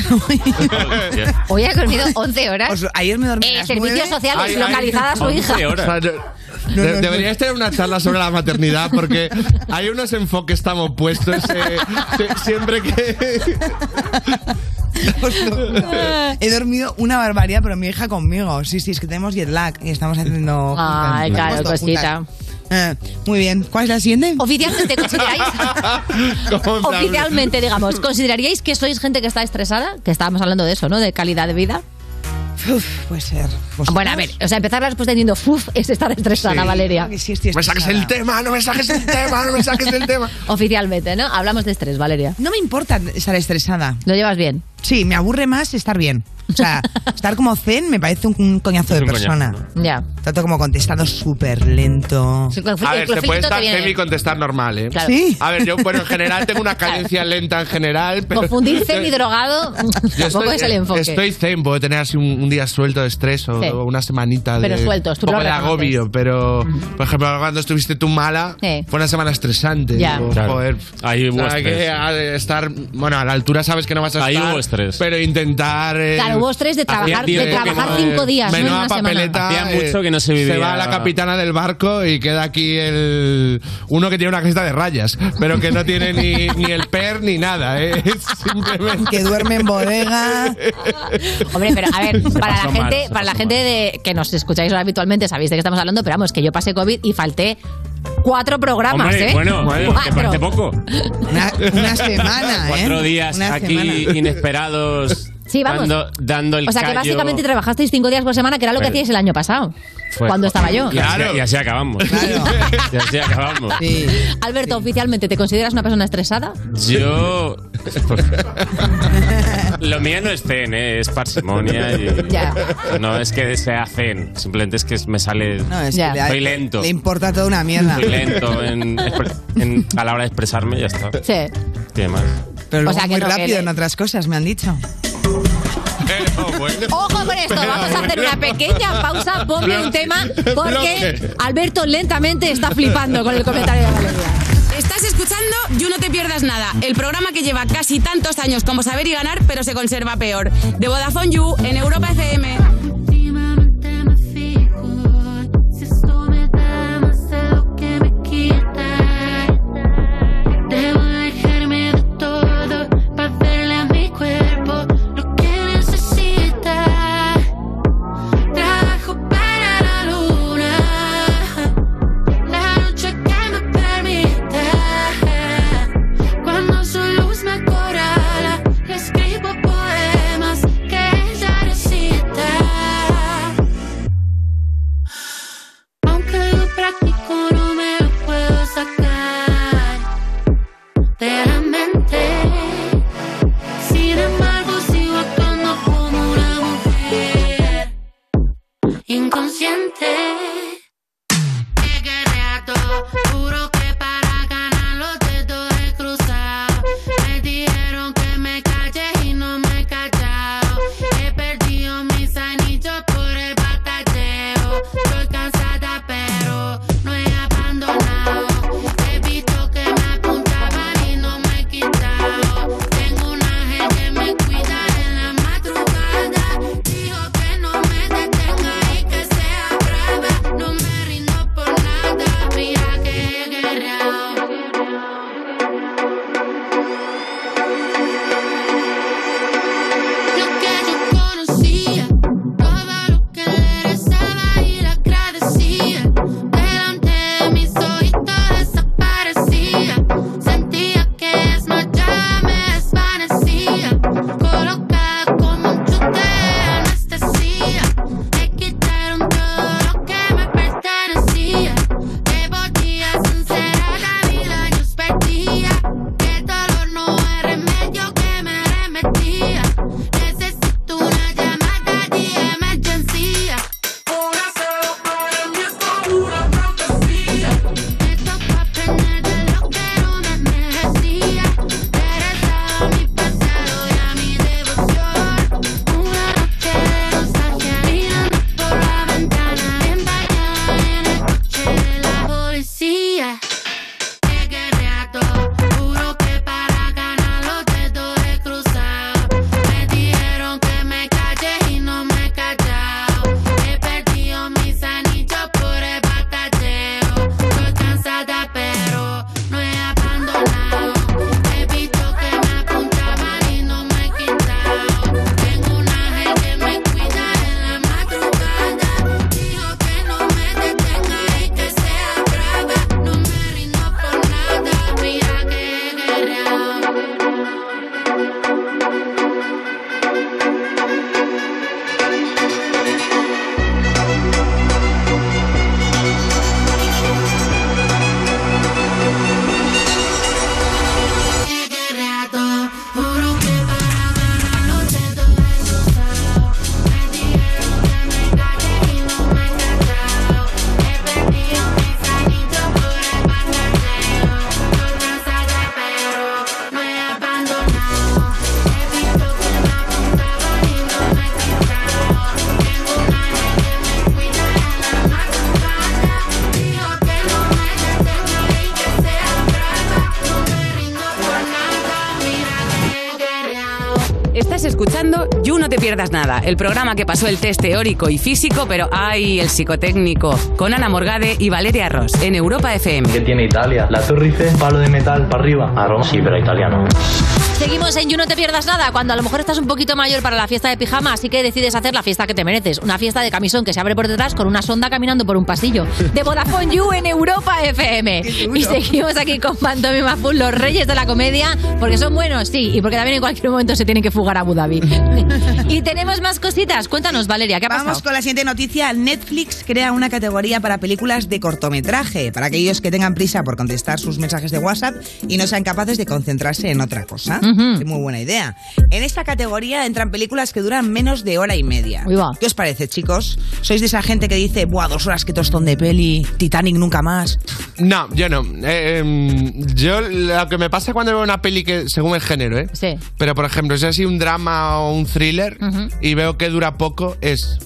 Speaker 1: Hoy has dormido 11 horas.
Speaker 6: ayer me dormí.
Speaker 1: Eh, servicios sociales, localizada a su hija.
Speaker 36: O sea, de- deberías tener una charla sobre la maternidad porque hay unos enfoques tan opuestos eh, se- siempre que
Speaker 6: He dormido una barbaridad, pero mi hija conmigo. Sí, sí, es que tenemos jet lag y estamos haciendo.
Speaker 1: Ay,
Speaker 6: juntas,
Speaker 1: claro, pues
Speaker 6: juntas,
Speaker 1: cosita.
Speaker 6: juntas. Eh, muy bien, ¿cuál es la siguiente?
Speaker 1: Oficialmente consideráis. Oficialmente, digamos, ¿consideraríais que sois gente que está estresada? Que estábamos hablando de eso, ¿no? De calidad de vida.
Speaker 6: puede ser.
Speaker 1: Bueno, a ver, o sea, empezar la respuesta diciendo, ¡fuf! Es estar estresada,
Speaker 36: Sí.
Speaker 1: Valeria.
Speaker 36: No me saques el tema, no me saques el tema, no me saques el tema.
Speaker 1: Oficialmente, ¿no? Hablamos de estrés, Valeria.
Speaker 6: No me importa estar estresada.
Speaker 1: ¿Lo llevas bien?
Speaker 6: Sí, me aburre más estar bien. O sea, estar como zen me parece un, un coñazo
Speaker 36: Es
Speaker 6: de
Speaker 36: un coñazo,
Speaker 6: persona.
Speaker 1: Ya.
Speaker 6: Tanto como contestando súper lento.
Speaker 36: A ver, se puede estar semi contestar normal, ¿eh?
Speaker 6: Claro. Sí.
Speaker 36: A ver, yo, bueno, en general tengo una cadencia lenta en general, pero.
Speaker 1: Confundirse mi drogado
Speaker 36: Yo
Speaker 1: tampoco es el enfoque.
Speaker 36: Estoy zen, puedo tener así un, un día suelto de estrés o,
Speaker 1: Sí.
Speaker 36: o una semanita
Speaker 1: Pero
Speaker 36: de,
Speaker 1: sueltos, tú
Speaker 36: un
Speaker 1: lo
Speaker 36: poco de
Speaker 1: reconoces.
Speaker 36: agobio, pero por ejemplo, cuando estuviste tú mala,
Speaker 1: Sí.
Speaker 36: fue una semana estresante.
Speaker 1: Ya.
Speaker 36: Digo,
Speaker 37: Claro.
Speaker 36: Joder,
Speaker 37: Ahí hubo
Speaker 36: o sea,
Speaker 37: estrés,
Speaker 36: que
Speaker 37: sí.
Speaker 36: a- estar, eh, bueno, a la altura sabes que no vas a
Speaker 37: Ahí
Speaker 36: estar.
Speaker 37: hubo estrés.
Speaker 36: Pero intentar eh,
Speaker 1: Claro, hubo estrés de
Speaker 36: hacía
Speaker 1: trabajar, de
Speaker 36: tiempo que
Speaker 1: trabajar
Speaker 36: no-
Speaker 1: cinco días, no en
Speaker 36: Menuda
Speaker 1: una
Speaker 36: papeleta. eh,
Speaker 1: semana.
Speaker 37: Hacía mucho que no se vivía-
Speaker 36: va la capitana del barco y queda aquí el uno que tiene una cesta de rayas, pero que no tiene ni, ni el per ni nada, ¿eh? Es simplemente
Speaker 6: que duerme en bodega.
Speaker 1: Hombre, pero a ver,
Speaker 6: Se
Speaker 1: para la
Speaker 6: pasó mal,
Speaker 1: gente,
Speaker 6: se
Speaker 1: para la gente de, que nos escucháis habitualmente, sabéis de qué estamos hablando, pero vamos, que yo pasé COVID y falté cuatro programas,
Speaker 37: Hombre,
Speaker 1: ¿eh?
Speaker 37: bueno, te
Speaker 1: cuatro.
Speaker 37: parece poco.
Speaker 6: Una, una semana, ¿eh?
Speaker 37: Cuatro días
Speaker 6: Una
Speaker 37: aquí
Speaker 6: semana.
Speaker 37: inesperados.
Speaker 1: Sí, vamos.
Speaker 37: Dando, dando el
Speaker 1: O sea que
Speaker 37: callo.
Speaker 1: básicamente trabajasteis cinco días por semana, que era lo que
Speaker 37: Pero-
Speaker 1: hacíais el año pasado,
Speaker 37: Fue-
Speaker 1: cuando estaba yo.
Speaker 37: Y así, y así acabamos. Y así acabamos.
Speaker 1: Alberto, oficialmente, ¿te consideras una persona estresada?
Speaker 37: Yo. Lo mío no es zen, ¿eh? es parsimonia. y-
Speaker 1: Ya.
Speaker 37: No es que sea zen, simplemente es que me sale.
Speaker 6: No, es que le-
Speaker 37: Soy lento.
Speaker 6: Le importa toda una mierda.
Speaker 37: Soy lento en- en- a la hora de expresarme, ya está.
Speaker 1: Sí.
Speaker 37: Tiene más.
Speaker 6: Pero luego
Speaker 1: O sea, que
Speaker 6: muy
Speaker 1: no, que
Speaker 6: rápido
Speaker 1: le-
Speaker 6: en otras cosas, me han dicho.
Speaker 1: ¡Ojo con con esto
Speaker 16: Pero
Speaker 1: vamos a hacer
Speaker 16: bueno.
Speaker 1: una pequeña pausa, ponme un
Speaker 16: Bloque.
Speaker 1: tema, porque
Speaker 16: Bloque.
Speaker 1: Alberto lentamente está flipando con el comentario de Valeria.
Speaker 17: Estás escuchando You No Te Pierdas Nada, el programa que lleva casi tantos años como saber y ganar, pero se conserva peor. De Vodafone You en Europa FM.
Speaker 16: Si esto me da lo que me quita, debo dejarme de todo para darle a mi cuerpo lo que necesita. Trabajo para la luna, la noche que me permita. Cuando su luz me acorrala, escribo poemas que ella recita. Aunque lo practico no me lo puedo sacar de la mente. Sin embargo sigo actuando como una mujer inconsciente. He guerreado, juro que para ganar los dedos he cruzado. Me dijeron que me calle y no me he callado. He perdido mis anillos por el batalleo. Estoy cansada pero no he abandonado. He visto que me apuntaban y no me he quitado. Tengo un ángel que me cuida en la madrugada. Dijo que no me detenga y que sea brava. No me rindo por nada. Mira que he guerreado. Lo que yo conocía, todo lo que le rezaba y le agradecía. Delante de mis ojitos desaparecía. Sentía que es ya me desvanecía. Colocada como un chute de anestesia. Me quitaron todo lo que me pertenecía. Me volvía sincerada, mil años perdía. Que dolor no hay remedio que me remetía. Necesito una llamada de emergencia. Una cero para mí es una protesía. Me toca aprender de lo que no me merecía. Regresado a mi pasado y a mi devoción. Una noche de nostalgia mirando por la ventana. Embañada en el coche de la policía. He guerreado, juro que para ganar los dedos he cruzado. Me dijeron que me calle y no me he callado. He perdido mis anillos por el batalleo. Estoy cansada pero no he abandonado. He visto que me apuntaban y no me he quitado. Tengo un ángel que me cuida en la madrugada. Dijo que no me detenga y que sea brava. No me rindo por nada, mira que he guerreado. He guerreado, juro que para ganar no te doy cruzado. Me dijeron que me calle y no me he callado. He perdido mis anillos por el batalleo. Estoy cansada pero no he abandonado. He visto que me apuntaban y no me he quitado. Tengo un ángel que me cuida en la madrugada. Dijo que no me detenga y que sea brava. No me rindo por nada, mira que he guerreado.
Speaker 17: Estás escuchando You No Te Pierdas Nada, el programa que pasó el test teórico y físico, pero ¡ay! el psicotécnico, con Ana Morgade y Valeria Ross en Europa FM.
Speaker 4: ¿Qué tiene Italia? La Torre Eiffel, palo de metal para arriba. A Roma. Sí, pero italiano.
Speaker 1: Seguimos en You No Te Pierdas Nada, cuando a lo mejor estás un poquito mayor para la fiesta de pijama, así que decides hacer la fiesta que te mereces. Una fiesta de camisón que se abre por detrás con una sonda caminando por un pasillo. De Vodafone You en Europa FM. Y seguimos aquí con Pantomima Full, los reyes de la comedia, porque son buenos, sí, y porque también en cualquier momento se tienen que fugar a Abu Dhabi. y tenemos más cositas. Cuéntanos, Valeria, ¿qué ha pasado?
Speaker 2: Vamos con la siguiente noticia. Netflix crea una categoría para películas de cortometraje, para aquellos que tengan prisa por contestar sus mensajes de WhatsApp y no sean capaces de concentrarse en otra cosa. Es muy buena idea. En esta categoría entran películas que duran menos de hora y media. ¿Qué os parece, chicos? ¿Sois de esa gente que dice, buah, dos horas que tostón de peli, Titanic nunca más?
Speaker 36: No, yo no. Eh, em, yo lo que me pasa cuando veo una peli que, según el género, ¿eh?
Speaker 1: Sí.
Speaker 36: Pero por ejemplo, si es así un drama o un thriller
Speaker 1: Ujú.
Speaker 36: y veo que dura poco, es.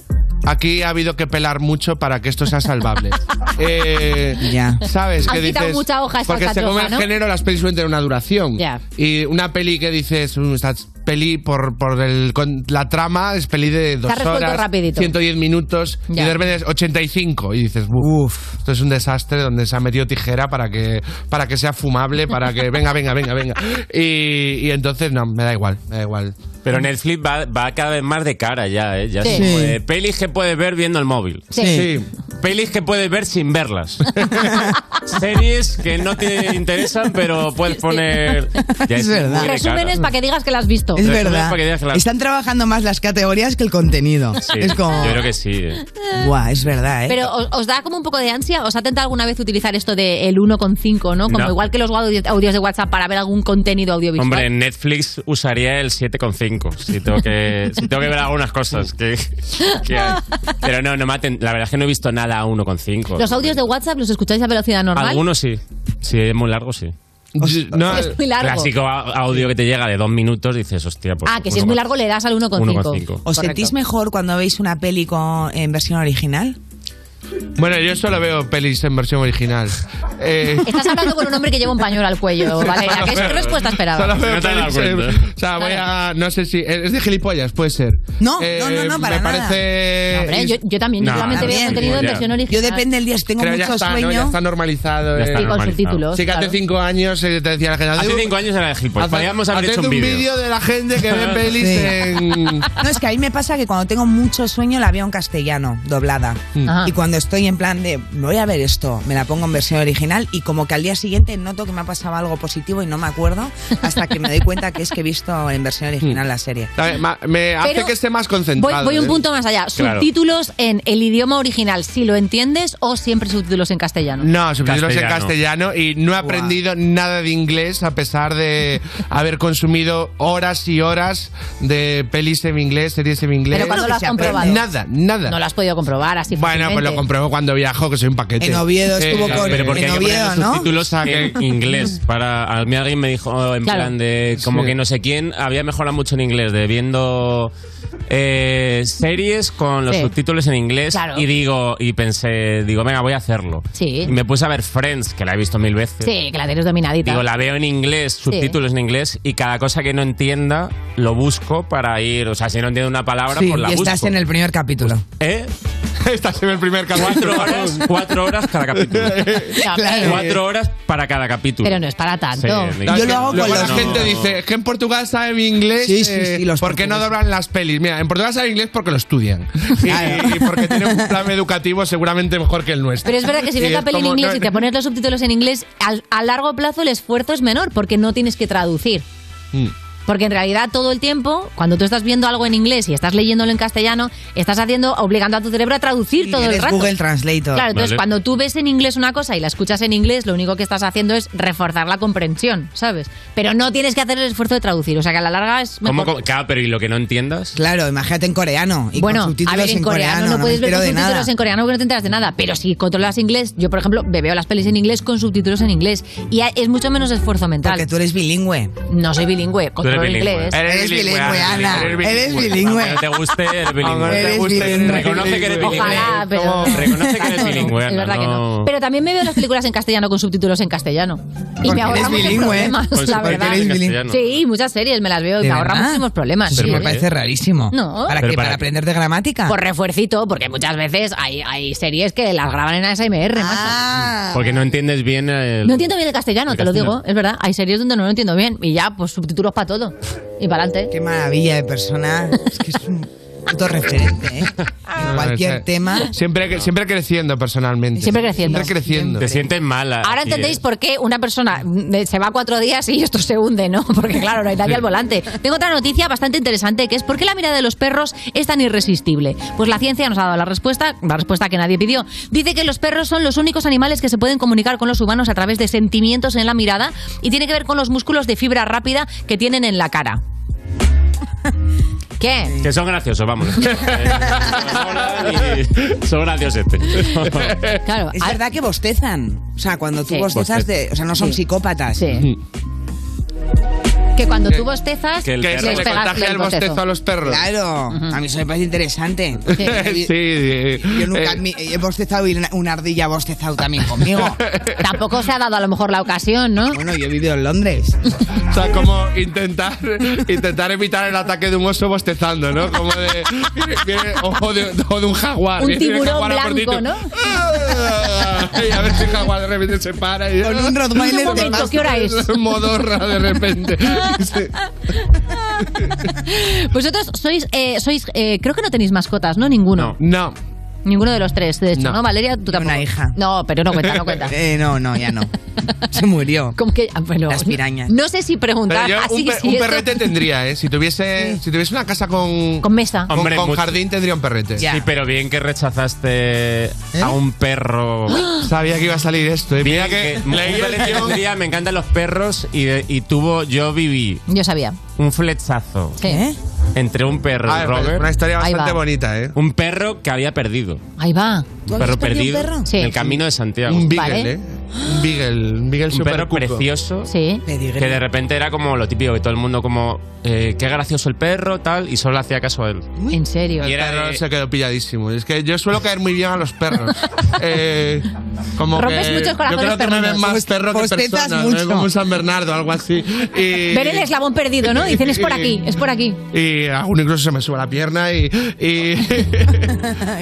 Speaker 36: Aquí ha habido que pelar mucho para que esto sea salvable. Eh, ¿Sabes?
Speaker 1: Han
Speaker 36: Que
Speaker 1: quitado
Speaker 36: dices,
Speaker 1: mucha hoja a esta
Speaker 36: porque según
Speaker 1: alcachofa,
Speaker 36: el
Speaker 1: ¿no?
Speaker 36: género, las pelis suelen tener una duración.
Speaker 1: Ya.
Speaker 36: Y una peli que dices, "Mm, esta peli por, por el, con la trama es peli de dos
Speaker 1: resuelto
Speaker 36: horas,
Speaker 1: rapidito.
Speaker 36: 110 minutos,
Speaker 1: Ya.
Speaker 36: y de repente es 85. Y dices, uff, esto es un desastre donde se ha metido tijera para que, para que sea fumable, para que venga, venga, venga, venga. Y, y entonces, no, me da igual, me da igual.
Speaker 37: Pero Netflix va, va cada vez más de cara ya, ¿eh? Ya
Speaker 36: Sí.
Speaker 37: se puede- Pelis que puedes ver viendo el móvil.
Speaker 36: Sí. Sí.
Speaker 37: Pelis que puedes ver sin verlas. Series que no te interesan, pero puedes poner... Ya
Speaker 2: Es verdad.
Speaker 37: muy de cara.
Speaker 1: Resúmenes para que digas que la has visto.
Speaker 2: Es
Speaker 37: Resúmenes
Speaker 2: verdad.
Speaker 37: para que digas que la-
Speaker 2: Están trabajando más las categorías que el contenido.
Speaker 37: Sí,
Speaker 2: Es como.
Speaker 37: Yo creo que sí. eh.
Speaker 2: Buah, es verdad, ¿eh?
Speaker 1: Pero ¿os, os da como un poco de ansia. ¿Os ha tentado alguna vez utilizar esto de el 1,5, no? Como
Speaker 37: No.
Speaker 1: igual que los audio- audios de WhatsApp para ver algún contenido audiovisual.
Speaker 37: Hombre, en Netflix usaría el 7,5 si tengo que si tengo que ver algunas cosas que, que hay. Pero no, no maten. La verdad es que no he visto nada a 1,5.
Speaker 1: los audios de WhatsApp los escucháis a velocidad normal.
Speaker 37: Algunos sí. Si es muy largo, sí.
Speaker 1: no, Es muy largo.
Speaker 37: Clásico a- audio que te llega de dos minutos, dices, hostia, pues.
Speaker 1: ah, que si es muy largo le das al 1,5.
Speaker 37: 1,5.
Speaker 2: ¿Os sentís mejor cuando veis una peli con, en versión original?
Speaker 36: Bueno, yo solo veo pelis en versión original. Eh,
Speaker 1: Estás hablando con un hombre que lleva un pañuelo al cuello, Valeria. ¿Qué qué respuesta esperaba?
Speaker 36: Solo veo
Speaker 37: No te has dado
Speaker 36: pelis en-
Speaker 37: cuenta.
Speaker 36: O sea, voy a. No sé si. ¿Es de gilipollas? Puede ser.
Speaker 2: No,
Speaker 36: Eh,
Speaker 2: no, no, no, para
Speaker 36: Me
Speaker 2: nada.
Speaker 36: parece.
Speaker 1: No, hombre, yo, yo también, yo
Speaker 36: No,
Speaker 1: solamente veo
Speaker 36: también.
Speaker 1: contenido en
Speaker 36: Ya.
Speaker 1: versión original.
Speaker 2: Yo depende del día, si tengo
Speaker 36: Creo ya
Speaker 2: mucho
Speaker 36: está, ¿no?
Speaker 2: sueño.
Speaker 36: Ya está normalizado.
Speaker 37: Ya está
Speaker 36: eh.
Speaker 37: Y con normalizado. subtítulos,
Speaker 36: Sí, que hace
Speaker 37: claro.
Speaker 36: cinco años eh, te decía la gente.
Speaker 37: Hace
Speaker 36: "Haced-
Speaker 37: cinco años era de gilipollas.
Speaker 36: haced-
Speaker 37: Podríamos haber
Speaker 36: haced
Speaker 37: hecho un vídeo.
Speaker 36: de la gente que ve pelis
Speaker 2: Sí.
Speaker 36: en.
Speaker 2: No, es que a mí me pasa que cuando tengo mucho sueño la veo en castellano, doblada.
Speaker 36: Ajá.
Speaker 2: Y cuando estoy en plan de, me voy a ver esto, me la pongo en versión original y como que al día siguiente noto que me ha pasado algo positivo y no me acuerdo hasta que me doy cuenta que es que he visto en versión
Speaker 37: Hmm.
Speaker 2: original la serie.
Speaker 36: A ver, ma- Me hace
Speaker 1: Pero
Speaker 36: que esté más
Speaker 1: Voy,
Speaker 36: concentrado.
Speaker 1: voy un
Speaker 36: ¿eh?
Speaker 1: punto más allá.
Speaker 36: Claro.
Speaker 1: Subtítulos en el idioma original, si lo entiendes, o siempre subtítulos en castellano.
Speaker 36: No, subtítulos en
Speaker 1: Castellano.
Speaker 36: castellano y no he aprendido nada de inglés a pesar de haber consumido horas y horas de pelis en inglés, series en inglés.
Speaker 1: Pero cuando lo has comprobado.
Speaker 36: Nada, nada.
Speaker 1: No lo has podido comprobar así.
Speaker 36: Bueno, pues lo
Speaker 1: fácilmente.
Speaker 36: compruebo cuando viajo, que soy un paquete. Eh,
Speaker 37: claro, pero porque hay que poner los subtítulos en inglés. Para, a mí alguien me dijo oh, en
Speaker 36: Claro.
Speaker 37: plan de como
Speaker 36: Sí.
Speaker 37: que no sé quién había mejorado mucho en inglés, de viendo eh, series con los
Speaker 1: Sí.
Speaker 37: subtítulos en inglés
Speaker 1: Claro.
Speaker 37: y digo y pensé, digo, venga, voy a hacerlo.
Speaker 1: Sí.
Speaker 37: Y me puse a ver Friends, que la he visto mil veces.
Speaker 1: Sí, que la tienes dominadita.
Speaker 37: Digo, la veo en inglés, subtítulos en inglés, y cada cosa que no entienda lo busco para ir. O sea, si no entiendo una palabra,
Speaker 2: Sí,
Speaker 37: pues la
Speaker 2: y
Speaker 37: busco.
Speaker 2: estás en el primer capítulo.
Speaker 37: ¿Eh?
Speaker 36: Estás en el primer capítulo.
Speaker 37: Cuatro horas, cuatro horas cada capítulo.
Speaker 1: Ya, Claro.
Speaker 37: Cuatro horas para cada capítulo.
Speaker 1: Pero no es para tanto.
Speaker 37: Yo lo hago con
Speaker 36: Luego
Speaker 37: los-
Speaker 36: la gente
Speaker 37: No.
Speaker 36: dice, es que en Portugal saben inglés
Speaker 37: Sí, sí,
Speaker 36: eh,
Speaker 37: sí, los
Speaker 36: porque no doblan las pelis. Mira, en Portugal saben inglés porque lo estudian. Y, y porque tienen un plan educativo seguramente mejor que el nuestro.
Speaker 1: Pero es verdad que si
Speaker 36: Y
Speaker 1: ves la peli en
Speaker 36: como,
Speaker 1: inglés
Speaker 36: no,
Speaker 1: y te pones los subtítulos en inglés, al- a largo plazo el esfuerzo es menor porque no tienes que traducir.
Speaker 36: Mm.
Speaker 1: Porque en realidad todo el tiempo, cuando tú estás viendo algo en inglés y estás leyéndolo en castellano, estás haciendo, obligando a tu cerebro a traducir todo el
Speaker 2: Eres
Speaker 1: rato.
Speaker 2: Google Translator.
Speaker 1: Claro, entonces cuando tú ves en inglés una cosa y la escuchas en inglés, lo único que estás haciendo es reforzar la comprensión, ¿sabes? Pero no tienes que hacer el esfuerzo de traducir, o sea que a la larga es mejor.
Speaker 37: ¿Cómo, cómo? Claro, pero ¿y lo que no entiendas?
Speaker 2: Claro, imagínate en coreano. Y
Speaker 1: Bueno,
Speaker 2: con subtítulos
Speaker 1: a ver, en, coreano, no,
Speaker 2: me
Speaker 1: puedes ver
Speaker 2: entero
Speaker 1: con
Speaker 2: de
Speaker 1: subtítulos
Speaker 2: nada.
Speaker 1: en coreano porque no te enteras de nada. Pero si controlas inglés, yo por ejemplo me veo las pelis en inglés con subtítulos en inglés. Y a- es mucho menos esfuerzo mental. Porque tú
Speaker 2: eres bilingüe.
Speaker 1: No soy bilingüe, controlo inglés.
Speaker 37: Aunque no te guste, eres bilingüe.
Speaker 1: Aunque no te Eres guste, bilingüe.
Speaker 37: Reconoce que eres bilingüe.
Speaker 1: Ojalá, pero-
Speaker 37: Como- Reconoce que eres bilingüe.
Speaker 1: Es verdad que no.
Speaker 37: no.
Speaker 1: Pero también me veo las películas en castellano con subtítulos en castellano. Y
Speaker 37: Porque
Speaker 1: me ahorra
Speaker 37: eres
Speaker 1: muchos
Speaker 37: bilingüe.
Speaker 1: problemas, la
Speaker 37: Con subtítulos
Speaker 1: verdad.
Speaker 37: en castellano.
Speaker 1: Sí, muchas series me las veo y
Speaker 2: ¿De
Speaker 1: me ahorra
Speaker 2: verdad?
Speaker 1: muchísimos problemas.
Speaker 2: Pero
Speaker 1: sí.
Speaker 2: me parece rarísimo.
Speaker 1: No.
Speaker 2: ¿Para
Speaker 1: Pero
Speaker 2: qué?
Speaker 1: para
Speaker 2: ¿Para
Speaker 1: qué?
Speaker 2: aprender de gramática?
Speaker 1: Por refuercito, porque muchas veces hay, hay series que las graban en ASMR,
Speaker 2: Ah,
Speaker 1: macho.
Speaker 37: Porque no entiendes bien el...
Speaker 1: No entiendo bien el castellano,
Speaker 37: el
Speaker 1: te lo
Speaker 37: castellano.
Speaker 1: digo, es verdad. Hay series donde no lo entiendo bien y ya, pues subtítulos para todo. Y para adelante.
Speaker 2: Qué maravilla de persona. Es que es un-
Speaker 38: autorreferente, ¿eh? En cualquier tema.
Speaker 36: Siempre, que- siempre creciendo personalmente.
Speaker 1: Siempre creciendo.
Speaker 36: Siempre creciendo.
Speaker 37: Te sientes mala.
Speaker 1: Ahora entendéis por qué una persona mm, se va cuatro días y esto se hunde, ¿no? Porque claro, no hay nadie al volante. Tengo otra noticia bastante interesante que es ¿por qué la mirada de los perros es tan irresistible? Pues la ciencia nos ha dado la respuesta, la respuesta que nadie pidió. Dice que los perros son los únicos animales que se pueden comunicar con los humanos a través de sentimientos en la mirada y tiene que ver con los músculos de fibra rápida que tienen en la cara. ¿Qué?
Speaker 37: Que son graciosos, vamos. Eh, son graciosos este.
Speaker 1: Claro,
Speaker 2: es verdad que bostezan. O sea, cuando tú
Speaker 1: Sí.
Speaker 2: bostezas, de, o sea, no son
Speaker 1: Sí.
Speaker 2: psicópatas.
Speaker 1: Que cuando
Speaker 2: Mm. Que-
Speaker 1: tú bostezas,
Speaker 2: que el
Speaker 1: les
Speaker 2: perro se
Speaker 1: pegas
Speaker 2: contagia el
Speaker 1: bostezo.
Speaker 2: bostezo a los
Speaker 36: perros.
Speaker 2: Claro, a mí eso me parece interesante.
Speaker 36: Sí, sí.
Speaker 2: Yo nunca
Speaker 36: Eh,
Speaker 2: mi- he bostezado y una- una ardilla ha bostezado también conmigo.
Speaker 1: Tampoco se ha dado a lo mejor la ocasión, ¿no?
Speaker 2: Bueno, yo he vivido en Londres.
Speaker 36: O sea, como intentar, intentar evitar el ataque de un oso bostezando, ¿no? Como de. viene- o, de o de un jaguar.
Speaker 39: Un
Speaker 36: Viene el
Speaker 39: tiburón
Speaker 36: jaguar a por ti,
Speaker 39: blanco,
Speaker 36: tú,
Speaker 39: ¿no?
Speaker 36: Y a ver si el jaguar de repente se para. Y,
Speaker 39: Con un Rottweiler Un momento, de pasto. ¿qué hora es?
Speaker 36: Modorra de repente. Sí.
Speaker 1: Vosotros sois, eh, sois eh, creo que no tenéis mascotas, ¿no? Ninguno.
Speaker 36: No.
Speaker 1: Ninguno de los tres, de hecho, ¿no?
Speaker 2: No.
Speaker 1: Valeria, tú tampoco. Una hija. No, pero no cuenta, no cuenta.
Speaker 2: Eh, no, no, ya no. Se murió.
Speaker 1: Como que, ah, bueno,
Speaker 2: Las pirañas.
Speaker 1: No sé si preguntar,
Speaker 36: Pero yo
Speaker 1: así
Speaker 36: un,
Speaker 1: que
Speaker 36: pe-
Speaker 1: si
Speaker 36: un
Speaker 1: esto-
Speaker 36: perrete tendría, ¿eh? Si tuviese, si tuviese una casa con.
Speaker 1: Con mesa.
Speaker 36: Con,
Speaker 37: Hombre,
Speaker 36: con
Speaker 37: mucho.
Speaker 36: jardín tendría un perrete. ¿Eh?
Speaker 37: Sí, pero bien que rechazaste a un perro.
Speaker 36: Sabía que iba a salir esto. ¿eh? Mira que. leí el guión.
Speaker 37: día, me encantan los perros y, y tuvo, yo viví
Speaker 1: Yo sabía.
Speaker 37: un flechazo.
Speaker 1: ¿Qué?
Speaker 37: Entre un perro
Speaker 36: Ah,
Speaker 37: y
Speaker 36: pues,
Speaker 37: Robert.
Speaker 36: una historia
Speaker 1: Ahí bastante va.
Speaker 36: bonita, ¿eh?
Speaker 37: Un perro que había perdido.
Speaker 1: Ahí va.
Speaker 37: Un perro perdido.
Speaker 1: Sí.
Speaker 37: En el camino de Santiago.
Speaker 36: Un
Speaker 1: Vale.
Speaker 36: beagle, ¿eh? Un beagle. Un beagle
Speaker 37: Un perro
Speaker 36: supercuco.
Speaker 37: precioso.
Speaker 1: Sí.
Speaker 37: Que de repente era como lo típico, que todo el mundo como, eh, qué gracioso el perro, tal, y solo hacía caso a él.
Speaker 1: En serio.
Speaker 36: Y el perro se quedó pilladísimo. Es que yo suelo caer muy bien a los perros. Eh, como
Speaker 1: Rompes
Speaker 36: que
Speaker 1: muchos corazones
Speaker 36: Yo creo que me ven
Speaker 1: perrunos.
Speaker 36: más perro que
Speaker 1: Bostezas
Speaker 36: persona.
Speaker 1: mucho.
Speaker 36: ¿no? Como un San Bernardo, algo así. Y,
Speaker 1: Ver el eslabón perdido, ¿no? Dicen, es por aquí, es por aquí.
Speaker 36: y aún incluso se me sube la pierna y... y-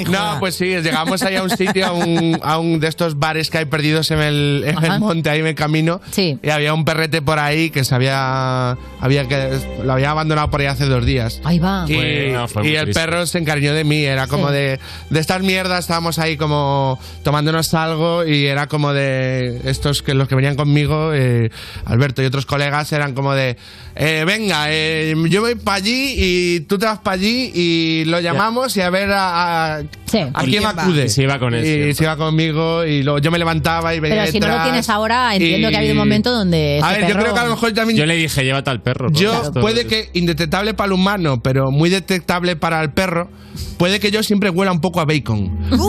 Speaker 36: no, pues sí, llegamos ahí a un sitio, a un, a un de estos bares que hay perdidos en el, en el
Speaker 1: Ajá.
Speaker 36: monte, ahí en el camino. Y había un perrete por ahí que se había... había que, lo había abandonado por ahí hace dos días.
Speaker 1: Ahí va.
Speaker 36: Y,
Speaker 37: Bueno, fue
Speaker 36: y
Speaker 37: muy
Speaker 36: el
Speaker 37: triste.
Speaker 36: perro se encariñó de mí, era como
Speaker 1: Sí.
Speaker 36: de, de estas mierdas, estábamos ahí como tomándonos algo y era como de estos que los que venían conmigo, eh, Alberto y otros colegas, eran como de, eh, venga, eh, yo voy para allí y tú te vas para allí y lo llamamos y a ver a, a, a
Speaker 37: ¿Y
Speaker 36: quién
Speaker 37: quién va?
Speaker 36: acude.
Speaker 37: Y se iba con él
Speaker 36: Y
Speaker 37: siempre.
Speaker 36: se iba conmigo y luego yo me levantaba y venía
Speaker 1: Pero si no lo
Speaker 36: detrás
Speaker 1: tienes ahora, entiendo que ha habido un
Speaker 36: y-
Speaker 1: momento donde.
Speaker 36: A
Speaker 1: ese
Speaker 36: ver, yo
Speaker 1: perro-
Speaker 36: creo que a lo mejor también...
Speaker 37: Yo le dije, llévate al perro. ¿no?
Speaker 36: Yo,
Speaker 37: Esto
Speaker 36: puede
Speaker 37: es-
Speaker 36: que indetectable para el humano, pero muy detectable para el perro, puede que yo siempre huela un poco a bacon.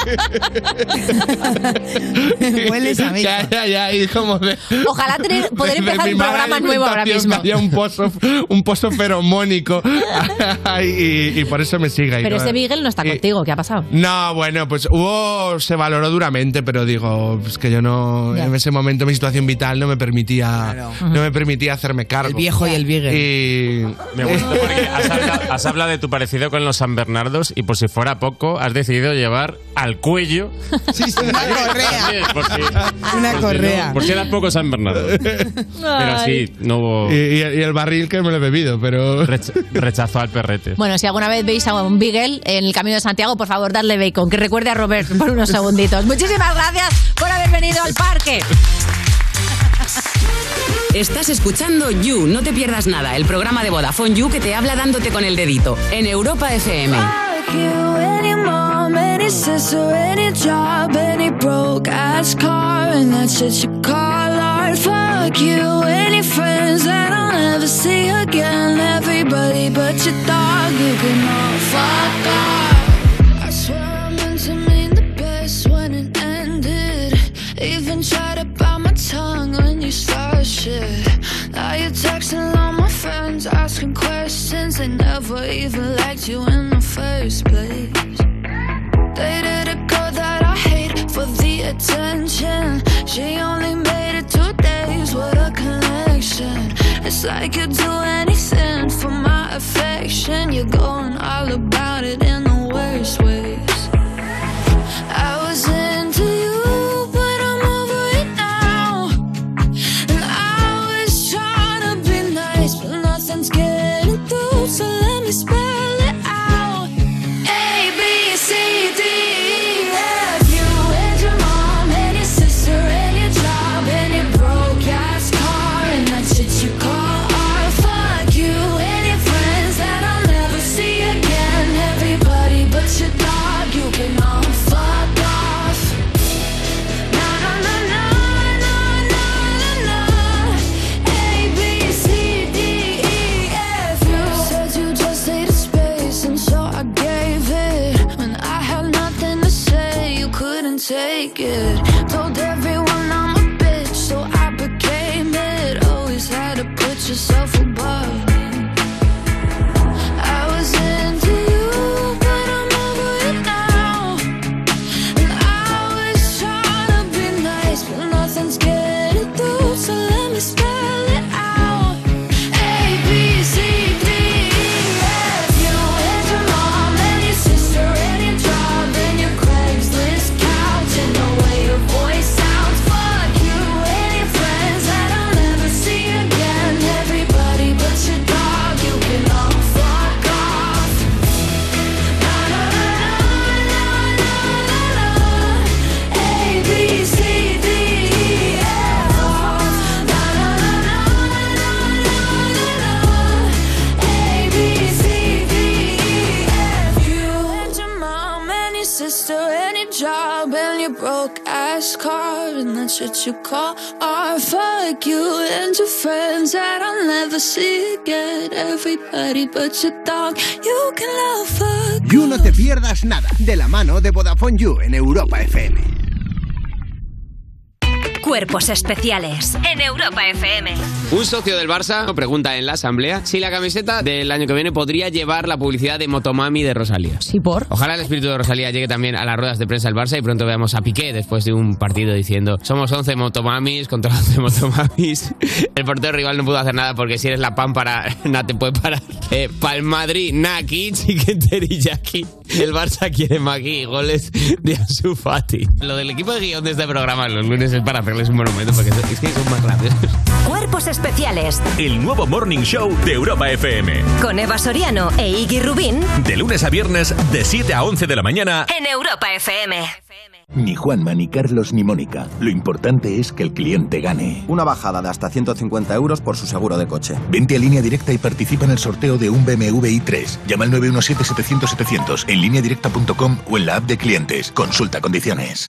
Speaker 36: Y-
Speaker 39: Hueles a bacon.
Speaker 36: Ya, ya, ya, y como de-
Speaker 1: Ojalá tener- poder
Speaker 36: de- de
Speaker 1: empezar
Speaker 36: mi
Speaker 1: un
Speaker 36: mala
Speaker 1: programa nuevo ahora
Speaker 36: alimentación
Speaker 1: mismo.
Speaker 36: me haya un pozo, un pozo feromónico. y, y por eso me sigue. y
Speaker 1: Pero
Speaker 36: no-
Speaker 1: ese Beagle no está contigo, ¿qué ha pasado?
Speaker 36: no, bueno, pues hubo, se valoró duramente, pero digo, es que yo no,
Speaker 1: Ya.
Speaker 36: en ese momento mi situación vital no me permitía, no me permitía hacerme cargo. El
Speaker 2: viejo y el Beagle.
Speaker 36: eh,
Speaker 37: Me gusta porque has hablado, has hablado de tu parecido con los San Bernardos y por si fuera poco, has decidido llevar al cuello.
Speaker 2: Una
Speaker 37: por si
Speaker 2: correa.
Speaker 37: no- por si era poco San Bernardo. Pero sí, no hubo.
Speaker 36: Y, y el- y el barril que me lo he bebido, pero.
Speaker 37: Rechazó al perrete.
Speaker 1: Bueno, si alguna vez veis a un Beagle en el camino de Santiago, por favor, darle bacon, que recuerde a Robert por unos segunditos. Muchísimas gracias por haber venido al parque.
Speaker 17: Estás escuchando You, no te pierdas nada, el programa de Vodafone You que te habla dándote con el dedito en Europa FM.
Speaker 39: Fuck you, any mom, any sister, any job, any broke ass car, and that shit you call art. Fuck you, any friends that I'll never see again. Everybody but your dog, you can all fuck off. I swear I meant to mean the best when it ended. Even tried to bite my tongue when you started shit. Now you're texting all my friends, asking questions. They never even liked you in the first place. Dated a girl that I hate for the attention. She only made it two days with a connection. It's like you'd do anything for my affection. You're going all about it in the worst ways. I was into you, but I'm over it now. And I was trying to be nice, but nothing's getting through. So let me
Speaker 16: me spell it out. A, B, C, D, E, F. You and your mom and your sister and your job and your broke ass car and that shit you call art. Fuck you and your friends that I'll never see again. Everybody but your dog, you can all fuck off. Na na na na na na na na. A, B, C, D, E, F. You said you just needed space, and so I gave it. When I had nothing to say, you couldn't take it. Told everyone I'm a bitch, so I became it. Always had to put yourself above. I was into you, but I'm over it now. And I was trying to be nice, but nothing's getting through. So let me spell it out. A B C D E F. You and your mom and your sister and your job and your Craigslist couch and the way your voice sounds. Fuck you and your friends that I'll never see again. Everybody but your dog, you can all fuck off. Na na na na na na na. A B C D E F. Na na na na na na na. A B C D E F. You and your mom and your sister and your job and your broke ass car and that shit you call art. Fuck you and your friends that I'll never see again. Everybody but your dog. You can love fuck.
Speaker 4: You no te pierdas nada de la mano de Vodafone You en Europa FM.
Speaker 7: Cuerpos especiales en Europa FM.
Speaker 8: Un socio del Barça pregunta en la asamblea si la camiseta del año que viene podría llevar la publicidad de Motomami de Rosalía.
Speaker 40: Sí, por.
Speaker 8: Ojalá el espíritu de Rosalía llegue también a las ruedas de prensa del Barça y pronto veamos a Piqué después de un partido diciendo somos 11 motomamis contra 11 motomamis. El portero rival no pudo hacer nada porque si eres la pámpara, nada te puede parar. Eh, Pal Madrid, Naki, Chiquenteriyaki. El Barça quiere Maki y goles de Ansu Fati. Lo del equipo de guión de este programa los lunes es para hacerles un monumento porque son- es que son más rápidos.
Speaker 7: Cuerpos especiales
Speaker 41: El nuevo Morning Show de Europa FM.
Speaker 7: con Eva Soriano e Iggy Rubín
Speaker 41: De lunes a viernes, de 7 a 11 de la mañana.
Speaker 7: en Europa FM.
Speaker 10: Ni Juanma, ni Carlos, ni Mónica. Lo importante es que el cliente gane.
Speaker 42: Una bajada de hasta 150 euros por su seguro de coche.
Speaker 10: Vente a línea directa y participa en el sorteo de un BMW i3. Llama al 917-700-700 en lineadirecta.com o en la app de clientes. Consulta condiciones.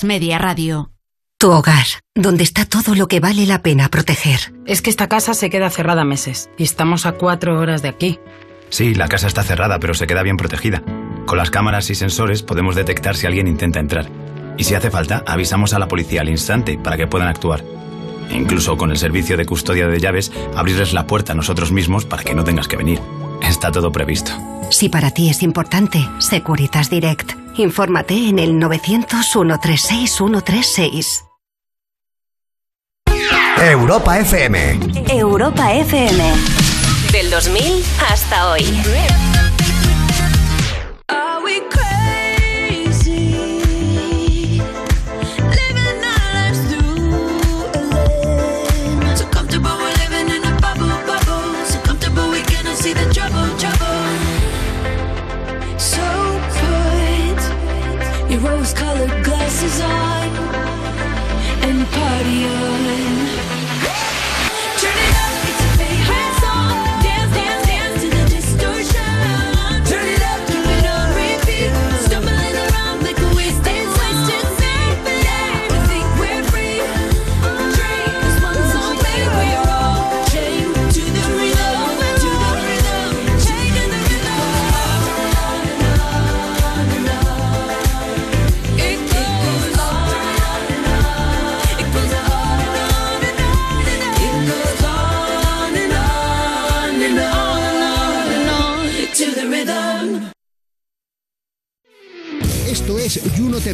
Speaker 1: Media Radio.
Speaker 8: Tu hogar, donde está todo lo que vale la pena proteger.
Speaker 17: Es que esta casa se queda cerrada meses y estamos a cuatro horas de aquí.
Speaker 5: Sí, la casa está cerrada, pero se queda bien protegida. Con las cámaras y sensores podemos detectar si alguien intenta entrar. Y si hace falta, avisamos a la policía al instante para que puedan actuar. E incluso con el servicio de custodia de llaves, abrirles la puerta a nosotros mismos para que no tengas que venir. Está todo previsto.
Speaker 8: Si para ti es importante, Securitas Direct. Infórmate en el 900-136-136.
Speaker 4: Europa FM.
Speaker 7: Europa FM. Del 2000 hasta hoy.
Speaker 16: Are we crazy? Living our lives through a lens. So comfortable we're living in a bubble, bubble. So comfortable we cannot see the trouble, trouble. So put your rose-colored glasses on and party on. Turn it up, it's a favorite song. Dance, dance, dance to the distortion.
Speaker 35: Esto es You No Te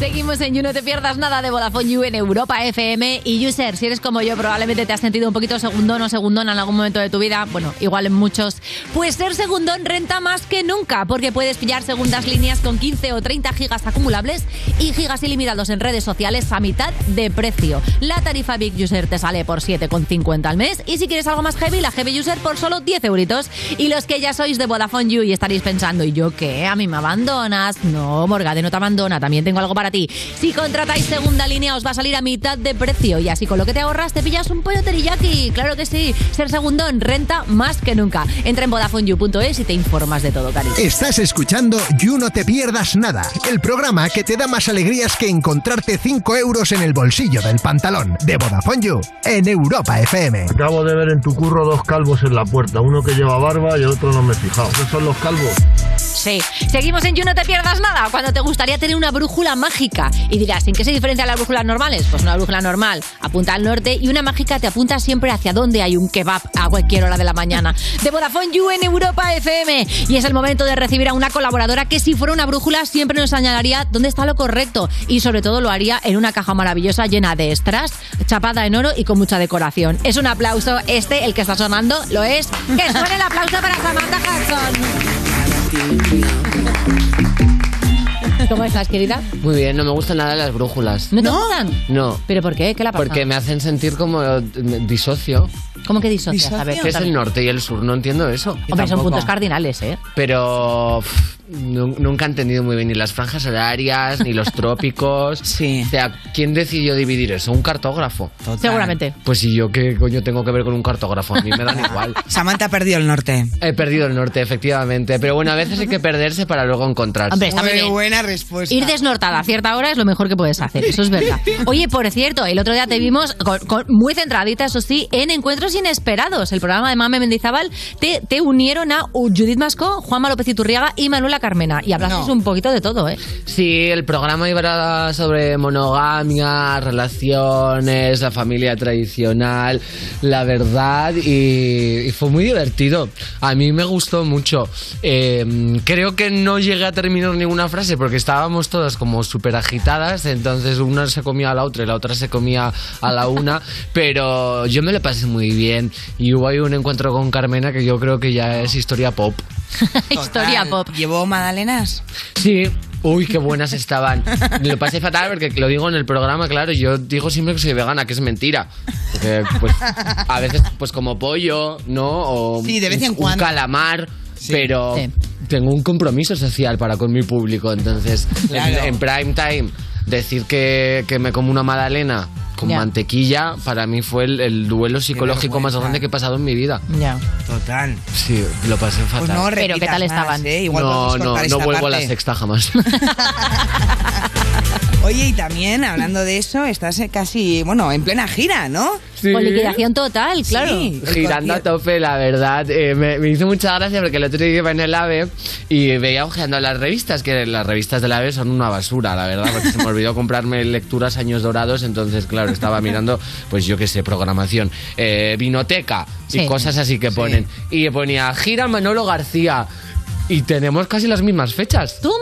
Speaker 1: Seguimos en You, no te pierdas nada de Vodafone You en Europa FM. Y User, si eres como yo, probablemente te has sentido un poquito segundón o segundón en algún momento de tu vida. Bueno, igual en muchos. Pues ser segundón renta más que nunca, porque puedes pillar segundas líneas con 15 o 30 gigas acumulables y gigas ilimitados en redes sociales a mitad de precio. La tarifa Big User te sale por 7,50 al mes. Y si quieres algo más heavy, la Heavy User por solo 10 euritos. Y los que ya sois de Vodafone You y estaréis pensando, ¿y yo qué? ¿A mí me abandonas? No, Morgade no te abandona. También tengo algo para ti. Si contratáis segunda línea, os va a salir a mitad de precio. Y así con lo que te ahorras, te pillas un pollo teriyaki. Claro que sí. Ser segundón renta más que nunca. Entra en VodafoneYou.es y te informas de todo, cariño.
Speaker 35: Estás escuchando You No Te Pierdas Nada, el programa que te da más alegrías que encontrarte 5 euros en el bolsillo del pantalón. De Vodafone You, en Europa FM.
Speaker 4: Acabo de ver en tu curro dos calvos en la puerta, uno que lleva barba y el otro no me he fijado. ¿Qué son los calvos?
Speaker 1: Sí. Seguimos en You, no te pierdas nada. Cuando te gustaría tener una brújula mágica. Y dirás, ¿en qué se diferencia de las brújulas normales? Pues una brújula normal apunta al norte y una mágica te apunta siempre hacia donde hay un kebab a cualquier hora de la mañana. De Vodafone You en Europa FM. Y es el momento de recibir a una colaboradora que, si fuera una brújula, siempre nos señalaría dónde está lo correcto. Y sobre todo lo haría en una caja maravillosa llena de strass, chapada en oro y con mucha decoración. Es un aplauso. Este, el que está sonando, lo es. Que suene el aplauso para Samantha Hudson. ¿Cómo estás, querida?
Speaker 43: Muy bien, no me gustan nada las brújulas.
Speaker 1: ¿No te gustan?
Speaker 43: No.
Speaker 1: ¿Pero por qué? ¿Qué la pasa?
Speaker 43: Porque me hacen sentir como eh, disocio.
Speaker 1: ¿Cómo que disocias? A ver,
Speaker 43: Que es el norte y el sur, no entiendo eso.
Speaker 1: Hombre, son
Speaker 43: Tampoco.
Speaker 1: puntos cardinales, ¿eh?
Speaker 43: Pero pff, nu- nunca he entendido muy bien ni las franjas horarias, ni los trópicos. Sí. O sea, ¿quién decidió dividir eso? ¿Un cartógrafo?
Speaker 1: Seguramente.
Speaker 43: Pues ¿y yo qué coño tengo que ver con un cartógrafo? A mí me dan igual.
Speaker 6: Samantha ha perdido el norte.
Speaker 43: He perdido el norte, efectivamente. Pero bueno, a veces hay que perderse para luego encontrarse.
Speaker 1: Hombre, está muy bien.
Speaker 6: buena respuesta.
Speaker 1: Ir desnortada a cierta hora es lo mejor que puedes hacer, eso es verdad. Oye, por cierto, el otro día te vimos con- con- muy centradita, eso sí, en Encuentros Inesperados, el programa de Mame Mendizábal. Te, te unieron a Judith Mascó, Juanma López Iturriaga y Manuela Carmena. Y hablasteis un poquito de todo, ¿eh?
Speaker 43: Sí, el programa iba sobre monogamia, relaciones, la familia tradicional, la verdad y, y fue muy divertido. A mí me gustó mucho. Eh, creo que no llegué a terminar ninguna frase porque estábamos todas como súper agitadas, entonces una se comía a la otra y la otra se comía a la una, pero yo me lo pasé muy bien y hubo ahí un encuentro con Carmena que yo creo que ya es historia pop.
Speaker 1: Historia pop.
Speaker 6: ¿Llevó magdalenas?
Speaker 43: Sí. Uy, qué buenas estaban. Lo pasé fatal porque lo digo en el programa, claro. Yo digo siempre que soy vegana, que es mentira. Porque, pues, a veces, pues como pollo, ¿no? O
Speaker 6: Sí, de vez en
Speaker 43: un- un
Speaker 6: cuando.
Speaker 43: calamar. Pero
Speaker 6: Sí.
Speaker 43: tengo un compromiso social para con mi público. Entonces, en-
Speaker 6: Claro.
Speaker 43: en, prime time, decir que, que me como una magdalena con
Speaker 6: Ya.
Speaker 43: mantequilla, para mí fue el, el duelo psicológico más
Speaker 6: vergüenza.
Speaker 43: grande que he pasado en mi vida.
Speaker 1: Ya.
Speaker 6: Total.
Speaker 43: Sí, lo pasé fatal.
Speaker 6: Pues no Pero,
Speaker 1: ¿qué tal estaban?
Speaker 6: Igual
Speaker 43: no,
Speaker 6: podemos
Speaker 43: no,
Speaker 6: cortar
Speaker 43: no
Speaker 6: esta
Speaker 43: vuelvo a la
Speaker 6: parte.
Speaker 43: sexta jamás.
Speaker 6: Oye, y también hablando de eso, estás eh, casi, bueno, en plena gira, ¿no?
Speaker 43: Sí. Con liquidación
Speaker 1: total,
Speaker 6: claro.
Speaker 43: Girando a tope, la verdad. Eh, me, me hizo mucha gracia porque el otro día iba en el AVE y veía ojeando las revistas, que las revistas del AVE son una basura, la verdad, porque se me olvidó comprarme lecturas años dorados, entonces, claro, estaba mirando, pues yo qué sé, programación, eh, vinoteca y Sí. cosas así que ponen. Y ponía gira Manolo García. Y tenemos casi las mismas fechas.
Speaker 1: ¡Toma!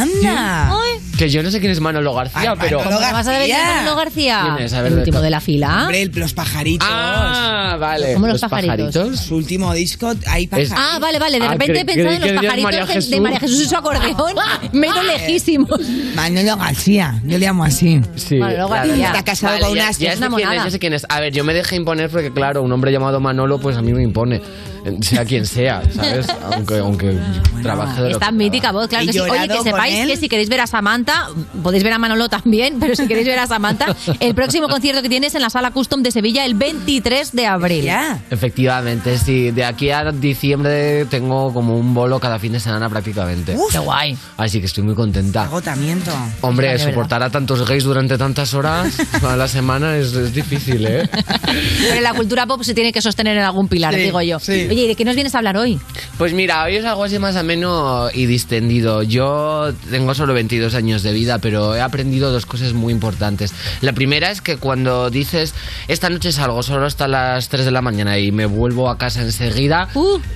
Speaker 6: ¡Anda!
Speaker 43: Que yo no sé quién es Manolo García, pero.
Speaker 1: ¿Cómo te vas a deber a Manolo García?
Speaker 43: ¿Quién es? A ver,
Speaker 1: el
Speaker 43: de
Speaker 1: último
Speaker 43: to-
Speaker 1: de la fila.
Speaker 6: Hombre, el- los pajaritos.
Speaker 43: Ah, vale.
Speaker 1: ¿Cómo los ¿Los pajaritos?
Speaker 6: Su último disco, hay
Speaker 43: Es-
Speaker 6: pajaritos.
Speaker 1: Ah, vale, vale. De
Speaker 6: Ah,
Speaker 1: repente
Speaker 6: cre-
Speaker 1: pensaba en
Speaker 6: creí que
Speaker 1: los
Speaker 6: decías
Speaker 1: pajaritos
Speaker 6: María
Speaker 1: de- de
Speaker 6: Jesús.
Speaker 1: María Jesús y su acordeón.
Speaker 2: Ah,
Speaker 1: Menos lejísimos.
Speaker 6: Manolo García, yo le llamo así.
Speaker 43: Sí,
Speaker 6: Manolo
Speaker 43: la
Speaker 6: García.
Speaker 43: verdad.
Speaker 6: Está casado
Speaker 43: Vale,
Speaker 6: con
Speaker 43: ya-
Speaker 6: una es una
Speaker 43: ya, sé quién es,
Speaker 6: monada.
Speaker 43: ya sé quién es. A ver, yo me dejé imponer porque, claro, un hombre llamado Manolo, pues a mí me impone. eh, Sea quien sea, ¿sabes? Aunque, aunque trabaje de lo
Speaker 1: Esta mítica voz, claro
Speaker 6: He
Speaker 1: que sí. Oye,
Speaker 6: llorado
Speaker 1: que
Speaker 6: con
Speaker 1: sepáis
Speaker 6: él.
Speaker 1: que si queréis ver a Samantha, podéis ver a Manolo también, pero si queréis ver a Samantha, el próximo concierto que tienes en la sala Custom de Sevilla el 23 de abril.
Speaker 43: Efectivamente, sí. De aquí a diciembre tengo como un bolo cada fin de semana prácticamente.
Speaker 1: Uf. Qué guay.
Speaker 43: Así que estoy muy contenta.
Speaker 6: Agotamiento.
Speaker 43: Hombre,
Speaker 6: Hostia, de
Speaker 43: soportar a tantos gays durante tantas horas a la semana es, es difícil, ¿eh?
Speaker 1: Pero la cultura pop se tiene que sostener en algún pilar,
Speaker 43: Sí,
Speaker 1: digo yo.
Speaker 43: sí.
Speaker 1: Oye, ¿y de qué nos vienes a hablar hoy?
Speaker 43: Pues mira, hoy es algo así más ameno y distendido. Yo tengo solo 22 años de vida, pero he aprendido dos cosas muy importantes. La primera es que cuando dices, esta noche salgo solo hasta las 3 de la mañana y me vuelvo a casa enseguida,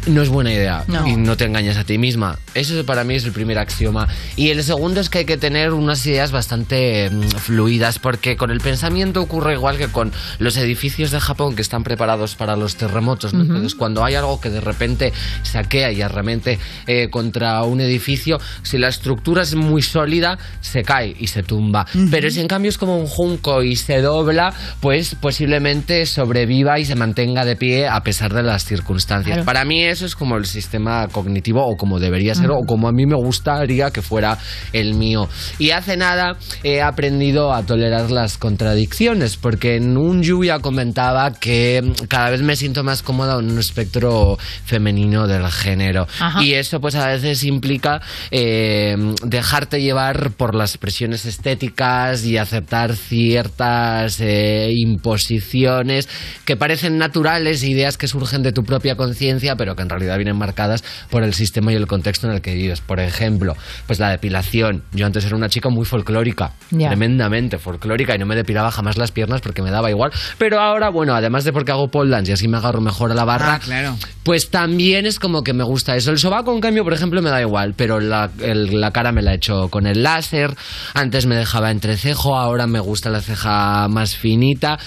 Speaker 43: no es buena idea.
Speaker 1: No.
Speaker 43: Y no te engañas a ti misma. Eso para mí es el primer axioma. Y el segundo es que hay que tener unas ideas bastante mm, fluidas, porque con el pensamiento ocurre igual que con los edificios de Japón que están preparados para los terremotos. ¿no?
Speaker 30: Ujú.
Speaker 43: Entonces, entonces, cuando hay algo que de repente saquea y arremete eh, contra un edificio, si la estructura es muy sólida, se cae y se tumba. Pero si en cambio es como un junco y se dobla, pues posiblemente sobreviva y se mantenga de pie a pesar de las circunstancias.
Speaker 8: Claro.
Speaker 43: Para mí eso es como el sistema cognitivo o como debería ser
Speaker 8: Ujú.
Speaker 43: o como a mí me gustaría que fuera el mío. Y hace nada he aprendido a tolerar las contradicciones, porque en un lluvia comentaba que mm, cada vez me siento más cómoda en un espectro femenino del género.
Speaker 8: Ajá.
Speaker 43: Y eso pues a veces implica eh, dejarte llevar por las presiones estéticas y aceptar ciertas eh, imposiciones que parecen naturales, ideas que surgen de tu propia conciencia, pero que en realidad vienen marcadas por el sistema y el contexto en el que vives. Por ejemplo, pues la depilación. Yo antes era una chica muy folclórica,
Speaker 8: Ya.
Speaker 43: tremendamente folclórica, y no me depilaba jamás las piernas porque me daba igual. Pero ahora, bueno, además de porque hago pole dance y así me agarro mejor a la
Speaker 2: Ah,
Speaker 43: barra,
Speaker 6: claro.
Speaker 43: pues también es como que me gusta eso. El sobaco, en cambio, por ejemplo, me da igual, pero la, el- la cara me la he hecho con el láser. Antes me dejaba entrecejo, ahora me gusta la ceja más finita.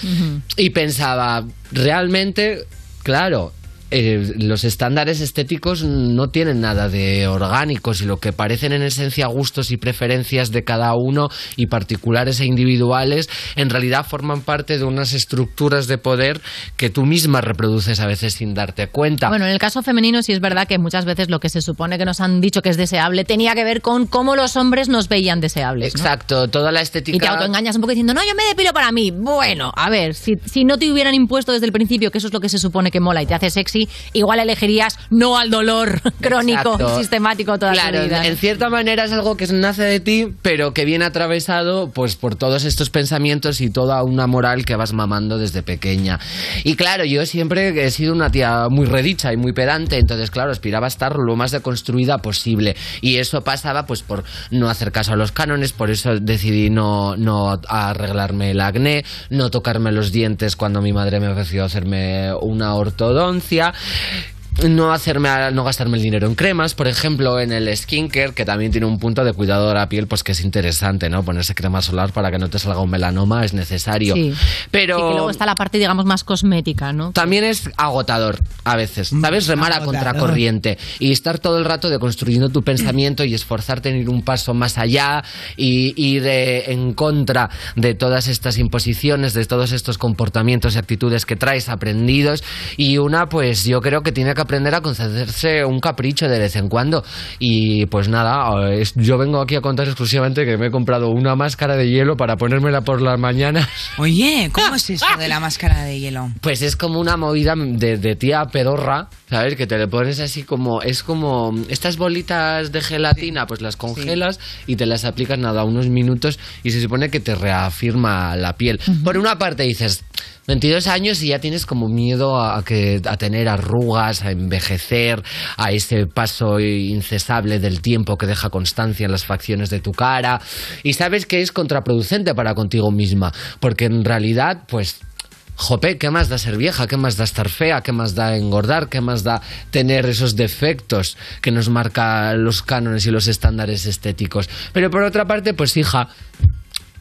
Speaker 43: Y pensaba, realmente, claro. eh, los estándares estéticos no tienen nada de orgánicos y lo que parecen en esencia gustos y preferencias de cada uno y particulares e individuales en realidad forman parte de unas estructuras de poder que tú misma reproduces a veces sin darte cuenta.
Speaker 1: Bueno, en el caso femenino sí es verdad que muchas veces lo que se supone que nos han dicho que es deseable tenía que ver con cómo los hombres nos veían deseables. ¿no?
Speaker 43: Exacto, toda la estética.
Speaker 1: Y te autoengañas un poco diciendo, no, yo me depilo para mí. Bueno, a ver, si, si no te hubieran impuesto desde el principio que eso es lo que se supone que mola y te hace sexy, igual elegirías no al dolor crónico
Speaker 43: Exacto.
Speaker 1: y sistemático toda
Speaker 43: Claro,
Speaker 1: tu vida.
Speaker 43: en cierta manera es algo que nace de ti, pero que viene atravesado pues por todos estos pensamientos y toda una moral que vas mamando desde pequeña. Y claro, yo siempre he sido una tía muy redicha y muy pedante, entonces claro, aspiraba a estar lo más deconstruida posible y eso pasaba pues por no hacer caso a los cánones, por eso decidí no no arreglarme el acné, no tocarme los dientes cuando mi madre me ofreció hacerme una ortodoncia no hacerme no gastarme el dinero en cremas, por ejemplo, en el skincare, que también tiene un punto de cuidado de la piel, pues que es interesante, ¿no? Ponerse crema solar para que no te salga un melanoma es necesario.
Speaker 1: Sí.
Speaker 43: Pero
Speaker 1: Sí, que luego está la parte, digamos, más cosmética, ¿no?
Speaker 43: también es agotador a veces, ¿sabes? Remar a contracorriente y estar todo el rato deconstruyendo tu pensamiento y esforzarte en ir un paso más allá y ir eh, en contra de todas estas imposiciones, de todos estos comportamientos y actitudes que traes aprendidos y una pues yo creo que tiene que aprender a concederse un capricho de vez en cuando y pues nada, es- yo vengo aquí a contar exclusivamente que me he comprado una máscara de hielo para ponérmela por las mañanas
Speaker 6: Oye, ¿cómo es eso de la máscara de hielo?
Speaker 43: pues es como una movida de, de tía pedorra, ¿sabes? Que te le pones así como. Es como. Estas bolitas de gelatina, pues las congelas y te las aplicas nada, unos minutos y se supone que te reafirma la piel. Por una parte dices. 22 años y ya tienes como miedo a, que, a tener arrugas, a envejecer, a ese paso incesable del tiempo que deja constancia en las facciones de tu cara. Y sabes que es contraproducente para contigo misma, porque en realidad, pues Jope, ¿qué más da ser vieja? ¿Qué más da estar fea? ¿Qué más da engordar? ¿Qué más da tener esos defectos que nos marcan los cánones y los estándares estéticos? Pero por otra parte, pues hija,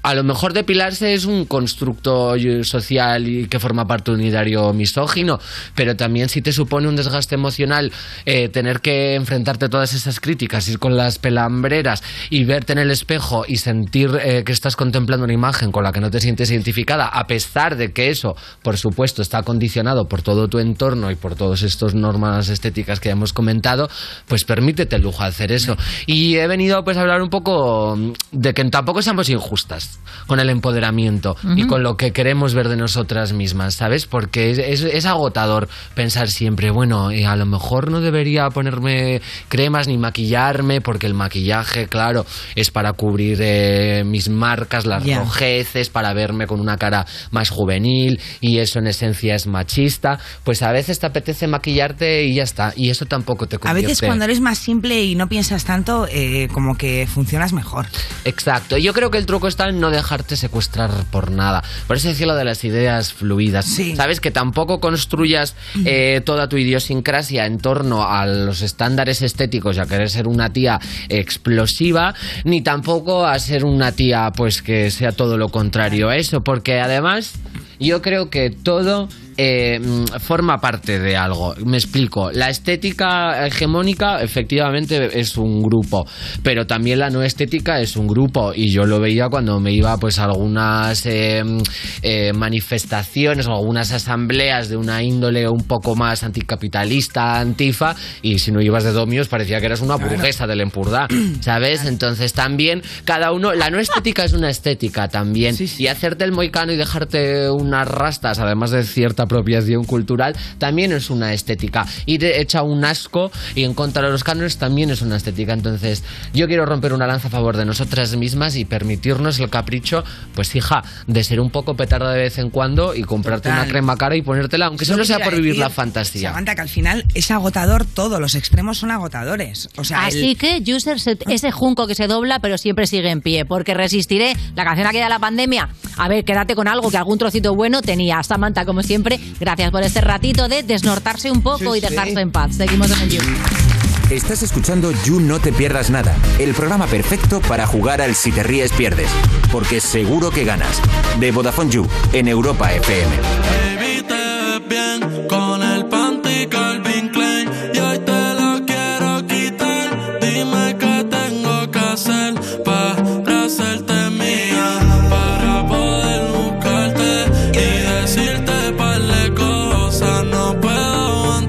Speaker 43: a lo mejor depilarse es un constructo eh, social y que forma parte de un ideario misógino, pero también si te supone un desgaste emocional eh, tener que enfrentarte a todas esas críticas, ir con las pelambreras y verte en el espejo y sentir eh, que estás contemplando una imagen con la que no te sientes identificada, a pesar de que eso, por supuesto, está condicionado por todo tu entorno y por todas estas normas estéticas que ya hemos comentado, pues permítete el lujo de hacer eso. Y he venido pues a hablar un poco mm, de que tampoco seamos injustas. queremos, con el empoderamiento y
Speaker 30: Ujú.
Speaker 43: con lo que queremos ver de nosotras mismas, ¿sabes? Porque es, es- es agotador pensar siempre, bueno, eh, a lo mejor no debería ponerme cremas ni maquillarme, porque el maquillaje, claro, es para cubrir eh, mis marcas, las
Speaker 30: Ya.
Speaker 43: rojeces, para verme con una cara más juvenil y eso en esencia es machista. Pues a veces te apetece maquillarte y ya está. Y eso tampoco te
Speaker 2: A
Speaker 43: convierte.
Speaker 2: veces cuando eres más simple y no piensas tanto, eh, como que funcionas mejor.
Speaker 43: Exacto. Yo creo que el truco está en no dejarte secuestrar por nada. Por eso decía lo de las ideas fluidas. Sabes que tampoco construyas eh, toda tu idiosincrasia en torno a los estándares estéticos y a querer ser una tía explosiva, ni tampoco a ser una tía pues que sea todo lo contrario a eso. Porque además, yo creo que todo eh, mm, forma parte de algo. Me explico. La estética hegemónica, efectivamente, es un grupo, pero también la no estética es un grupo. Y yo lo veía cuando me iba pues, a algunas eh, mm, eh, manifestaciones o algunas asambleas de una índole un poco más anticapitalista, antifa, y si no ibas de domios parecía que eras una burguesa del empurdá, ¿sabes? Entonces también cada uno, la no estética es una estética también, y hacerte el moicano y dejarte unas rastas, además de cierta apropiación cultural, también es una estética. Ir hecha un asco y en contra de los cánones también es una estética. Entonces yo quiero romper una lanza a favor de nosotras mismas y permitirnos el capricho, pues hija, de ser un poco petarda de vez en cuando y comprarte
Speaker 2: Total.
Speaker 43: una crema cara y ponértela, aunque
Speaker 2: Es lo
Speaker 43: solo
Speaker 2: que
Speaker 43: sea
Speaker 2: te
Speaker 43: por
Speaker 2: iba a
Speaker 43: vivir la
Speaker 2: decir.
Speaker 43: fantasía.
Speaker 2: Samantha, que al final es agotador todo, los extremos son agotadores. O sea,
Speaker 1: Así
Speaker 2: el-
Speaker 1: que, User, se- ese junco que se dobla, pero siempre sigue en pie, porque resistiré la canción aquí de la pandemia. A ver, quédate con algo que algún trocito bueno tenía. Samantha, como siempre, gracias por este ratito de desnortarse un poco
Speaker 5: Sí,
Speaker 1: y dejarse en paz. Seguimos en el You.
Speaker 5: Estás escuchando You No Te Pierdas Nada, el programa perfecto para jugar al Si Te Ríes Pierdes, porque seguro que ganas. De Vodafone You, en Europa FM.
Speaker 28: Baby, te ves bien con el panty Calvin Klein y hoy te lo quiero quitar. Dime qué tengo que hacer para hacerte mía, para poder buscarte y decirte par de cosas. No puedo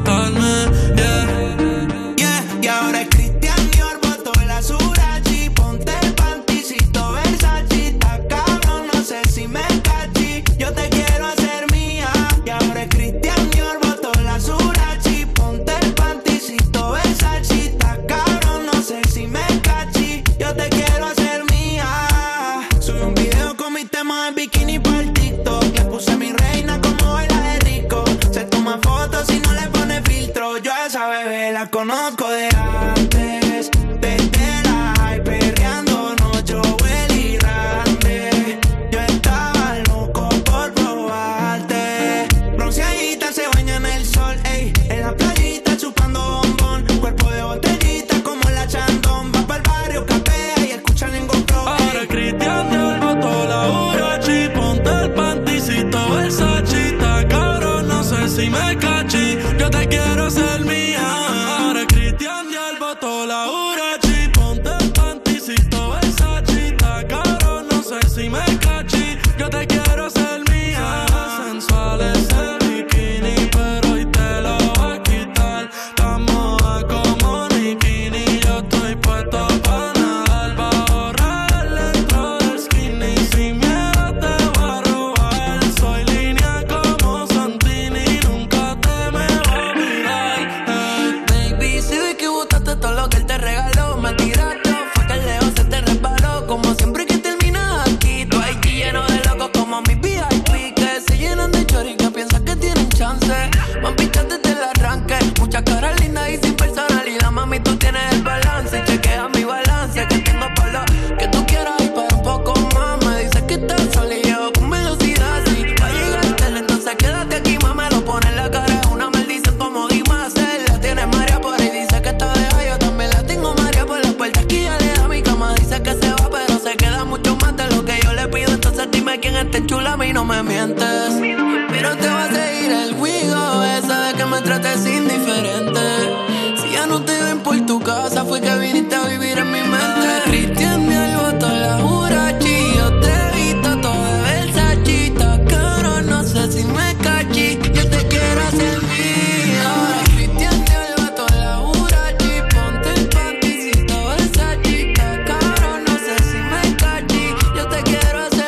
Speaker 28: aguantarme, yeah.
Speaker 44: Y ahora es Cristian Dior, botó el azurachi Ponte el panticito Versace Está cabrón, no sé si me cachi Yo te quiero hacer mía Y ahora es Cristian Dior, botó el azurachi Ponte el panticito Versace Está cabrón, no sé si me cachi Yo te quiero hacer mía Subí un video con mis temas en bikini para el TikTok Le puse mi reina como baila de rico Se toma fotos y no le pone filtro Yo a esa bebé la conozco de antes Desde la high perreando no yo y Randy Yo estaba loco por probarte Bronceadita se baña en el sol, ey En la playita chupando bombón Cuerpo de botellita como la chandón Va pa'l barrio, capea y escucha Nengo Pro
Speaker 28: Ahora Cristian Dior botó la Urachi, ponte el panticito Versace, está caro, no sé si me cachi, yo te quiero ser mía. Ahora Cristian Dior botó la Urachi, ponte el panticito Versace, está caro, no sé si me cachi, yo te quiero ser mía. Sensual es el bikini, pero hoy te lo va a quitar. Estamos a como Nikini, yo estoy puesto para nadar, va a borrar dentro del skinny. Sin miedo te voy a robar, soy línea como Santini, nunca te me voy a mirar.
Speaker 44: Baby, si ves que botaste todo lo que él te regaló, me tiraste. Fue que el león se te reparó, como siempre que terminas aquí. Tú hay lleno de locos como mis VIP, que se llenan de chori que piensan que tienen chance. Mami, pichate desde el arranque, muchas caras lindas y sin personalidad. Mami, tú tienes el balance, chequea mi balance, que tengo para lo que tú quieras y para un poco más. Me dices que estás sola y llevo con velocidad, sí. Va a llegar el tele, entonces quédate aquí, mamá, lo pone en la cara, es una maldición como Dimasel. La tiene María por ahí, dice que está deja. Yo también la tengo María por las puertas que ya le da mi cama. Dice que se va, pero se queda mucho más de lo que yo le pido. Entonces dime quién es este chula, a mí no me mientes. Pero te va a seguir el juego, esa de que me trates indiferente. Si ya no te ven por tu casa, fue que viniste a vivir en mi mente. Cristian me alborotó la jurachi, yo te he visto todo de Versace. Está caro, no sé si me cachis, yo te quiero hacer mía. Cristian te alborotó la jurachi, ponte el pantisito Versace. Está caro, no sé si me cachis, yo te quiero hacer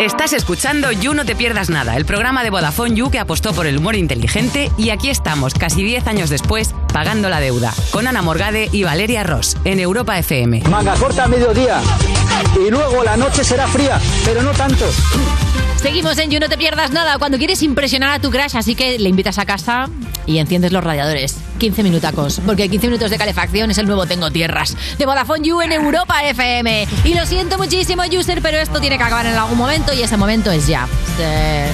Speaker 17: Estás escuchando You No Te Pierdas Nada, el programa de Vodafone You que apostó por el humor inteligente y aquí estamos, casi 10 años después, pagando la deuda, con Ana Morgade y Valeria Ross, en Europa FM.
Speaker 21: Manga corta a mediodía y luego la noche será fría, pero no tanto.
Speaker 1: Seguimos en You, no te pierdas nada cuando quieres impresionar a tu crush, así que le invitas a casa y enciendes los radiadores. 15 minutacos, porque 15 minutos de calefacción es el nuevo Tengo Tierras de Vodafone You en Europa FM. Y lo siento muchísimo, user, pero esto tiene que acabar en algún momento y ese momento es ya. Se,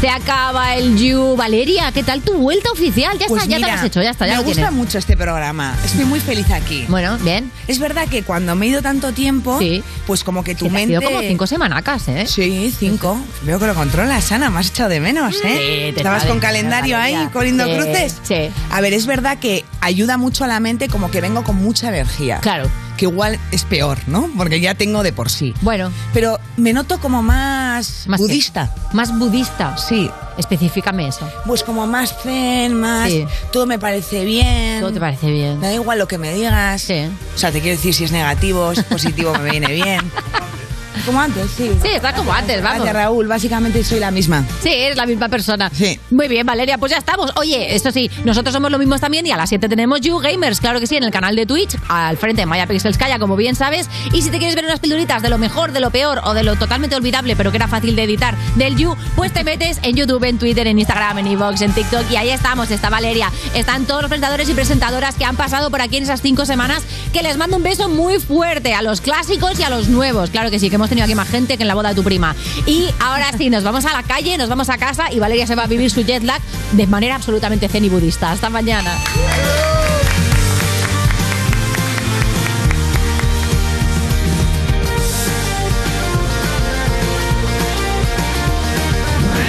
Speaker 1: se acaba el You. Valeria, ¿qué tal tu vuelta oficial? Ya
Speaker 2: Pues
Speaker 1: está, ya te
Speaker 2: mira,
Speaker 1: lo has hecho, ya está, ya
Speaker 2: me
Speaker 1: lo
Speaker 2: gusta
Speaker 1: tienes.
Speaker 2: mucho este programa. Estoy muy feliz aquí.
Speaker 1: Bueno, bien.
Speaker 2: Es verdad que cuando me he ido tanto tiempo, pues como que
Speaker 1: Que
Speaker 2: tu
Speaker 1: te has
Speaker 2: mente.
Speaker 1: ido como cinco semanacas, ¿eh?
Speaker 2: Sí, cinco. Veo que lo controlas, Ana. Me has echado de menos, ¿eh?
Speaker 1: Sí, te
Speaker 2: Estabas
Speaker 1: sabe,
Speaker 2: con
Speaker 1: te
Speaker 2: calendario
Speaker 1: sabe,
Speaker 2: ahí,
Speaker 1: María.
Speaker 2: corriendo
Speaker 1: Sí,
Speaker 2: cruces.
Speaker 1: Sí.
Speaker 2: A ver, es verdad que ayuda mucho a la mente, como que vengo con mucha energía.
Speaker 1: Claro.
Speaker 2: Que igual es peor, ¿no? Porque ya tengo de por sí.
Speaker 1: Bueno.
Speaker 2: Pero me noto como más,
Speaker 1: Más qué?
Speaker 2: budista.
Speaker 1: Más budista.
Speaker 2: Sí.
Speaker 1: Específicame eso.
Speaker 2: Pues como más zen, más.
Speaker 1: Sí.
Speaker 2: Todo me parece bien.
Speaker 1: Todo te parece bien.
Speaker 2: Me da igual lo que me digas. O sea, te quiero decir si es negativo, si es positivo, me viene bien. Como antes, sí.
Speaker 1: Sí, está como antes, vamos.
Speaker 2: Gracias, Raúl. Básicamente soy la misma.
Speaker 1: Sí, eres la misma persona. Sí. Muy bien, Valeria, pues ya estamos. Oye, esto sí, nosotros somos los mismos también y a las 7 tenemos You Gamers, claro que sí, en el canal de Twitch, al frente de Maya Pixelskaya, como bien sabes. Y si te quieres ver unas pilduritas de lo mejor, de lo peor o de lo totalmente olvidable, pero que era fácil de editar del You, pues te metes en YouTube, en Twitter, en Instagram, en Evox, en TikTok y ahí estamos, está Valeria. Están todos los presentadores y presentadoras que han pasado por aquí en esas cinco semanas, que les mando un beso muy fuerte a los clásicos y a los nuevos. Claro que sí, que hemos tenido aquí más gente que en la boda de tu prima. Y ahora sí, nos vamos a la calle, nos vamos a casa y Valeria se va a vivir su jet lag de manera absolutamente zen y budista. Hasta mañana.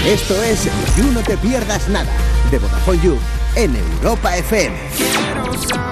Speaker 4: Esto es You No Te Pierdas Nada de Vodafone You en Europa FM.